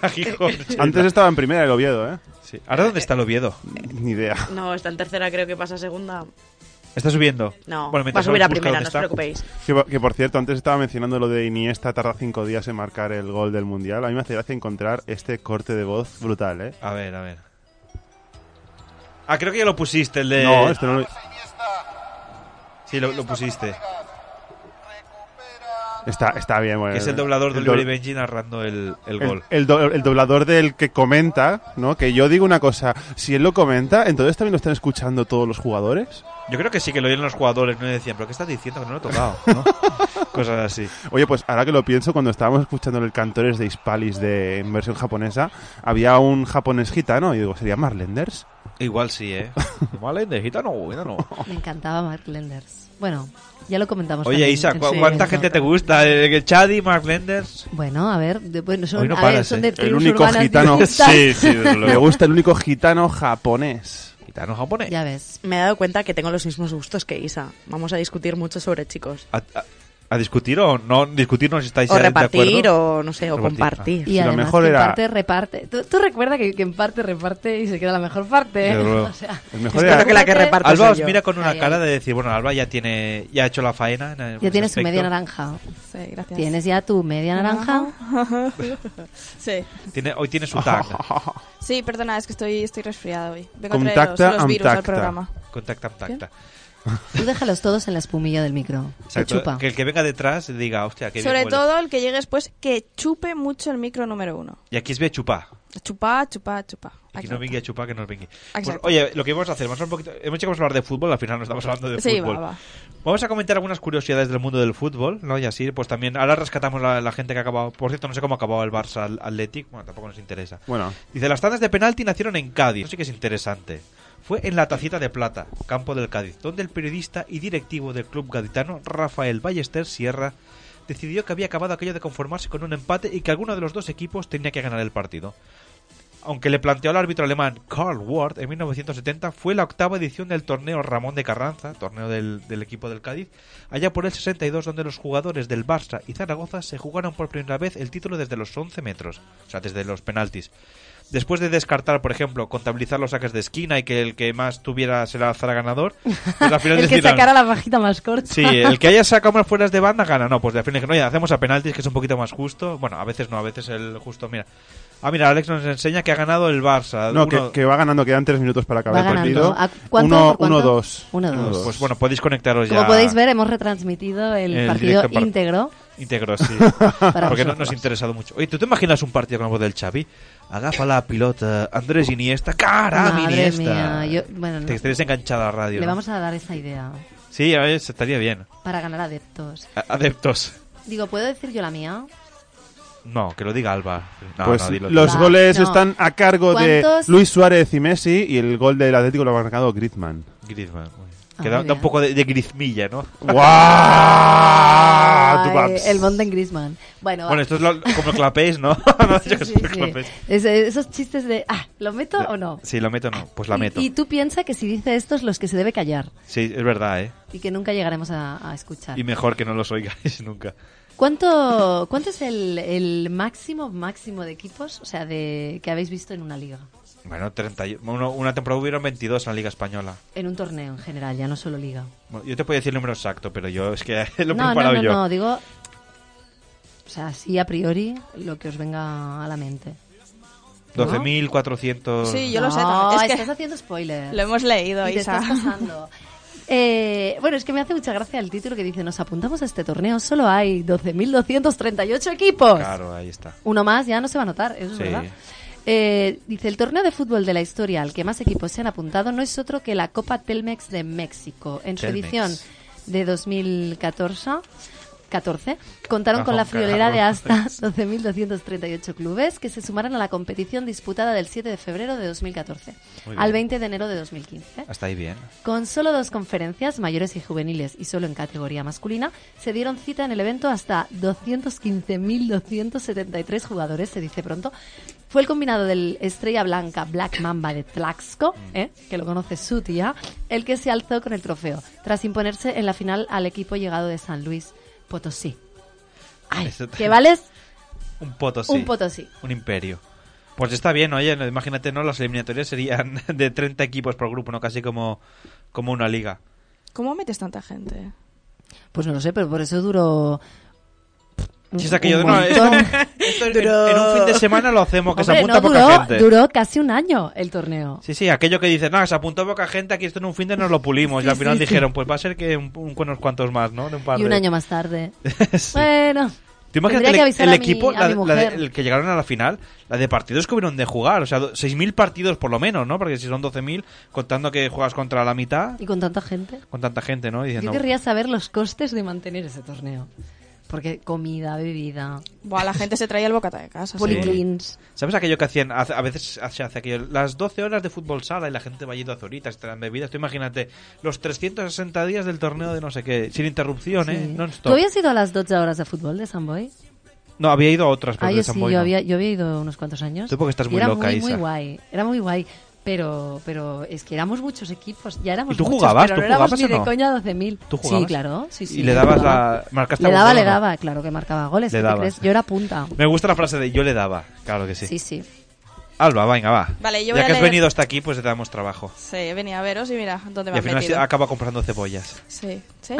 [SPEAKER 7] a Gijón.
[SPEAKER 12] Antes estaba en primera el Oviedo, ¿eh?
[SPEAKER 7] Sí. ¿Ahora dónde está el Oviedo?
[SPEAKER 12] Ni idea.
[SPEAKER 13] No, está en tercera, creo que pasa a segunda.
[SPEAKER 7] ¿Está subiendo?
[SPEAKER 13] No,
[SPEAKER 7] Bueno,
[SPEAKER 13] va a
[SPEAKER 7] mientras
[SPEAKER 13] subir a
[SPEAKER 7] busca
[SPEAKER 13] primera,
[SPEAKER 7] dónde
[SPEAKER 13] no os
[SPEAKER 7] está.
[SPEAKER 13] preocupéis.
[SPEAKER 12] Que, por- que, por cierto, antes estaba mencionando lo de Iniesta tarda cinco días en marcar el gol del Mundial. A mí me hace gracia encontrar este corte de voz brutal, ¿eh?
[SPEAKER 7] A ver, a ver. Ah, creo que ya lo pusiste, el de...
[SPEAKER 12] No, este no lo...
[SPEAKER 7] Sí, lo, lo pusiste.
[SPEAKER 12] Está, está bien, bueno.
[SPEAKER 7] Que es el doblador de
[SPEAKER 12] Eh, el doble-
[SPEAKER 7] Oliver Benji narrando el, el
[SPEAKER 12] el-
[SPEAKER 7] gol.
[SPEAKER 12] El, do- el doblador del que comenta, ¿no? Que yo digo una cosa, si él lo comenta, entonces también lo están escuchando todos los jugadores.
[SPEAKER 7] Yo creo que sí que lo oían los jugadores, no Y decían, pero ¿qué estás diciendo? Que no lo he
[SPEAKER 12] <laughs>
[SPEAKER 7] tocado, ¿no? Cosas así.
[SPEAKER 12] Oye, pues ahora que lo pienso, cuando estábamos escuchando el Cantores de Hispalis de en versión japonesa, había un japonés gitano y digo, ¿sería Marlenders?
[SPEAKER 7] Igual sí,
[SPEAKER 12] <laughs>
[SPEAKER 7] ¿eh? Vale, de gitano, gitano.
[SPEAKER 11] <laughs> Me encantaba Mark Lenders. Bueno, ya lo comentamos.
[SPEAKER 7] Oye,
[SPEAKER 11] también
[SPEAKER 7] Isa,
[SPEAKER 11] en
[SPEAKER 7] ¿cu-
[SPEAKER 11] su
[SPEAKER 7] ¿cuánta
[SPEAKER 11] momento.
[SPEAKER 7] gente te gusta? Eh, Chadi, Mark Lenders.
[SPEAKER 11] Bueno, a ver, de- bueno,
[SPEAKER 7] Hoy
[SPEAKER 11] son,
[SPEAKER 7] no
[SPEAKER 11] a ver,
[SPEAKER 7] paras,
[SPEAKER 11] son
[SPEAKER 7] ¿eh?
[SPEAKER 11] de
[SPEAKER 7] El
[SPEAKER 11] tribus
[SPEAKER 12] único
[SPEAKER 11] urbanas
[SPEAKER 12] gitano.
[SPEAKER 11] distintas. <laughs>
[SPEAKER 12] Me gusta el único gitano japonés.
[SPEAKER 7] Gitano japonés.
[SPEAKER 11] Ya ves.
[SPEAKER 13] Me he dado cuenta que tengo los mismos gustos que Isa. Vamos a discutir mucho sobre chicos.
[SPEAKER 7] A, a- a discutir o no discutir no si estáis
[SPEAKER 13] O
[SPEAKER 7] de
[SPEAKER 13] repartir,
[SPEAKER 7] acuerdo.
[SPEAKER 13] o no sé, o
[SPEAKER 7] Repartir.
[SPEAKER 13] compartir.
[SPEAKER 7] Ah.
[SPEAKER 11] Y además, que en parte reparte. Tú, tú recuerda que, que en parte reparte y se queda la mejor parte. <laughs> ¿eh?
[SPEAKER 7] Desde luego.
[SPEAKER 11] O sea,
[SPEAKER 12] El
[SPEAKER 7] mejor
[SPEAKER 11] espero
[SPEAKER 7] era-
[SPEAKER 11] que la que reparto
[SPEAKER 7] Alba
[SPEAKER 11] soy
[SPEAKER 7] os
[SPEAKER 11] yo.
[SPEAKER 7] mira con una
[SPEAKER 11] Ay, ay.
[SPEAKER 7] cara de decir, bueno, Alba ya tiene ya ha hecho la faena. en
[SPEAKER 11] Ya
[SPEAKER 7] algún
[SPEAKER 11] tienes tu
[SPEAKER 7] aspecto.
[SPEAKER 11] media naranja.
[SPEAKER 29] Sí, gracias.
[SPEAKER 11] Tienes ya tu media naranja.
[SPEAKER 29] <laughs> sí.
[SPEAKER 7] Tiene- hoy tiene su
[SPEAKER 29] <laughs>
[SPEAKER 7] tag.
[SPEAKER 29] Sí, perdona, es que estoy, estoy resfriada hoy. Vengo a
[SPEAKER 12] Contacta
[SPEAKER 29] traer los, los virus al
[SPEAKER 12] Amtacta.
[SPEAKER 29] programa.
[SPEAKER 7] Contacta, contacta.
[SPEAKER 11] Tú déjalos todos en la espumilla del micro. Se
[SPEAKER 7] Exacto,
[SPEAKER 11] chupa.
[SPEAKER 7] Que el que venga detrás diga, hostia, que
[SPEAKER 29] Sobre todo el que llegue después, que chupe mucho el micro número uno.
[SPEAKER 7] Y aquí es ve chupá.
[SPEAKER 29] Chupá, chupá, chupá.
[SPEAKER 7] Y que no venga chupá, que no venga. Pues,
[SPEAKER 29] Exacto.
[SPEAKER 7] oye, lo que vamos a hacer, vamos a un poquito, hemos llegado a hablar de fútbol, al final no estamos hablando de
[SPEAKER 29] Sí,
[SPEAKER 7] fútbol.
[SPEAKER 29] va, va.
[SPEAKER 7] Vamos a comentar algunas curiosidades del mundo del fútbol, ¿no? Y así, pues también, ahora rescatamos la, la gente que ha acabado, por cierto, no sé cómo ha acabado el Barça al- Athletic, bueno, tampoco nos interesa.
[SPEAKER 12] Bueno.
[SPEAKER 7] Dice, las tandas de penalti nacieron en Cádiz, eso sí que es interesante. Fue en la Tacita de Plata, campo del Cádiz, donde el periodista y directivo del club gaditano Rafael Ballester Sierra decidió que había acabado aquello de conformarse con un empate y que alguno de los dos equipos tenía que ganar el partido. Aunque le planteó al árbitro alemán Karl Ward en 1970, fue la octava edición del torneo Ramón de Carranza, torneo del, del equipo del Cádiz, allá por el 62, donde los jugadores del Barça y Zaragoza se jugaron por primera vez el título desde los 11 metros, o sea, desde los penaltis. Después de descartar, por ejemplo, contabilizar los saques de esquina y que el que más tuviera se la alzara ganador, pues al final
[SPEAKER 11] <laughs> el que
[SPEAKER 7] decidieron-
[SPEAKER 11] sacara la pajita más corta.
[SPEAKER 7] Sí, el que haya sacado más fueras de banda gana. No, pues de final que no, ya hacemos a penaltis, que es un poquito más justo. Bueno, a veces no, a veces el justo, mira. Ah, mira, Alex nos enseña que ha ganado el Barça.
[SPEAKER 12] No,
[SPEAKER 7] Uno-
[SPEAKER 12] que, que va ganando, quedan tres minutos para acabar
[SPEAKER 11] Va
[SPEAKER 12] el partido.
[SPEAKER 11] ganando. ¿A cuánto,
[SPEAKER 12] uno,
[SPEAKER 11] por cuánto?
[SPEAKER 12] uno, dos.
[SPEAKER 11] Uno,
[SPEAKER 12] Uno,
[SPEAKER 11] dos.
[SPEAKER 12] dos.
[SPEAKER 7] Pues bueno, podéis conectaros
[SPEAKER 11] <laughs>
[SPEAKER 7] ya.
[SPEAKER 11] Como podéis ver, hemos retransmitido el,
[SPEAKER 7] El
[SPEAKER 11] partido
[SPEAKER 7] directo par-
[SPEAKER 11] íntegro.
[SPEAKER 7] Íntegro,
[SPEAKER 11] <laughs>
[SPEAKER 7] sí.
[SPEAKER 11] Para
[SPEAKER 7] Porque no
[SPEAKER 11] vosotros.
[SPEAKER 7] nos ha interesado mucho. Oye, ¿tú te imaginas un partido con la voz del Xavi? Agafa la pilota, Andrés Iniesta. ¡Cara,
[SPEAKER 11] Madre
[SPEAKER 7] Iniesta!
[SPEAKER 11] mía, yo- bueno, no.
[SPEAKER 7] Te estarías enganchada a la radio.
[SPEAKER 11] Le
[SPEAKER 7] ¿no?
[SPEAKER 11] vamos a dar esa idea
[SPEAKER 7] Sí, a eso estaría bien.
[SPEAKER 11] para ganar adeptos.
[SPEAKER 7] A- Adeptos.
[SPEAKER 11] Digo, ¿puedo decir yo la mía?
[SPEAKER 7] No, que lo diga Alba. No,
[SPEAKER 12] Pues
[SPEAKER 7] no, dilo tú.
[SPEAKER 12] los
[SPEAKER 11] Va,
[SPEAKER 12] goles
[SPEAKER 11] no.
[SPEAKER 12] están a cargo
[SPEAKER 11] ¿Cuántos?
[SPEAKER 12] de Luis Suárez y Messi y el gol del Atlético lo ha marcado Griezmann.
[SPEAKER 7] Griezmann. muy bien.
[SPEAKER 11] Ah,
[SPEAKER 7] que da,
[SPEAKER 11] muy bien.
[SPEAKER 7] da un poco de, de grizmilla,
[SPEAKER 11] <laughs>
[SPEAKER 7] ¿no?
[SPEAKER 12] ¡Guau!
[SPEAKER 11] Ay,
[SPEAKER 12] Tú vas.
[SPEAKER 11] el Monden Griezmann. Bueno, va.
[SPEAKER 7] Ah, Bueno, esto es lo- como clapéis, ¿no? no <laughs> yo que
[SPEAKER 11] Sí,
[SPEAKER 7] soy
[SPEAKER 11] sí.
[SPEAKER 7] clapés.
[SPEAKER 11] Es- eh, esos chistes de, ah, ¿lo meto o no?
[SPEAKER 7] Sí, la meto no, pues la meto.
[SPEAKER 11] Y tú piensas que si dice esto es los que se debe callar
[SPEAKER 7] Sí, es verdad, ¿eh?
[SPEAKER 11] y que nunca llegaremos a, a escuchar.
[SPEAKER 7] Y mejor que no los oigáis <laughs> nunca.
[SPEAKER 11] ¿Cuánto, cuánto es el, el máximo, máximo de equipos, o sea, de que habéis visto en una liga?
[SPEAKER 7] Bueno, 30, y- bueno, una temporada hubieron 22 en la Liga Española.
[SPEAKER 11] En un torneo en general, ya no solo liga.
[SPEAKER 7] Bueno, yo te puedo decir el número exacto, pero yo es que <laughs> lo he
[SPEAKER 11] no, no,
[SPEAKER 7] preparado
[SPEAKER 11] no,
[SPEAKER 7] yo.
[SPEAKER 11] no, digo, o sea, sí a priori lo que os venga a la mente.
[SPEAKER 7] 12.400.
[SPEAKER 29] Sí, yo lo sé.
[SPEAKER 11] No,
[SPEAKER 29] también. Es que
[SPEAKER 11] estás haciendo spoilers.
[SPEAKER 29] Lo hemos leído,
[SPEAKER 11] Y te
[SPEAKER 29] Isa.
[SPEAKER 11] estás pasando. Eh, bueno, es que me hace mucha gracia el título que dice, nos apuntamos a este torneo, solo hay 12.238 equipos.
[SPEAKER 7] Claro, ahí está.
[SPEAKER 11] Uno más ya no se va a notar, eso
[SPEAKER 7] Sí.
[SPEAKER 11] es verdad. Eh, dice, el torneo de fútbol de la historia al que más equipos se han apuntado no es otro que la Copa Telmex de México. En su
[SPEAKER 7] Telmex.
[SPEAKER 11] edición de 2014, 14, contaron
[SPEAKER 2] Bajo
[SPEAKER 11] con la
[SPEAKER 2] un
[SPEAKER 11] friolera de
[SPEAKER 2] carro.
[SPEAKER 11] hasta <laughs> 12.238 clubes que se sumaron a la competición disputada del 7 de febrero de 2014
[SPEAKER 7] Muy
[SPEAKER 11] al
[SPEAKER 7] bien.
[SPEAKER 11] 20 de enero de 2015.
[SPEAKER 7] Hasta ahí bien.
[SPEAKER 11] Con solo dos conferencias, mayores y juveniles, y solo en categoría masculina, se dieron cita en el evento hasta 215.273 jugadores, se dice pronto. Fue el combinado del Estrella Blanca Black Mamba de Tlaxco, ¿eh? que lo conoce su tía, el que se alzó con el trofeo, tras imponerse en la final al equipo llegado de San Luis Potosí. Ay,
[SPEAKER 7] Eso te-
[SPEAKER 11] que vales
[SPEAKER 7] Un potosí.
[SPEAKER 11] Un Potosí.
[SPEAKER 7] Un imperio. Pues está bien, oye, no, imagínate, ¿no? Las eliminatorias serían <laughs> de 30 equipos por grupo, ¿no? Casi como, como una liga.
[SPEAKER 29] ¿Cómo metes tanta gente?
[SPEAKER 11] Pues no lo sé, pero por eso duró.
[SPEAKER 7] Si es aquello de
[SPEAKER 11] un
[SPEAKER 7] no, eh,
[SPEAKER 11] montón.
[SPEAKER 7] <laughs> esto en, en un fin de semana lo hacemos, que se
[SPEAKER 11] Hombre,
[SPEAKER 7] apunta
[SPEAKER 11] no,
[SPEAKER 7] poca
[SPEAKER 11] duró,
[SPEAKER 7] gente.
[SPEAKER 11] duró casi un año el torneo.
[SPEAKER 7] Sí, sí, aquello que dicen, no, se apuntó poca gente, aquí esto en un fin de nos lo pulimos. y
[SPEAKER 11] Sí,
[SPEAKER 7] al final
[SPEAKER 11] sí, sí.
[SPEAKER 7] dijeron, pues va a ser que un- un- unos cuantos más, ¿no? De un par
[SPEAKER 11] Y un
[SPEAKER 7] de-
[SPEAKER 11] año más
[SPEAKER 7] <laughs>
[SPEAKER 11] tarde. Bueno.
[SPEAKER 7] ¿Te imaginas
[SPEAKER 11] tendría
[SPEAKER 7] el, e-
[SPEAKER 11] que avisar
[SPEAKER 7] el
[SPEAKER 11] a mi-
[SPEAKER 7] equipo,
[SPEAKER 11] a
[SPEAKER 7] la-
[SPEAKER 11] mi
[SPEAKER 7] la
[SPEAKER 11] mujer.
[SPEAKER 7] de- el que llegaron a la final, la de partidos que hubieron de jugar? O sea, do- 6.000 partidos por lo menos, ¿no? Porque si son 12.000, contando que juegas contra la mitad,
[SPEAKER 11] Y con tanta gente.
[SPEAKER 7] con tanta gente, ¿no? Y
[SPEAKER 11] Yo
[SPEAKER 7] Diciendo,
[SPEAKER 11] querría saber los costes de mantener ese torneo. Porque comida, bebida.
[SPEAKER 29] Buah, la gente se traía el bocata de casa.
[SPEAKER 7] Sí.
[SPEAKER 11] Policlins.
[SPEAKER 7] ¿Sabes aquello que hacían? Hace- A veces se hace aquello. Las 12 horas de fútbol sala y la gente va allí dos horitas, te dan bebidas. Tú imagínate, los 360 días del torneo de no sé qué, sin interrupción, ¿eh?
[SPEAKER 11] Sí.
[SPEAKER 7] Non-stop.
[SPEAKER 11] ¿Tú habías ido a las 12 horas de fútbol de San Boy?
[SPEAKER 7] No, había ido a otras, pero
[SPEAKER 11] Ah,
[SPEAKER 7] de
[SPEAKER 11] yo
[SPEAKER 7] San
[SPEAKER 11] sí,
[SPEAKER 7] Boi
[SPEAKER 11] yo
[SPEAKER 7] no.
[SPEAKER 11] había, yo había ido unos cuantos años.
[SPEAKER 7] Tú porque estás
[SPEAKER 11] Y
[SPEAKER 7] muy
[SPEAKER 11] era
[SPEAKER 7] loca,
[SPEAKER 11] muy, muy
[SPEAKER 7] Isa.
[SPEAKER 11] guay. Era muy guay. Pero, pero es que éramos muchos equipos. Ya éramos
[SPEAKER 7] ¿Y tú
[SPEAKER 11] muchos,
[SPEAKER 7] jugabas?
[SPEAKER 11] pero
[SPEAKER 7] ¿Tú
[SPEAKER 11] no éramos
[SPEAKER 7] jugabas
[SPEAKER 11] ni
[SPEAKER 7] o no?
[SPEAKER 11] de coña 12.000.
[SPEAKER 7] ¿Tú
[SPEAKER 11] Sí,
[SPEAKER 7] jugabas?
[SPEAKER 11] claro. Sí, sí,
[SPEAKER 7] ¿Y le
[SPEAKER 11] yo
[SPEAKER 7] dabas
[SPEAKER 11] jugaba.
[SPEAKER 7] la- marcaste
[SPEAKER 11] Le
[SPEAKER 7] algún
[SPEAKER 11] daba,
[SPEAKER 7] gol o
[SPEAKER 11] le
[SPEAKER 7] no?
[SPEAKER 11] daba. Claro que marcaba goles.
[SPEAKER 7] Le
[SPEAKER 11] ¿qué
[SPEAKER 7] dabas.
[SPEAKER 11] crees? Yo era punta.
[SPEAKER 7] Me gusta la frase de yo le daba, claro que sí.
[SPEAKER 11] Sí, sí.
[SPEAKER 7] Alba, venga, va.
[SPEAKER 29] Vale, yo voy
[SPEAKER 7] ya
[SPEAKER 29] a
[SPEAKER 7] que has
[SPEAKER 29] leer-
[SPEAKER 7] venido hasta aquí, pues te damos trabajo.
[SPEAKER 29] Sí, venía a veros y mira dónde me
[SPEAKER 7] Y al
[SPEAKER 29] han
[SPEAKER 7] final
[SPEAKER 29] metido.
[SPEAKER 7] acaba comprando cebollas.
[SPEAKER 29] Sí, sí.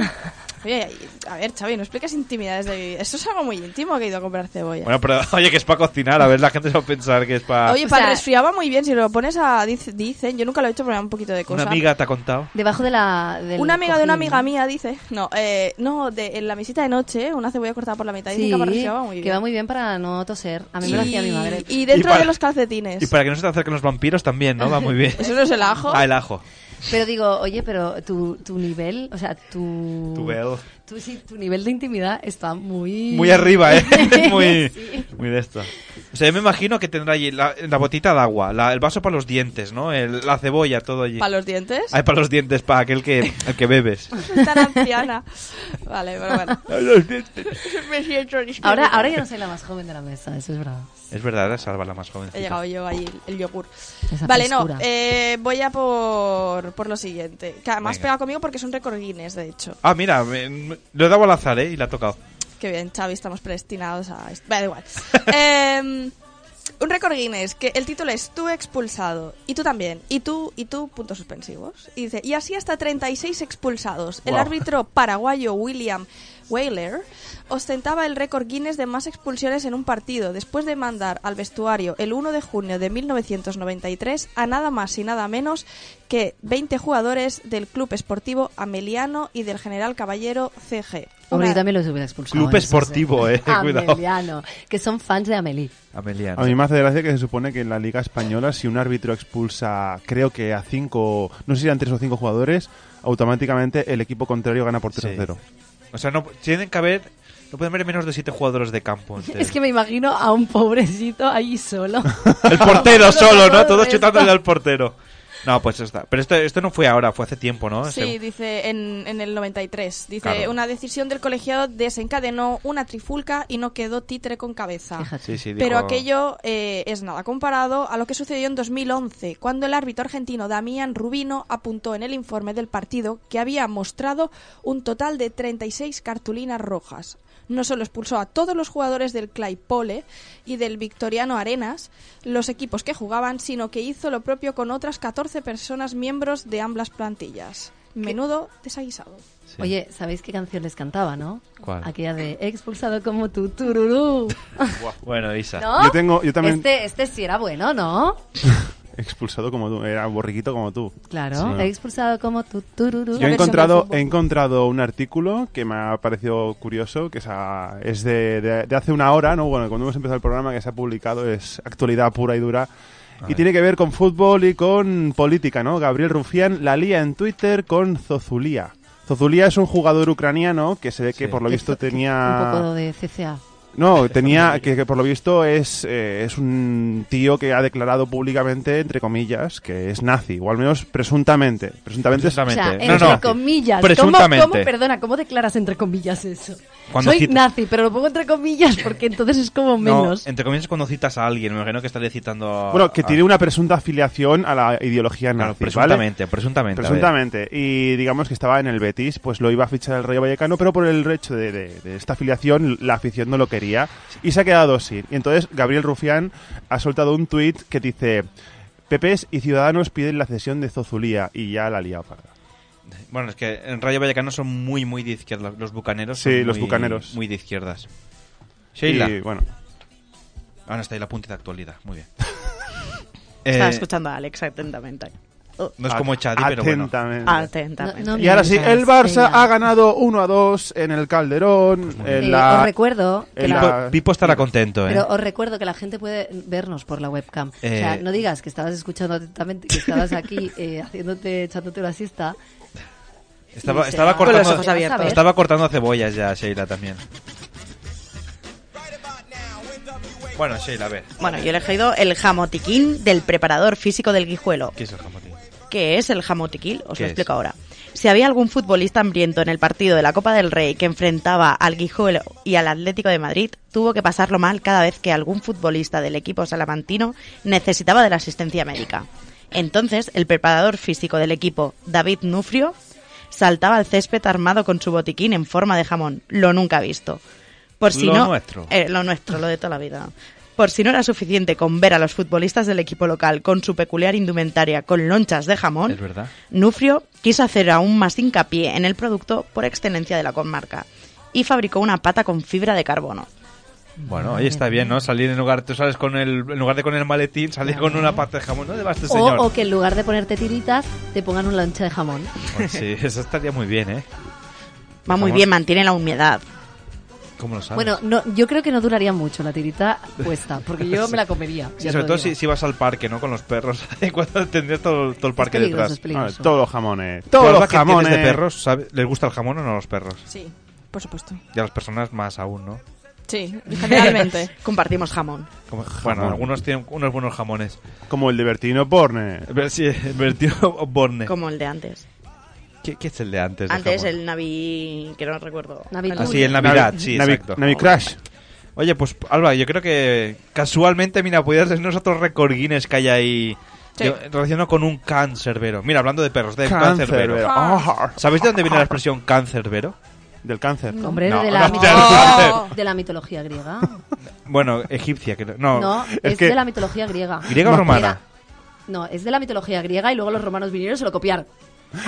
[SPEAKER 29] Oye, a ver, Xavi, no explicas intimidades de mi vida. Esto es algo muy íntimo que he ido a comprar cebolla.
[SPEAKER 7] Bueno, pero <laughs> ah, oye, que es para cocinar, a ver, la gente se va a pensar que es para.
[SPEAKER 29] Oye, para el resfriaba muy bien, si lo pones a dice- dicen, yo nunca lo he hecho, pero me da un poquito de cosa.
[SPEAKER 7] una amiga te ha contado.
[SPEAKER 11] Debajo de la. del
[SPEAKER 29] Una amiga de una
[SPEAKER 11] cojín,
[SPEAKER 29] amiga
[SPEAKER 11] ¿no?
[SPEAKER 29] mía dice, no, eh, no, de, en la misita de noche, una cebolla cortada por la mitad,
[SPEAKER 11] Sí,
[SPEAKER 29] dicen que me resfriaba muy
[SPEAKER 11] que
[SPEAKER 29] bien.
[SPEAKER 11] va muy bien para no toser. A mí me lo
[SPEAKER 29] Y-
[SPEAKER 11] hacía mi madre.
[SPEAKER 29] Y dentro
[SPEAKER 7] Y para-
[SPEAKER 29] de los calcetines.
[SPEAKER 7] Y para que no se te acerquen los vampiros también, ¿no? Va muy bien.
[SPEAKER 29] <laughs> Eso no es el ajo.
[SPEAKER 7] Ah,
[SPEAKER 29] <laughs>
[SPEAKER 7] el ajo.
[SPEAKER 11] Pero digo, oye, pero tu, tu nivel, o sea, tu...
[SPEAKER 7] Tu veo.
[SPEAKER 11] tu- sí, tu nivel de intimidad está muy...
[SPEAKER 7] Muy arriba,
[SPEAKER 29] <laughs>
[SPEAKER 11] <laughs>
[SPEAKER 7] ¿eh? Es muy,
[SPEAKER 11] Sí.
[SPEAKER 7] muy de esto. O sea, yo me imagino que tendrá allí la, la botita de agua, la- el vaso para los dientes, ¿no? El- la cebolla, todo allí.
[SPEAKER 29] ¿Para los dientes?
[SPEAKER 7] Ay,
[SPEAKER 29] <laughs>
[SPEAKER 7] para los dientes, para aquel que, el que bebes.
[SPEAKER 29] Soy tan anciana. Vale, pero bueno.
[SPEAKER 7] <laughs> Para los dientes.
[SPEAKER 29] <laughs> Me siento distinta.
[SPEAKER 11] Ahora, ahora yo no soy la más joven de la mesa, Ah, eso es verdad.
[SPEAKER 7] Es verdad, es Alba la más joven.
[SPEAKER 29] He llegado yo ahí, el yogur.
[SPEAKER 11] Esa
[SPEAKER 29] vale, no,
[SPEAKER 11] frescura.
[SPEAKER 29] eh, voy a por, por lo siguiente. Que además
[SPEAKER 7] Venga.
[SPEAKER 29] pega conmigo porque son récord Guinness, de hecho.
[SPEAKER 7] Ah, mira, me- me- lo he dado al azar, ¿eh? Y la ha tocado.
[SPEAKER 29] Qué bien, Xavi, estamos predestinados a... esto. Vale, da igual. <laughs> Em, un récord Guinness, que el título es Tú expulsado, y tú también, y tú, y tú, puntos suspensivos. Y dice, y así hasta 36 expulsados. El
[SPEAKER 8] Wow.
[SPEAKER 29] árbitro paraguayo William Whaler ostentaba el récord Guinness de más expulsiones en un partido, después de mandar al vestuario el 1 de junio de 1993 a nada más y nada menos que 20 jugadores del Club Esportivo Ameliano y del General Caballero CG. Una-
[SPEAKER 11] Hombre, yo también los hubiera expulsado.
[SPEAKER 7] Oh,
[SPEAKER 12] Club
[SPEAKER 11] esos,
[SPEAKER 7] <laughs>
[SPEAKER 12] esportivo, eh, <laughs>
[SPEAKER 29] Ah,
[SPEAKER 12] cuidado.
[SPEAKER 11] Ameliano, que son fans de Amelie.
[SPEAKER 7] Ameliano.
[SPEAKER 12] A mí me hace gracia que se supone que en la Liga Española, si un árbitro expulsa, creo que a cinco, no sé si eran tres o cinco jugadores, automáticamente el equipo contrario gana por 3-0.
[SPEAKER 7] O sea, no tienen que haber. No pueden haber menos de siete jugadores de
[SPEAKER 29] <laughs>
[SPEAKER 7] campo. entero.
[SPEAKER 11] Es que me imagino a un pobrecito ahí
[SPEAKER 12] <laughs>
[SPEAKER 11] solo. <laughs>
[SPEAKER 7] El portero solo, ¿no? Todos
[SPEAKER 11] Pobrecito.
[SPEAKER 7] chutándole al portero. No, pues ya está. Pero esto, esto no fue ahora, fue hace tiempo, ¿no? Este,
[SPEAKER 29] Sí,
[SPEAKER 7] Según-
[SPEAKER 29] dice en, en el 93. Dice,
[SPEAKER 7] Claro.
[SPEAKER 29] una decisión del colegiado desencadenó una trifulca y no quedó títere con
[SPEAKER 7] <laughs>
[SPEAKER 29] cabeza.
[SPEAKER 7] Sí, sí,
[SPEAKER 29] Pero
[SPEAKER 7] dijo-
[SPEAKER 29] aquello eh, es nada comparado a lo que sucedió en 2011, cuando el árbitro argentino Damián Rubino apuntó en el informe del partido que había mostrado un total de 36 cartulinas rojas. No solo expulsó a todos los jugadores del Claypole y del Victoriano Arenas, los equipos que jugaban, sino que hizo lo propio con otras 14 personas miembros de ambas plantillas. Menudo desaguisado.
[SPEAKER 11] Oye, ¿sabéis qué canción les cantaba, no?
[SPEAKER 7] ¿Cuál?
[SPEAKER 11] Aquella de He expulsado como tú, tururú.
[SPEAKER 7] Bueno, Isa.
[SPEAKER 11] ¿No?
[SPEAKER 12] Yo tengo- yo también-
[SPEAKER 11] Este, este sí era bueno, ¿no?
[SPEAKER 12] Expulsado como tú, era borriquito como tú.
[SPEAKER 11] Este. Claro,
[SPEAKER 12] Sí.
[SPEAKER 11] he expulsado como tú, tururú.
[SPEAKER 12] Yo he encontrado, he encontrado un artículo que me ha parecido curioso, que es, a- es de, de- de hace una hora, ¿no? Bueno, cuando hemos empezado el programa que se ha publicado es actualidad pura y dura. Y tiene que ver con fútbol y con política, ¿no? Gabriel Rufián la lía en Twitter con Zozulía. Zozulia es un jugador ucraniano que se ve que por lo visto
[SPEAKER 11] Un
[SPEAKER 12] tenía...
[SPEAKER 11] poco de CCA.
[SPEAKER 12] No, tenía que, que por lo visto es, eh, es un tío que ha declarado públicamente, entre comillas, que es nazi, o al menos presuntamente. Presuntamente, es-
[SPEAKER 11] O sea, entre
[SPEAKER 12] No, no.
[SPEAKER 11] comillas. ¿cómo-
[SPEAKER 12] Presuntamente.
[SPEAKER 11] ¿cómo, perdona, ¿cómo declaras entre comillas eso?
[SPEAKER 7] Cuando
[SPEAKER 11] Soy
[SPEAKER 7] cita-
[SPEAKER 11] nazi, pero lo pongo entre comillas porque entonces es como
[SPEAKER 7] No,
[SPEAKER 11] menos.
[SPEAKER 7] entre comillas cuando citas a alguien, me imagino que estaré citando a...
[SPEAKER 12] Bueno, que
[SPEAKER 7] a-
[SPEAKER 12] tiene una presunta afiliación a la ideología nazi. ¿vale?
[SPEAKER 7] presuntamente, presuntamente, a ver.
[SPEAKER 12] Presuntamente. Y digamos que estaba en el Betis, pues lo iba a fichar el Rayo Vallecano, pero por el hecho de, de- de esta afiliación, la afición no lo quería. Y se ha quedado sin. Y entonces Gabriel Rufián ha soltado un tuit que dice: Pepes y Ciudadanos piden la cesión de Zozulía. Y ya la liaba.
[SPEAKER 7] Bueno, es que en Rayo Vallecano son muy, muy de izquierdas. Los bucaneros
[SPEAKER 12] Sí,
[SPEAKER 7] son
[SPEAKER 12] los
[SPEAKER 7] muy-
[SPEAKER 12] bucaneros.
[SPEAKER 7] Muy de izquierdas. Sheila.
[SPEAKER 12] Y bueno.
[SPEAKER 7] Ahora está ahí la punta de actualidad. Muy bien.
[SPEAKER 13] Estaba
[SPEAKER 7] Eh,
[SPEAKER 13] escuchando a Alex atentamente. Oh.
[SPEAKER 7] no es como Chadi, pero bueno.
[SPEAKER 12] Atentamente.
[SPEAKER 13] Atentamente.
[SPEAKER 11] No, no
[SPEAKER 12] y ahora sí,
[SPEAKER 11] mientas,
[SPEAKER 12] el Barça
[SPEAKER 11] venga.
[SPEAKER 12] ha ganado 1 a 2 en el Calderón. en
[SPEAKER 11] bien.
[SPEAKER 12] la-
[SPEAKER 11] Eh, os recuerdo que
[SPEAKER 12] en
[SPEAKER 11] la-
[SPEAKER 12] la-
[SPEAKER 7] Pues Pipo estará contento, ¿eh?
[SPEAKER 11] Pero os recuerdo que la gente puede vernos por la webcam. O sea,
[SPEAKER 7] Eh.
[SPEAKER 11] no digas que estabas escuchando atentamente, que estabas
[SPEAKER 7] <laughs>
[SPEAKER 11] aquí eh, haciéndote, echándote una siesta.
[SPEAKER 7] Estaba,
[SPEAKER 11] Y se
[SPEAKER 7] estaba
[SPEAKER 11] va- Con los
[SPEAKER 7] cortando,
[SPEAKER 11] ojos abiertos.
[SPEAKER 7] estaba cortando cebollas ya, Sheila también. Bueno, Sheila, a ver.
[SPEAKER 13] Bueno, yo he elegido el jamotiquín del preparador físico del guijuelo.
[SPEAKER 7] ¿Qué es el jamotín?
[SPEAKER 13] ¿Qué es el jamotiquín? Os
[SPEAKER 7] ¿Qué
[SPEAKER 13] lo
[SPEAKER 7] es?
[SPEAKER 13] explico ahora. Si había algún futbolista hambriento en el partido de la Copa del Rey que enfrentaba al Guijuelo y al Atlético de Madrid, tuvo que pasarlo mal cada vez que algún futbolista del equipo salamantino necesitaba de la asistencia médica. Entonces, el preparador físico del equipo, David Nufrio, saltaba al césped armado con su botiquín en forma de jamón, lo nunca visto. Por si
[SPEAKER 7] Lo
[SPEAKER 13] no,
[SPEAKER 7] nuestro.
[SPEAKER 13] Eh, lo nuestro, lo de toda la vida. Por si no era suficiente con ver a los futbolistas del equipo local con su peculiar indumentaria con lonchas de jamón,
[SPEAKER 7] Es verdad.
[SPEAKER 13] Nufrio quiso hacer aún más hincapié en el producto por excelencia de la comarca y fabricó una pata con fibra de carbono.
[SPEAKER 7] Bueno, ahí está bien, ¿no? Salir en lugar, tú sales con el, en lugar de con el maletín, salir con una parte de jamón. ¿No debas este
[SPEAKER 11] O,
[SPEAKER 7] señor?
[SPEAKER 11] o que en lugar de ponerte tiritas, te pongan un lonche de jamón.
[SPEAKER 7] Pues
[SPEAKER 13] <laughs>
[SPEAKER 7] sí, eso estaría muy bien, ¿eh?
[SPEAKER 13] Va muy
[SPEAKER 7] Jamón.
[SPEAKER 13] bien, mantiene la humedad.
[SPEAKER 7] ¿Cómo lo sabes?
[SPEAKER 11] Bueno, no, yo creo que no duraría mucho la tirita puesta, porque yo me la comería.
[SPEAKER 7] <laughs> Sí,
[SPEAKER 11] ya
[SPEAKER 7] sobre
[SPEAKER 11] te
[SPEAKER 7] todo
[SPEAKER 11] lo digo.
[SPEAKER 7] si, si vas al parque, ¿no? Con los perros. <laughs> Cuando tendrías todo, todo el parque
[SPEAKER 11] peligroso, es
[SPEAKER 7] detrás.
[SPEAKER 11] peligroso.
[SPEAKER 12] todos los jamones. Todos los jamones.
[SPEAKER 7] de perros, ¿sabe- ¿les gusta el jamón o no a los perros?
[SPEAKER 29] Sí, por supuesto.
[SPEAKER 7] Y a las personas más aún, ¿no? <laughs>
[SPEAKER 13] <laughs>
[SPEAKER 29] Sí, generalmente.
[SPEAKER 13] Compartimos jamón.
[SPEAKER 7] Como-
[SPEAKER 12] Jamón.
[SPEAKER 7] bueno, algunos tienen unos buenos jamones.
[SPEAKER 12] Como el de Bertino Borne.
[SPEAKER 7] Sí, Bertino Borne.
[SPEAKER 13] Como el de antes.
[SPEAKER 7] ¿Qué, qué es el de antes? de
[SPEAKER 13] Antes
[SPEAKER 7] jamón?
[SPEAKER 13] el Navi... que no recuerdo.
[SPEAKER 11] este,
[SPEAKER 7] Ah, sí, el Navidad, sí,
[SPEAKER 12] Navi-
[SPEAKER 7] exacto.
[SPEAKER 12] Navi Crash.
[SPEAKER 7] Oye, pues Alba, yo creo que casualmente, mira, podrías decirnos otros récord Guinness que hay ahí
[SPEAKER 12] Sí.
[SPEAKER 7] yo- relacionado con un cancerbero. Mira, hablando de perros, de cancerbero.
[SPEAKER 12] Cancerbero. Ah.
[SPEAKER 7] ¿Sabéis de dónde viene la expresión cancerbero?
[SPEAKER 12] Del cáncer.
[SPEAKER 11] Hombre,
[SPEAKER 7] No,
[SPEAKER 11] de,
[SPEAKER 7] <laughs>
[SPEAKER 11] la
[SPEAKER 7] no,
[SPEAKER 11] mito-
[SPEAKER 7] del cáncer.
[SPEAKER 11] de la mitología griega.
[SPEAKER 7] Bueno, egipcia, creo. No,
[SPEAKER 11] No, es, de la mitología griega.
[SPEAKER 7] ¿Griega o romana?
[SPEAKER 11] Era- No, es de la mitología griega y luego los romanos vinieron y se lo copiaron.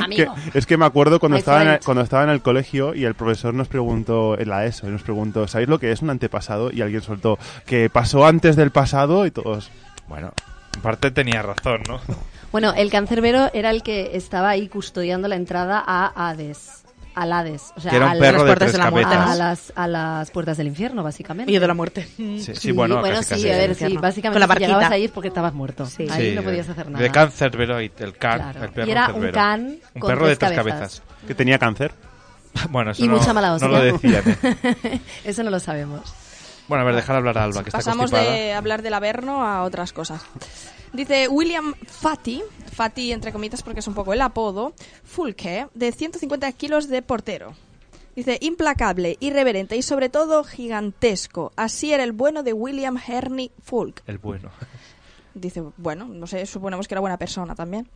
[SPEAKER 11] Amigo.
[SPEAKER 12] Que- es que me acuerdo cuando
[SPEAKER 11] My
[SPEAKER 12] estaba, en el,
[SPEAKER 11] friend.
[SPEAKER 12] cuando estaba en el colegio y el profesor nos preguntó, en la ESO, y nos preguntó, ¿sabéis lo que es un antepasado? Y alguien soltó, que pasó antes del pasado y todos...
[SPEAKER 7] Bueno, en parte tenía razón, ¿no?
[SPEAKER 11] Bueno, el cancerbero era el que estaba ahí custodiando la entrada a Hades. Al Hades. O sea,
[SPEAKER 7] Que era un
[SPEAKER 11] a las-
[SPEAKER 7] perro de A las puertas tres de la muerte.
[SPEAKER 11] a,
[SPEAKER 7] cabezas.
[SPEAKER 11] las, a las puertas del infierno, básicamente.
[SPEAKER 13] Y de la muerte.
[SPEAKER 7] Sí, sí, bueno, casi,
[SPEAKER 11] sí,
[SPEAKER 7] casi.
[SPEAKER 11] a ver,
[SPEAKER 13] Infierno.
[SPEAKER 11] sí, básicamente
[SPEAKER 13] Con la
[SPEAKER 11] si llegabas
[SPEAKER 13] barquita.
[SPEAKER 11] ahí es porque estabas muerto. Ahí no
[SPEAKER 7] Sí,
[SPEAKER 11] podías hacer nada.
[SPEAKER 7] De cancerbero y el can.
[SPEAKER 11] Claro.
[SPEAKER 7] el perro
[SPEAKER 11] Y era un
[SPEAKER 7] cancerbero.
[SPEAKER 11] can
[SPEAKER 7] Un
[SPEAKER 11] con
[SPEAKER 7] perro
[SPEAKER 11] tres
[SPEAKER 7] de tres
[SPEAKER 11] cabezas.
[SPEAKER 7] cabezas.
[SPEAKER 12] Que tenía cáncer.
[SPEAKER 7] <laughs> Bueno, eso
[SPEAKER 11] y
[SPEAKER 7] no,
[SPEAKER 11] mucha mala hostia.
[SPEAKER 7] no lo decían. ¿eh?
[SPEAKER 11] <laughs> Eso no lo sabemos.
[SPEAKER 7] Bueno, a ver, dejar hablar a Alba, que está
[SPEAKER 29] Pasamos
[SPEAKER 7] constipada.
[SPEAKER 29] de hablar del Averno a otras cosas. Dice William Fatty, Fatty entre comillas porque es un poco el apodo, Fulke, de 150 kilos de portero. Dice, implacable, irreverente y sobre todo gigantesco. Así era el bueno de William Herney Fulk.
[SPEAKER 7] El bueno.
[SPEAKER 29] Dice, bueno, no sé, suponemos que era buena persona también.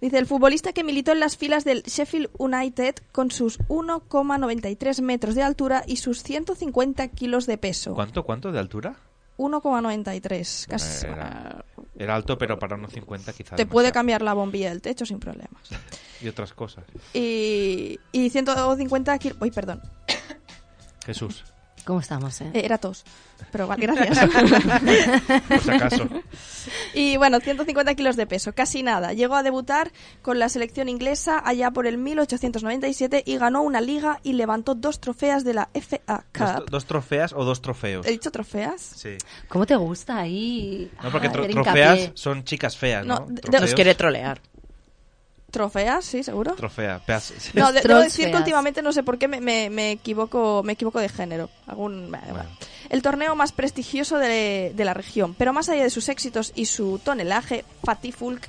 [SPEAKER 29] Dice, el futbolista que militó en las filas del Sheffield United con sus 1,93 metros de altura y sus 150 kilos de peso.
[SPEAKER 7] ¿Cuánto, cuánto de altura?
[SPEAKER 29] 1,93, casi.
[SPEAKER 7] Era, era alto, pero para unos 50 quizás.
[SPEAKER 29] Te puede cambiar la bombilla del techo sin problema.
[SPEAKER 7] Y otras cosas.
[SPEAKER 29] Y, y 150 kilos... Uy, perdón,
[SPEAKER 7] Jesús.
[SPEAKER 11] ¿Cómo estamos, eh?
[SPEAKER 29] eh, era tos. Pero vale,
[SPEAKER 11] <laughs>
[SPEAKER 29] gracias.
[SPEAKER 7] Por si acaso.
[SPEAKER 29] Y bueno, 150 kilos de peso, casi nada. Llegó a debutar con la selección inglesa allá por el 1897 y ganó una liga y levantó dos trofeas de la FA
[SPEAKER 7] Dos,
[SPEAKER 29] Cup.
[SPEAKER 7] dos trofeas o dos trofeos.
[SPEAKER 29] ¿He dicho trofeas?
[SPEAKER 7] Sí.
[SPEAKER 11] ¿Cómo te gusta ahí?
[SPEAKER 7] No, porque
[SPEAKER 11] Ah,
[SPEAKER 7] tro-
[SPEAKER 11] hacer hincapié.
[SPEAKER 7] trofeas son chicas feas, ¿no?
[SPEAKER 29] No, de-
[SPEAKER 7] Trofeos.
[SPEAKER 13] Nos quiere trolear.
[SPEAKER 29] Trofeas, sí, seguro.
[SPEAKER 7] Trofea,
[SPEAKER 11] <laughs>
[SPEAKER 7] peas-
[SPEAKER 29] No, de- debo decir que últimamente no sé por qué me, me- me equivoco, me equivoco de género. Algún, me da igual. El torneo más prestigioso de, de la región, pero más allá de sus éxitos y su tonelaje, Fatih Fulk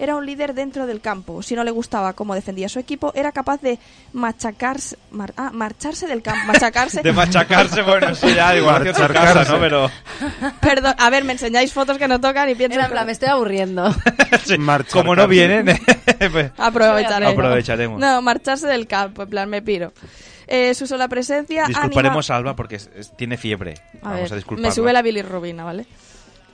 [SPEAKER 29] era un líder dentro del campo. Si no le gustaba cómo defendía su equipo, era capaz de machacarse, mar- ah, marcharse del campo,
[SPEAKER 7] <laughs>
[SPEAKER 29] machacarse.
[SPEAKER 7] De machacarse, bueno, sí, <laughs> ya, igual hacia otra casa,
[SPEAKER 12] Machacarse.
[SPEAKER 7] ¿no? <laughs> Pero.
[SPEAKER 29] <laughs> Perdón, a ver, me enseñáis fotos que no tocan y pienso.
[SPEAKER 11] Era en plan, me estoy aburriendo.
[SPEAKER 7] Como no vienen, pues,
[SPEAKER 29] Aprovecharé.
[SPEAKER 7] aprovecharemos.
[SPEAKER 29] No, marcharse del campo, en plan, me piro. Eh, su sola presencia.
[SPEAKER 7] <laughs> Disculparemos
[SPEAKER 29] anima-
[SPEAKER 7] a Alba porque es- es- tiene fiebre.
[SPEAKER 29] A
[SPEAKER 7] Vamos
[SPEAKER 29] ver,
[SPEAKER 7] a disculparla.
[SPEAKER 29] me sube la bilirrubina, ¿vale?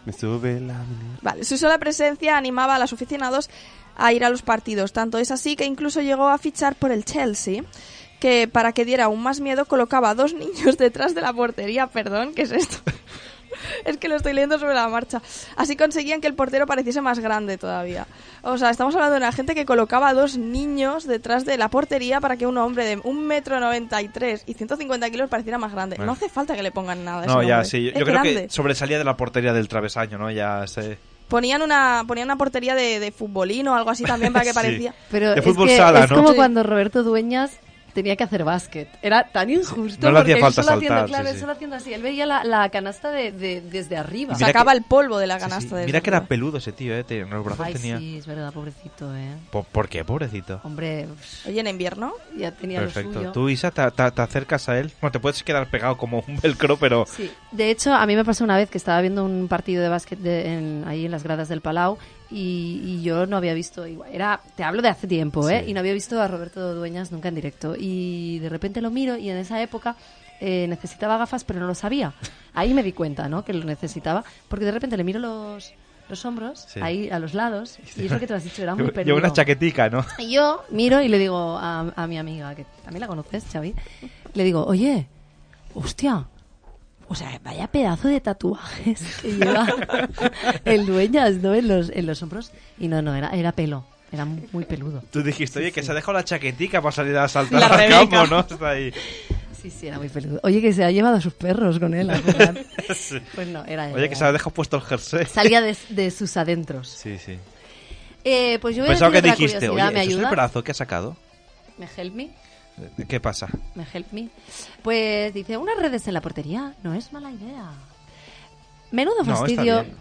[SPEAKER 12] Me sube la...
[SPEAKER 29] Vale, su sola presencia animaba a los aficionados a ir a los partidos. Tanto es así que incluso llegó a fichar por el Chelsea, que para que diera aún más miedo colocaba a dos <laughs> niños detrás de la portería. Perdón, ¿qué es esto? <laughs> Es que lo estoy leyendo sobre la marcha. Así conseguían que el portero pareciese más grande todavía. O sea, estamos hablando de una gente que colocaba a dos niños detrás de la portería para que un hombre de 1,93 m y 150 kilos pareciera más grande. No
[SPEAKER 7] Bueno.
[SPEAKER 29] hace falta que le pongan nada. a
[SPEAKER 7] No,
[SPEAKER 29] ese
[SPEAKER 7] ya,
[SPEAKER 29] hombre.
[SPEAKER 7] sí. Yo
[SPEAKER 29] Es
[SPEAKER 7] creo
[SPEAKER 29] grande.
[SPEAKER 7] que sobresalía de la portería del travesaño, ¿no? Ya este- sé.
[SPEAKER 29] Ponían una, ponían una portería de, de futbolín o algo así también para que
[SPEAKER 7] <laughs> Sí.
[SPEAKER 29] parecía.
[SPEAKER 11] Pero
[SPEAKER 7] De
[SPEAKER 11] es,
[SPEAKER 7] fútbol
[SPEAKER 11] que
[SPEAKER 7] sala,
[SPEAKER 11] es
[SPEAKER 7] ¿no?
[SPEAKER 11] como
[SPEAKER 7] Sí.
[SPEAKER 11] cuando Roberto Dueñas tenía que hacer básquet. Era tan injusto.
[SPEAKER 7] No le hacía
[SPEAKER 11] porque él
[SPEAKER 7] falta
[SPEAKER 11] solo haciendo-
[SPEAKER 7] saltar, sí,
[SPEAKER 11] claro, él
[SPEAKER 7] sí.
[SPEAKER 11] solo haciendo así. Él veía la, la canasta de- de- desde arriba.
[SPEAKER 7] Y mira Sacaba que-
[SPEAKER 29] el polvo de la
[SPEAKER 7] Sí, Mira que era peludo ese tío, ¿eh? Tenía- Los brazos
[SPEAKER 11] Ay,
[SPEAKER 7] tenía.
[SPEAKER 11] sí, es verdad, pobrecito, ¿eh?
[SPEAKER 7] Po- ¿Por qué, pobrecito?
[SPEAKER 11] Hombre.
[SPEAKER 29] Oye, en invierno
[SPEAKER 11] ya tenía lo
[SPEAKER 7] Perfecto.
[SPEAKER 11] suyo.
[SPEAKER 7] Tú, Isa, te, te- te acercas a él. Bueno, te puedes quedar pegado como un velcro, pero.
[SPEAKER 11] Sí. De hecho, a mí me pasó una vez que estaba viendo un partido de básquet de- en- ahí en las gradas del Palau y, y yo no había visto, igual- era, te hablo de hace tiempo, ¿eh?
[SPEAKER 2] Sí.
[SPEAKER 11] Y no había visto a Roberto Dueñas nunca en directo. Y de repente lo miro y en esa época eh, necesitaba gafas, pero no lo sabía. Ahí me di cuenta, ¿no? Que lo necesitaba, porque de repente le miro los, los hombros,
[SPEAKER 7] Sí.
[SPEAKER 11] ahí a los
[SPEAKER 7] <laughs>
[SPEAKER 11] lados, y es lo que tú has dicho, era muy
[SPEAKER 7] Lleva-
[SPEAKER 11] perdido.
[SPEAKER 7] Lleva una chaquetica,
[SPEAKER 11] <laughs>
[SPEAKER 7] ¿no?
[SPEAKER 11] Y yo miro y le digo a, a mi amiga, que también la conoces, Xavi, le digo, oye, hostia, o sea, vaya pedazo de tatuajes <laughs> que lleva el dueñas, ¿no? En los, en los hombros. Y no, no, era, era pelo, era muy peludo.
[SPEAKER 7] Tú dijiste, oye, que se ha dejado la chaquetica para salir a saltar
[SPEAKER 11] La
[SPEAKER 7] al
[SPEAKER 11] Rebeca.
[SPEAKER 7] campo, ¿no? Está ahí.
[SPEAKER 11] <laughs> Sí, sí, era muy peludo. Oye, que se ha llevado a sus perros con él. al
[SPEAKER 7] <laughs>
[SPEAKER 11] jugar. Pues no, era él,
[SPEAKER 7] Oye, que
[SPEAKER 11] era
[SPEAKER 7] se ha
[SPEAKER 11] él.
[SPEAKER 7] dejado puesto el jersey.
[SPEAKER 11] Salía de, de sus adentros.
[SPEAKER 7] <laughs> Sí, sí.
[SPEAKER 11] Eh, pues yo voy a
[SPEAKER 7] Pensaba que
[SPEAKER 11] decir otra
[SPEAKER 7] dijiste, oye,
[SPEAKER 11] curiosidad, ¿me
[SPEAKER 7] ¿eso es el
[SPEAKER 11] ayuda?
[SPEAKER 7] brazo que ha sacado?
[SPEAKER 11] ¿Me help me?
[SPEAKER 7] ¿Qué pasa?
[SPEAKER 11] Me help me. Pues dice, unas redes en la portería no es mala idea. Menudo
[SPEAKER 7] No, está
[SPEAKER 11] fastidio.
[SPEAKER 7] bien.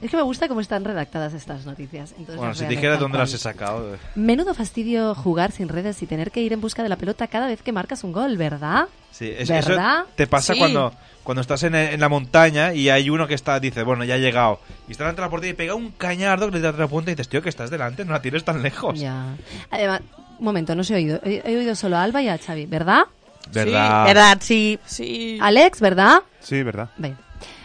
[SPEAKER 11] es que me gusta cómo están redactadas estas noticias. Entonces
[SPEAKER 7] Bueno,
[SPEAKER 11] las
[SPEAKER 7] si
[SPEAKER 11] voy a
[SPEAKER 7] dijeras
[SPEAKER 11] leer
[SPEAKER 7] dónde
[SPEAKER 11] tal
[SPEAKER 7] las he sacado. eh.
[SPEAKER 11] cual. Menudo fastidio jugar sin redes y tener que ir en busca de la pelota cada vez que marcas un gol, ¿verdad?
[SPEAKER 7] Sí, es- eso
[SPEAKER 11] ¿Verdad?
[SPEAKER 7] te pasa
[SPEAKER 11] Sí.
[SPEAKER 7] cuando, cuando estás en, en la montaña y hay uno que está dice, bueno, ya he llegado. Y está delante de la portería y pega un cañardo que le da otra punta y dices, tío, que estás delante, no la tienes tan lejos.
[SPEAKER 11] Ya. Además, un momento, no os he oído. He, he oído solo a Alba y a Xavi, ¿verdad?
[SPEAKER 7] ¿Verdad?
[SPEAKER 13] ¿Verdad? Sí.
[SPEAKER 29] Sí.
[SPEAKER 11] Alex, ¿verdad?
[SPEAKER 12] Sí, ¿verdad?
[SPEAKER 11] Ven.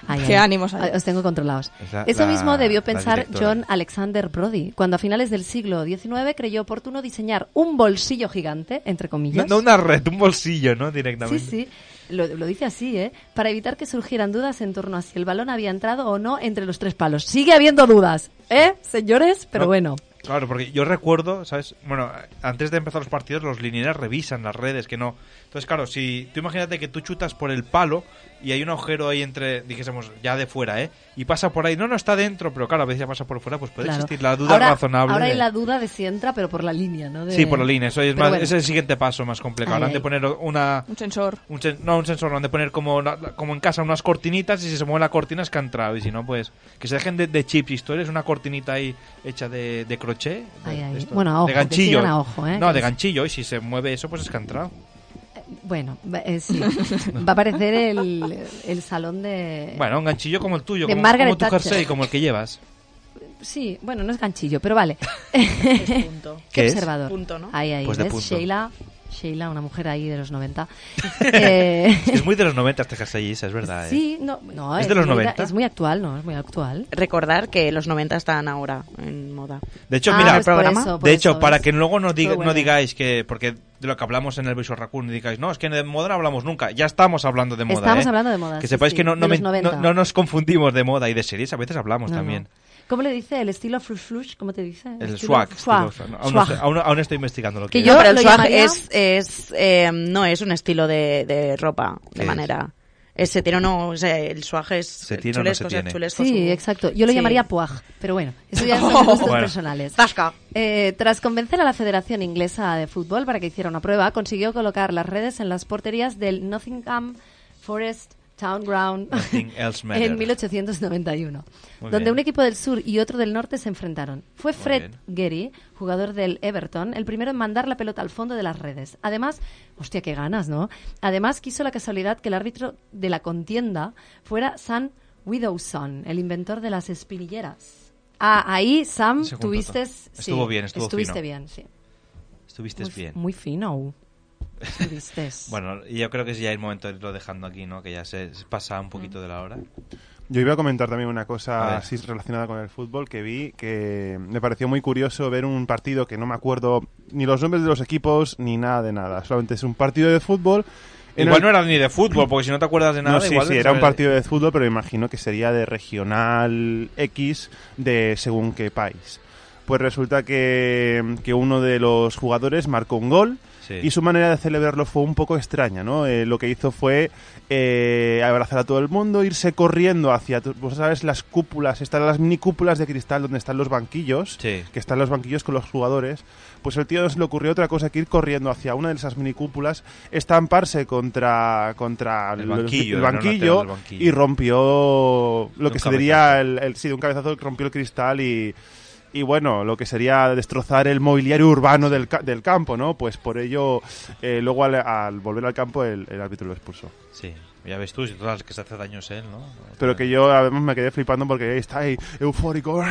[SPEAKER 11] Ay,
[SPEAKER 29] Qué
[SPEAKER 11] ay.
[SPEAKER 29] ánimos hay.
[SPEAKER 11] Ay, Os tengo controlados.
[SPEAKER 12] Es la-
[SPEAKER 11] Eso
[SPEAKER 12] la-
[SPEAKER 11] mismo debió
[SPEAKER 12] la
[SPEAKER 11] pensar
[SPEAKER 12] directora.
[SPEAKER 11] John Alexander Brody cuando a finales del siglo XIX creyó oportuno diseñar un bolsillo gigante, entre
[SPEAKER 7] No,
[SPEAKER 11] comillas.
[SPEAKER 7] no una red, un bolsillo, ¿no?
[SPEAKER 11] Sí,
[SPEAKER 7] Directamente.
[SPEAKER 11] sí. Lo, lo dice así, ¿eh? Para evitar que surgieran dudas en torno a si el balón había entrado o no entre los tres palos. Sigue habiendo dudas, ¿eh, señores? Pero
[SPEAKER 7] No.
[SPEAKER 11] bueno.
[SPEAKER 7] Claro, porque yo recuerdo, ¿sabes? Bueno, antes de empezar los partidos, los lineales revisan las redes, que no. Entonces, claro, si tú imagínate que tú chutas por el palo y hay un agujero ahí entre, dijésemos, ya de fuera, ¿eh? Y pasa por ahí, no, no está dentro, pero claro, a veces ya pasa por fuera, pues puede
[SPEAKER 11] claro.
[SPEAKER 7] existir la duda
[SPEAKER 11] ahora,
[SPEAKER 7] razonable.
[SPEAKER 11] Ahora
[SPEAKER 7] de-
[SPEAKER 11] hay la duda de si entra, pero por la línea, ¿no? De-
[SPEAKER 7] Sí, por la línea, eso es,
[SPEAKER 11] Pero
[SPEAKER 7] más,
[SPEAKER 11] bueno.
[SPEAKER 7] es el siguiente paso más complejo.
[SPEAKER 11] Ay,
[SPEAKER 7] Ahora han de
[SPEAKER 11] ay.
[SPEAKER 7] poner una.
[SPEAKER 29] Un sensor.
[SPEAKER 7] Un sen- no, un sensor, no, han de poner como, la- la- como en casa unas cortinitas y si se mueve la cortina es que ha entrado. Y si no, pues que se dejen de, de chips y historias, una cortinita ahí hecha de, de crochet. de-
[SPEAKER 11] Ay, ay.
[SPEAKER 7] de esto,
[SPEAKER 11] Bueno, a ojo,
[SPEAKER 7] de
[SPEAKER 11] que
[SPEAKER 7] ganchillo.
[SPEAKER 11] sigan a ojo, ¿eh?
[SPEAKER 7] No,
[SPEAKER 11] Que
[SPEAKER 7] de
[SPEAKER 11] es-
[SPEAKER 7] ganchillo, y si se mueve eso, pues es que ha entrado.
[SPEAKER 11] Bueno, va- eh, sí.
[SPEAKER 7] <laughs>
[SPEAKER 11] va a aparecer el, el salón de...
[SPEAKER 7] Bueno, un ganchillo como el tuyo,
[SPEAKER 11] Eh, De
[SPEAKER 7] como,
[SPEAKER 11] Margaret
[SPEAKER 7] como tu
[SPEAKER 11] Thatcher.
[SPEAKER 7] jersey, como el
[SPEAKER 11] <laughs>
[SPEAKER 7] que llevas.
[SPEAKER 11] Sí, bueno, no es ganchillo, pero vale. <laughs> punto.
[SPEAKER 7] ¿Qué
[SPEAKER 11] Qué,
[SPEAKER 7] es?
[SPEAKER 11] observador.
[SPEAKER 13] Punto, ¿no?
[SPEAKER 11] Ahí, ahí,
[SPEAKER 7] Pues de
[SPEAKER 11] ¿ves?
[SPEAKER 7] punto.
[SPEAKER 11] Sheila, Sheila, una mujer ahí de los
[SPEAKER 7] <laughs>
[SPEAKER 11] 90. Eh,
[SPEAKER 7] Es que es muy de los 90 este jersey, Isa, es verdad. ¿eh?
[SPEAKER 11] sí, no, no,
[SPEAKER 7] ¿Es de los
[SPEAKER 11] muy-
[SPEAKER 7] 90?
[SPEAKER 11] Es muy actual, ¿no? Es muy actual.
[SPEAKER 13] Recordar que los 90 están ahora en moda.
[SPEAKER 11] Ah,
[SPEAKER 7] De hecho, mira,
[SPEAKER 11] pues
[SPEAKER 13] el programa.
[SPEAKER 7] de hecho, para que luego no, diga-
[SPEAKER 13] Todo vuelve.
[SPEAKER 7] no digáis que, porque de lo que hablamos en el Visor Raccoon, digáis, no, es que de moda no hablamos nunca. Ya estamos hablando de moda.
[SPEAKER 11] Estamos
[SPEAKER 7] ¿eh?
[SPEAKER 11] hablando de moda,
[SPEAKER 7] Que
[SPEAKER 11] sí,
[SPEAKER 7] sepáis
[SPEAKER 11] sí,
[SPEAKER 7] que no, no,
[SPEAKER 11] de los
[SPEAKER 7] me-
[SPEAKER 11] 90.
[SPEAKER 7] no- no nos confundimos de moda y de series, a veces hablamos
[SPEAKER 11] No,
[SPEAKER 7] también.
[SPEAKER 11] ¿Cómo le dice el estilo flush flush? ¿Cómo te dice?
[SPEAKER 7] El
[SPEAKER 11] estilo
[SPEAKER 7] swag.
[SPEAKER 11] Swag.
[SPEAKER 7] estilo- aún, no
[SPEAKER 11] Swag.
[SPEAKER 7] estoy- aún- aún estoy investigando lo que,
[SPEAKER 11] Que
[SPEAKER 7] es.
[SPEAKER 11] yo-
[SPEAKER 13] No, pero el
[SPEAKER 11] lo
[SPEAKER 13] swag
[SPEAKER 11] llamaría-
[SPEAKER 13] es, es, eh, no es un estilo de, de ropa, de manera. Es setino, no, o sea, el suaje es
[SPEAKER 7] Setino no
[SPEAKER 13] chulesco,
[SPEAKER 7] se
[SPEAKER 13] o sea,
[SPEAKER 7] tiene.
[SPEAKER 13] chulesco.
[SPEAKER 11] Sí,
[SPEAKER 13] su-
[SPEAKER 11] exacto. Yo lo
[SPEAKER 13] Sí.
[SPEAKER 11] llamaría puaj, pero bueno, eso ya
[SPEAKER 7] <laughs>
[SPEAKER 11] son gustos
[SPEAKER 13] Bueno.
[SPEAKER 11] personales.
[SPEAKER 13] Zasca.
[SPEAKER 11] Eh, tras convencer a la Federación Inglesa de Fútbol para que hiciera una prueba, consiguió colocar las redes en las porterías del Nottingham Forest Town Ground
[SPEAKER 7] Nothing else
[SPEAKER 11] <laughs>
[SPEAKER 7] matters.
[SPEAKER 11] en 1891,
[SPEAKER 7] Muy
[SPEAKER 11] donde
[SPEAKER 7] bien.
[SPEAKER 11] un equipo del sur y otro del norte se enfrentaron. Fue
[SPEAKER 7] Muy
[SPEAKER 11] Fred
[SPEAKER 7] bien.
[SPEAKER 11] Gehry, jugador del Everton, el primero en mandar la pelota al fondo de las redes. Además, hostia, qué ganas, ¿no? Además, quiso la casualidad que el árbitro de la contienda fuera Sam Widowson, el inventor de las espinilleras. Ah, ahí, Sam,
[SPEAKER 7] Ese contrato.
[SPEAKER 11] tuviste... sí,
[SPEAKER 7] Estuvo bien, estuvo
[SPEAKER 11] Estuviste
[SPEAKER 7] fino.
[SPEAKER 11] bien, sí.
[SPEAKER 7] Estuviste
[SPEAKER 11] Muy-
[SPEAKER 7] bien.
[SPEAKER 11] Muy fino. Estuviste.
[SPEAKER 7] Bueno, yo creo que es ya el momento de irlo dejando aquí, ¿no? Que ya se se pasa un
[SPEAKER 11] Mm.
[SPEAKER 7] poquito de la hora.
[SPEAKER 12] Yo iba a comentar también una
[SPEAKER 7] A
[SPEAKER 12] cosa
[SPEAKER 7] ver.
[SPEAKER 12] así relacionada con el fútbol que vi, que me pareció muy curioso ver un partido que no me acuerdo ni los nombres de los equipos ni nada de nada. Solamente es un partido de fútbol. en
[SPEAKER 7] Igual
[SPEAKER 12] el-
[SPEAKER 7] no era ni de fútbol, porque si no te acuerdas de nada,
[SPEAKER 12] no, sí,
[SPEAKER 7] igual
[SPEAKER 12] sí,
[SPEAKER 7] no
[SPEAKER 12] era un
[SPEAKER 7] sabes-
[SPEAKER 12] partido de fútbol, pero me imagino que sería de regional X de según qué país. Pues resulta que, que uno de los jugadores marcó un gol
[SPEAKER 7] Sí.
[SPEAKER 12] y su manera de celebrarlo fue un poco extraña, ¿no? Eh, lo que hizo fue eh, abrazar a todo el mundo, irse corriendo hacia, tu- vos sabes, las cúpulas, están las mini cúpulas de cristal donde están los banquillos, que están los banquillos con los jugadores. Pues el tío no se le ocurrió otra cosa que ir corriendo hacia una de esas mini cúpulas, estamparse contra, contra
[SPEAKER 7] El
[SPEAKER 12] el
[SPEAKER 7] banquillo,
[SPEAKER 12] el
[SPEAKER 7] era una tela
[SPEAKER 12] banquillo,
[SPEAKER 7] del banquillo.
[SPEAKER 12] y rompió lo que
[SPEAKER 7] un
[SPEAKER 12] se diría el, el- sí, de un cabezazo rompió el cristal y y bueno, lo que sería destrozar el mobiliario urbano del, ca- del campo, ¿no? Pues por ello, eh, luego al, al volver al campo, el, el árbitro lo expulsó.
[SPEAKER 7] Sí, ya ves tú, si todas las que se hace daño es él, ¿no?
[SPEAKER 12] Pero que yo además me quedé flipando porque ahí está ahí, eufórico,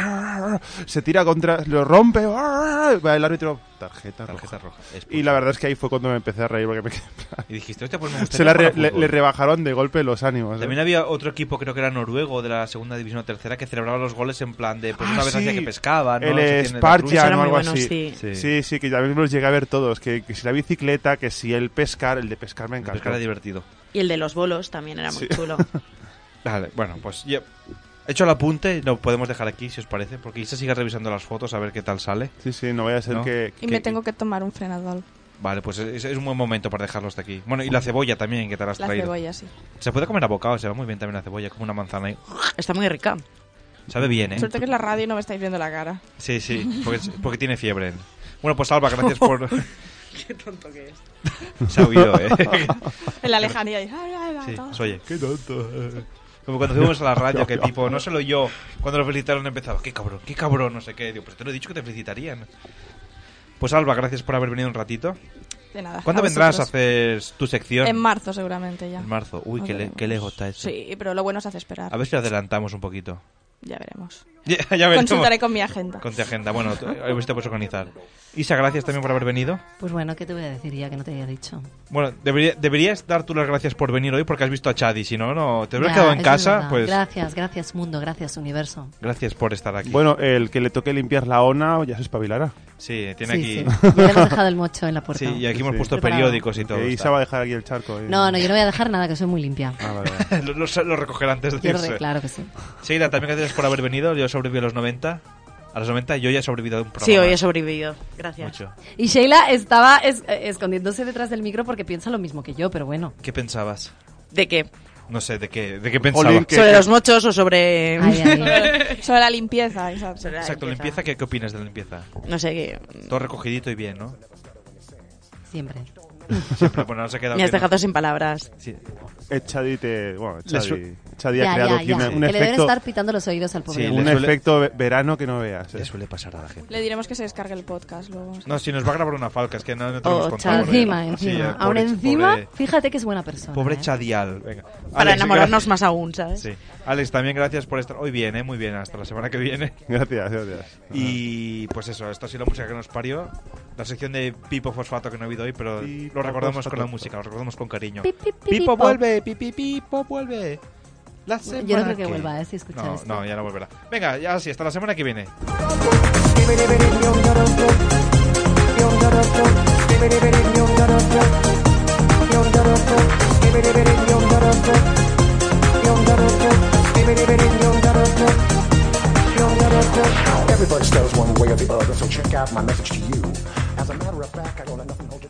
[SPEAKER 12] se tira contra, lo rompe, va el árbitro, tarjeta,
[SPEAKER 7] Tarjeta
[SPEAKER 12] roja.
[SPEAKER 7] roja, expulsado.
[SPEAKER 12] Y la verdad es que ahí fue cuando me empecé a reír porque me quedé...
[SPEAKER 7] Y dijiste, hostia, pues me
[SPEAKER 12] <laughs> se
[SPEAKER 7] gustaría
[SPEAKER 12] la
[SPEAKER 7] jugar
[SPEAKER 12] re-
[SPEAKER 7] a
[SPEAKER 12] le,
[SPEAKER 7] fútbol.
[SPEAKER 12] le rebajaron de golpe los ánimos. ¿eh?
[SPEAKER 7] También había otro equipo, creo que era noruego, de la segunda división o tercera, que celebraba los goles en plan de, pues
[SPEAKER 12] Ah,
[SPEAKER 7] una vez hacía
[SPEAKER 12] sí.
[SPEAKER 7] que pescaba, ¿no? Se
[SPEAKER 12] El
[SPEAKER 7] tiene la cruz.
[SPEAKER 12] Spartan o algo así. sí. sí, que ya mismo los llegué a ver todos. Que, que si la bicicleta, que si el pescar, el de pescar me encanta.
[SPEAKER 7] pescar era divertido.
[SPEAKER 13] Y el de los bolos también era muy chulo.
[SPEAKER 7] Vale, bueno, pues ya he hecho el apunte, lo podemos dejar aquí, si os parece, porque Isa sigue revisando las fotos a ver qué tal sale.
[SPEAKER 12] Sí, sí, no vaya a
[SPEAKER 7] ser
[SPEAKER 12] que...
[SPEAKER 29] Y me tengo que tomar un frenador.
[SPEAKER 7] Vale, pues es, es un buen momento para dejarlo hasta aquí. Bueno, y
[SPEAKER 12] Mm.
[SPEAKER 7] la cebolla también, que te la has
[SPEAKER 29] La
[SPEAKER 7] traído.
[SPEAKER 29] cebolla, sí.
[SPEAKER 7] Se puede comer a bocado, se va muy bien también la cebolla, como una manzana. ahí.
[SPEAKER 13] Está muy rica.
[SPEAKER 7] Sabe bien, ¿eh?
[SPEAKER 29] Suerte que es la radio y no me estáis viendo la cara.
[SPEAKER 7] Sí, sí,
[SPEAKER 29] <laughs>
[SPEAKER 7] porque, porque tiene fiebre. Bueno, pues Alba, gracias por...
[SPEAKER 29] Qué tonto que es.
[SPEAKER 7] <laughs> Se ha oído, ¿eh?
[SPEAKER 29] <laughs> En la lejanía. y- ay, ay, ay,
[SPEAKER 7] Sí,
[SPEAKER 29] todo.
[SPEAKER 7] se oye. Qué tonto. eh. Como cuando fuimos a la <laughs> radio, que tipo, no solo yo, cuando lo felicitaron empezaba, qué cabrón, qué cabrón, no sé qué. Digo, pues te lo he dicho que te felicitarían. Pues Alba, gracias por haber venido un ratito.
[SPEAKER 29] De nada.
[SPEAKER 7] ¿Cuándo
[SPEAKER 29] A
[SPEAKER 7] vendrás a
[SPEAKER 29] vosotros.
[SPEAKER 7] hacer tu sección?
[SPEAKER 29] En marzo seguramente ya.
[SPEAKER 7] En marzo. Uy,
[SPEAKER 29] Nos
[SPEAKER 7] qué, le-
[SPEAKER 29] veremos.
[SPEAKER 7] qué lejos está eso.
[SPEAKER 29] Sí, pero lo bueno se hace esperar.
[SPEAKER 7] A ver si lo adelantamos un poquito. <laughs>
[SPEAKER 29] Ya veremos.
[SPEAKER 7] Ya, ya veremos.
[SPEAKER 29] Consultaré con mi agenda.
[SPEAKER 7] Con tu agenda, bueno, tú- a ver si te puedes organizar. Isa, gracias también por haber venido.
[SPEAKER 11] <laughs> Pues bueno, ¿qué te voy a decir ya que no te había dicho?
[SPEAKER 7] Bueno, debería- deberías dar tú las gracias por venir hoy porque has visto a Chadi. Si no, no te hubieras
[SPEAKER 11] Ya,
[SPEAKER 7] quedado en
[SPEAKER 11] eso es
[SPEAKER 7] casa,
[SPEAKER 11] verdad.
[SPEAKER 7] pues
[SPEAKER 11] Gracias, gracias mundo, gracias universo.
[SPEAKER 7] gracias por estar aquí.
[SPEAKER 12] Bueno, el que le toque limpiar la ona ya se espabilará.
[SPEAKER 7] Sí, tiene aquí.
[SPEAKER 11] Ya le hemos dejado el mocho en
[SPEAKER 7] <laughs>
[SPEAKER 11] la puerta.
[SPEAKER 7] Sí, y aquí hemos puesto
[SPEAKER 11] Preparado.
[SPEAKER 7] periódicos y todo.
[SPEAKER 12] Y Ah,
[SPEAKER 7] está.
[SPEAKER 12] se va a dejar aquí el charco. eh.
[SPEAKER 11] No, no, yo no voy a dejar nada, que soy muy limpia.
[SPEAKER 7] <laughs> lo, lo- lo recogerá antes de
[SPEAKER 11] Yo lo
[SPEAKER 7] irse.
[SPEAKER 11] re- claro que sí.
[SPEAKER 7] Sheila, también gracias por haber venido. Yo sobreviví a los 90. A los 90 yo ya he sobrevivido a un programa.
[SPEAKER 13] Sí, hoy he sobrevivido. Gracias.
[SPEAKER 7] Mucho.
[SPEAKER 11] Y Sheila estaba es- eh, escondiéndose detrás del micro porque piensa lo mismo que yo, pero bueno.
[SPEAKER 7] ¿Qué pensabas?
[SPEAKER 13] ¿De qué?
[SPEAKER 7] No sé, ¿de qué, de qué pensabas?
[SPEAKER 13] ¿Sobre los mochos o sobre...?
[SPEAKER 7] Ay,
[SPEAKER 29] Sobre, sobre la limpieza, exacto.
[SPEAKER 7] Exacto, limpieza. ¿qué, ¿Qué opinas de la limpieza?
[SPEAKER 13] No sé qué.
[SPEAKER 7] Todo recogidito y bien, ¿no?
[SPEAKER 11] Siempre.
[SPEAKER 7] Siempre, bueno, no se ha quedado
[SPEAKER 13] Me has
[SPEAKER 7] que no.
[SPEAKER 13] dejado sin palabras.
[SPEAKER 12] Eh, Chadi te- bueno,
[SPEAKER 7] Le su-
[SPEAKER 12] Chadi- Chadi ha
[SPEAKER 11] Ya,
[SPEAKER 12] creado
[SPEAKER 11] ya,
[SPEAKER 12] aquí
[SPEAKER 11] ya.
[SPEAKER 12] una- un
[SPEAKER 11] Que le deben
[SPEAKER 12] efecto...
[SPEAKER 11] estar pitando los oídos al pobre.
[SPEAKER 12] Sí,
[SPEAKER 11] hombre.
[SPEAKER 12] un
[SPEAKER 7] le suele-
[SPEAKER 12] efecto ve- verano que no veas. eh. Le
[SPEAKER 7] suele pasar a la gente.
[SPEAKER 29] Le diremos que se descargue el podcast luego.
[SPEAKER 7] No, si nos va a grabar una falca, es que no, no tenemos
[SPEAKER 29] Oh,
[SPEAKER 7] control.
[SPEAKER 11] Encima,
[SPEAKER 7] Sí,
[SPEAKER 11] encima.
[SPEAKER 7] eh,
[SPEAKER 11] Ahora
[SPEAKER 7] pobre-
[SPEAKER 11] encima,
[SPEAKER 7] Pobre,
[SPEAKER 11] fíjate que es buena persona.
[SPEAKER 7] pobre
[SPEAKER 11] ¿eh?
[SPEAKER 7] Chadial. Venga.
[SPEAKER 13] Para
[SPEAKER 7] Alex,
[SPEAKER 13] enamorarnos más aún, ¿sabes?
[SPEAKER 7] Sí. Alex, también gracias por estar hoy bien, ¿eh? muy bien, hasta la semana que viene.
[SPEAKER 12] <laughs> Gracias, gracias.
[SPEAKER 7] Y pues eso, esto ha sido la música que nos parió. La sección de Pipo Fosfato que no ha habido hoy, pero lo recordamos con la música, lo recordamos con cariño.
[SPEAKER 22] Pip, pip, pip,
[SPEAKER 7] Pipo
[SPEAKER 22] pipo.
[SPEAKER 7] vuelve, pipi, Pipo vuelve. La semana
[SPEAKER 22] Yo no creo que vuelva,
[SPEAKER 11] eh, si escuchas
[SPEAKER 7] no,
[SPEAKER 22] esto.
[SPEAKER 7] No, ya no volverá. Venga, ya sí, hasta la semana que viene.
[SPEAKER 2] Everybody stutters one way or the other, so check out my message to you. As a matter of fact, I don't let nothing hold you.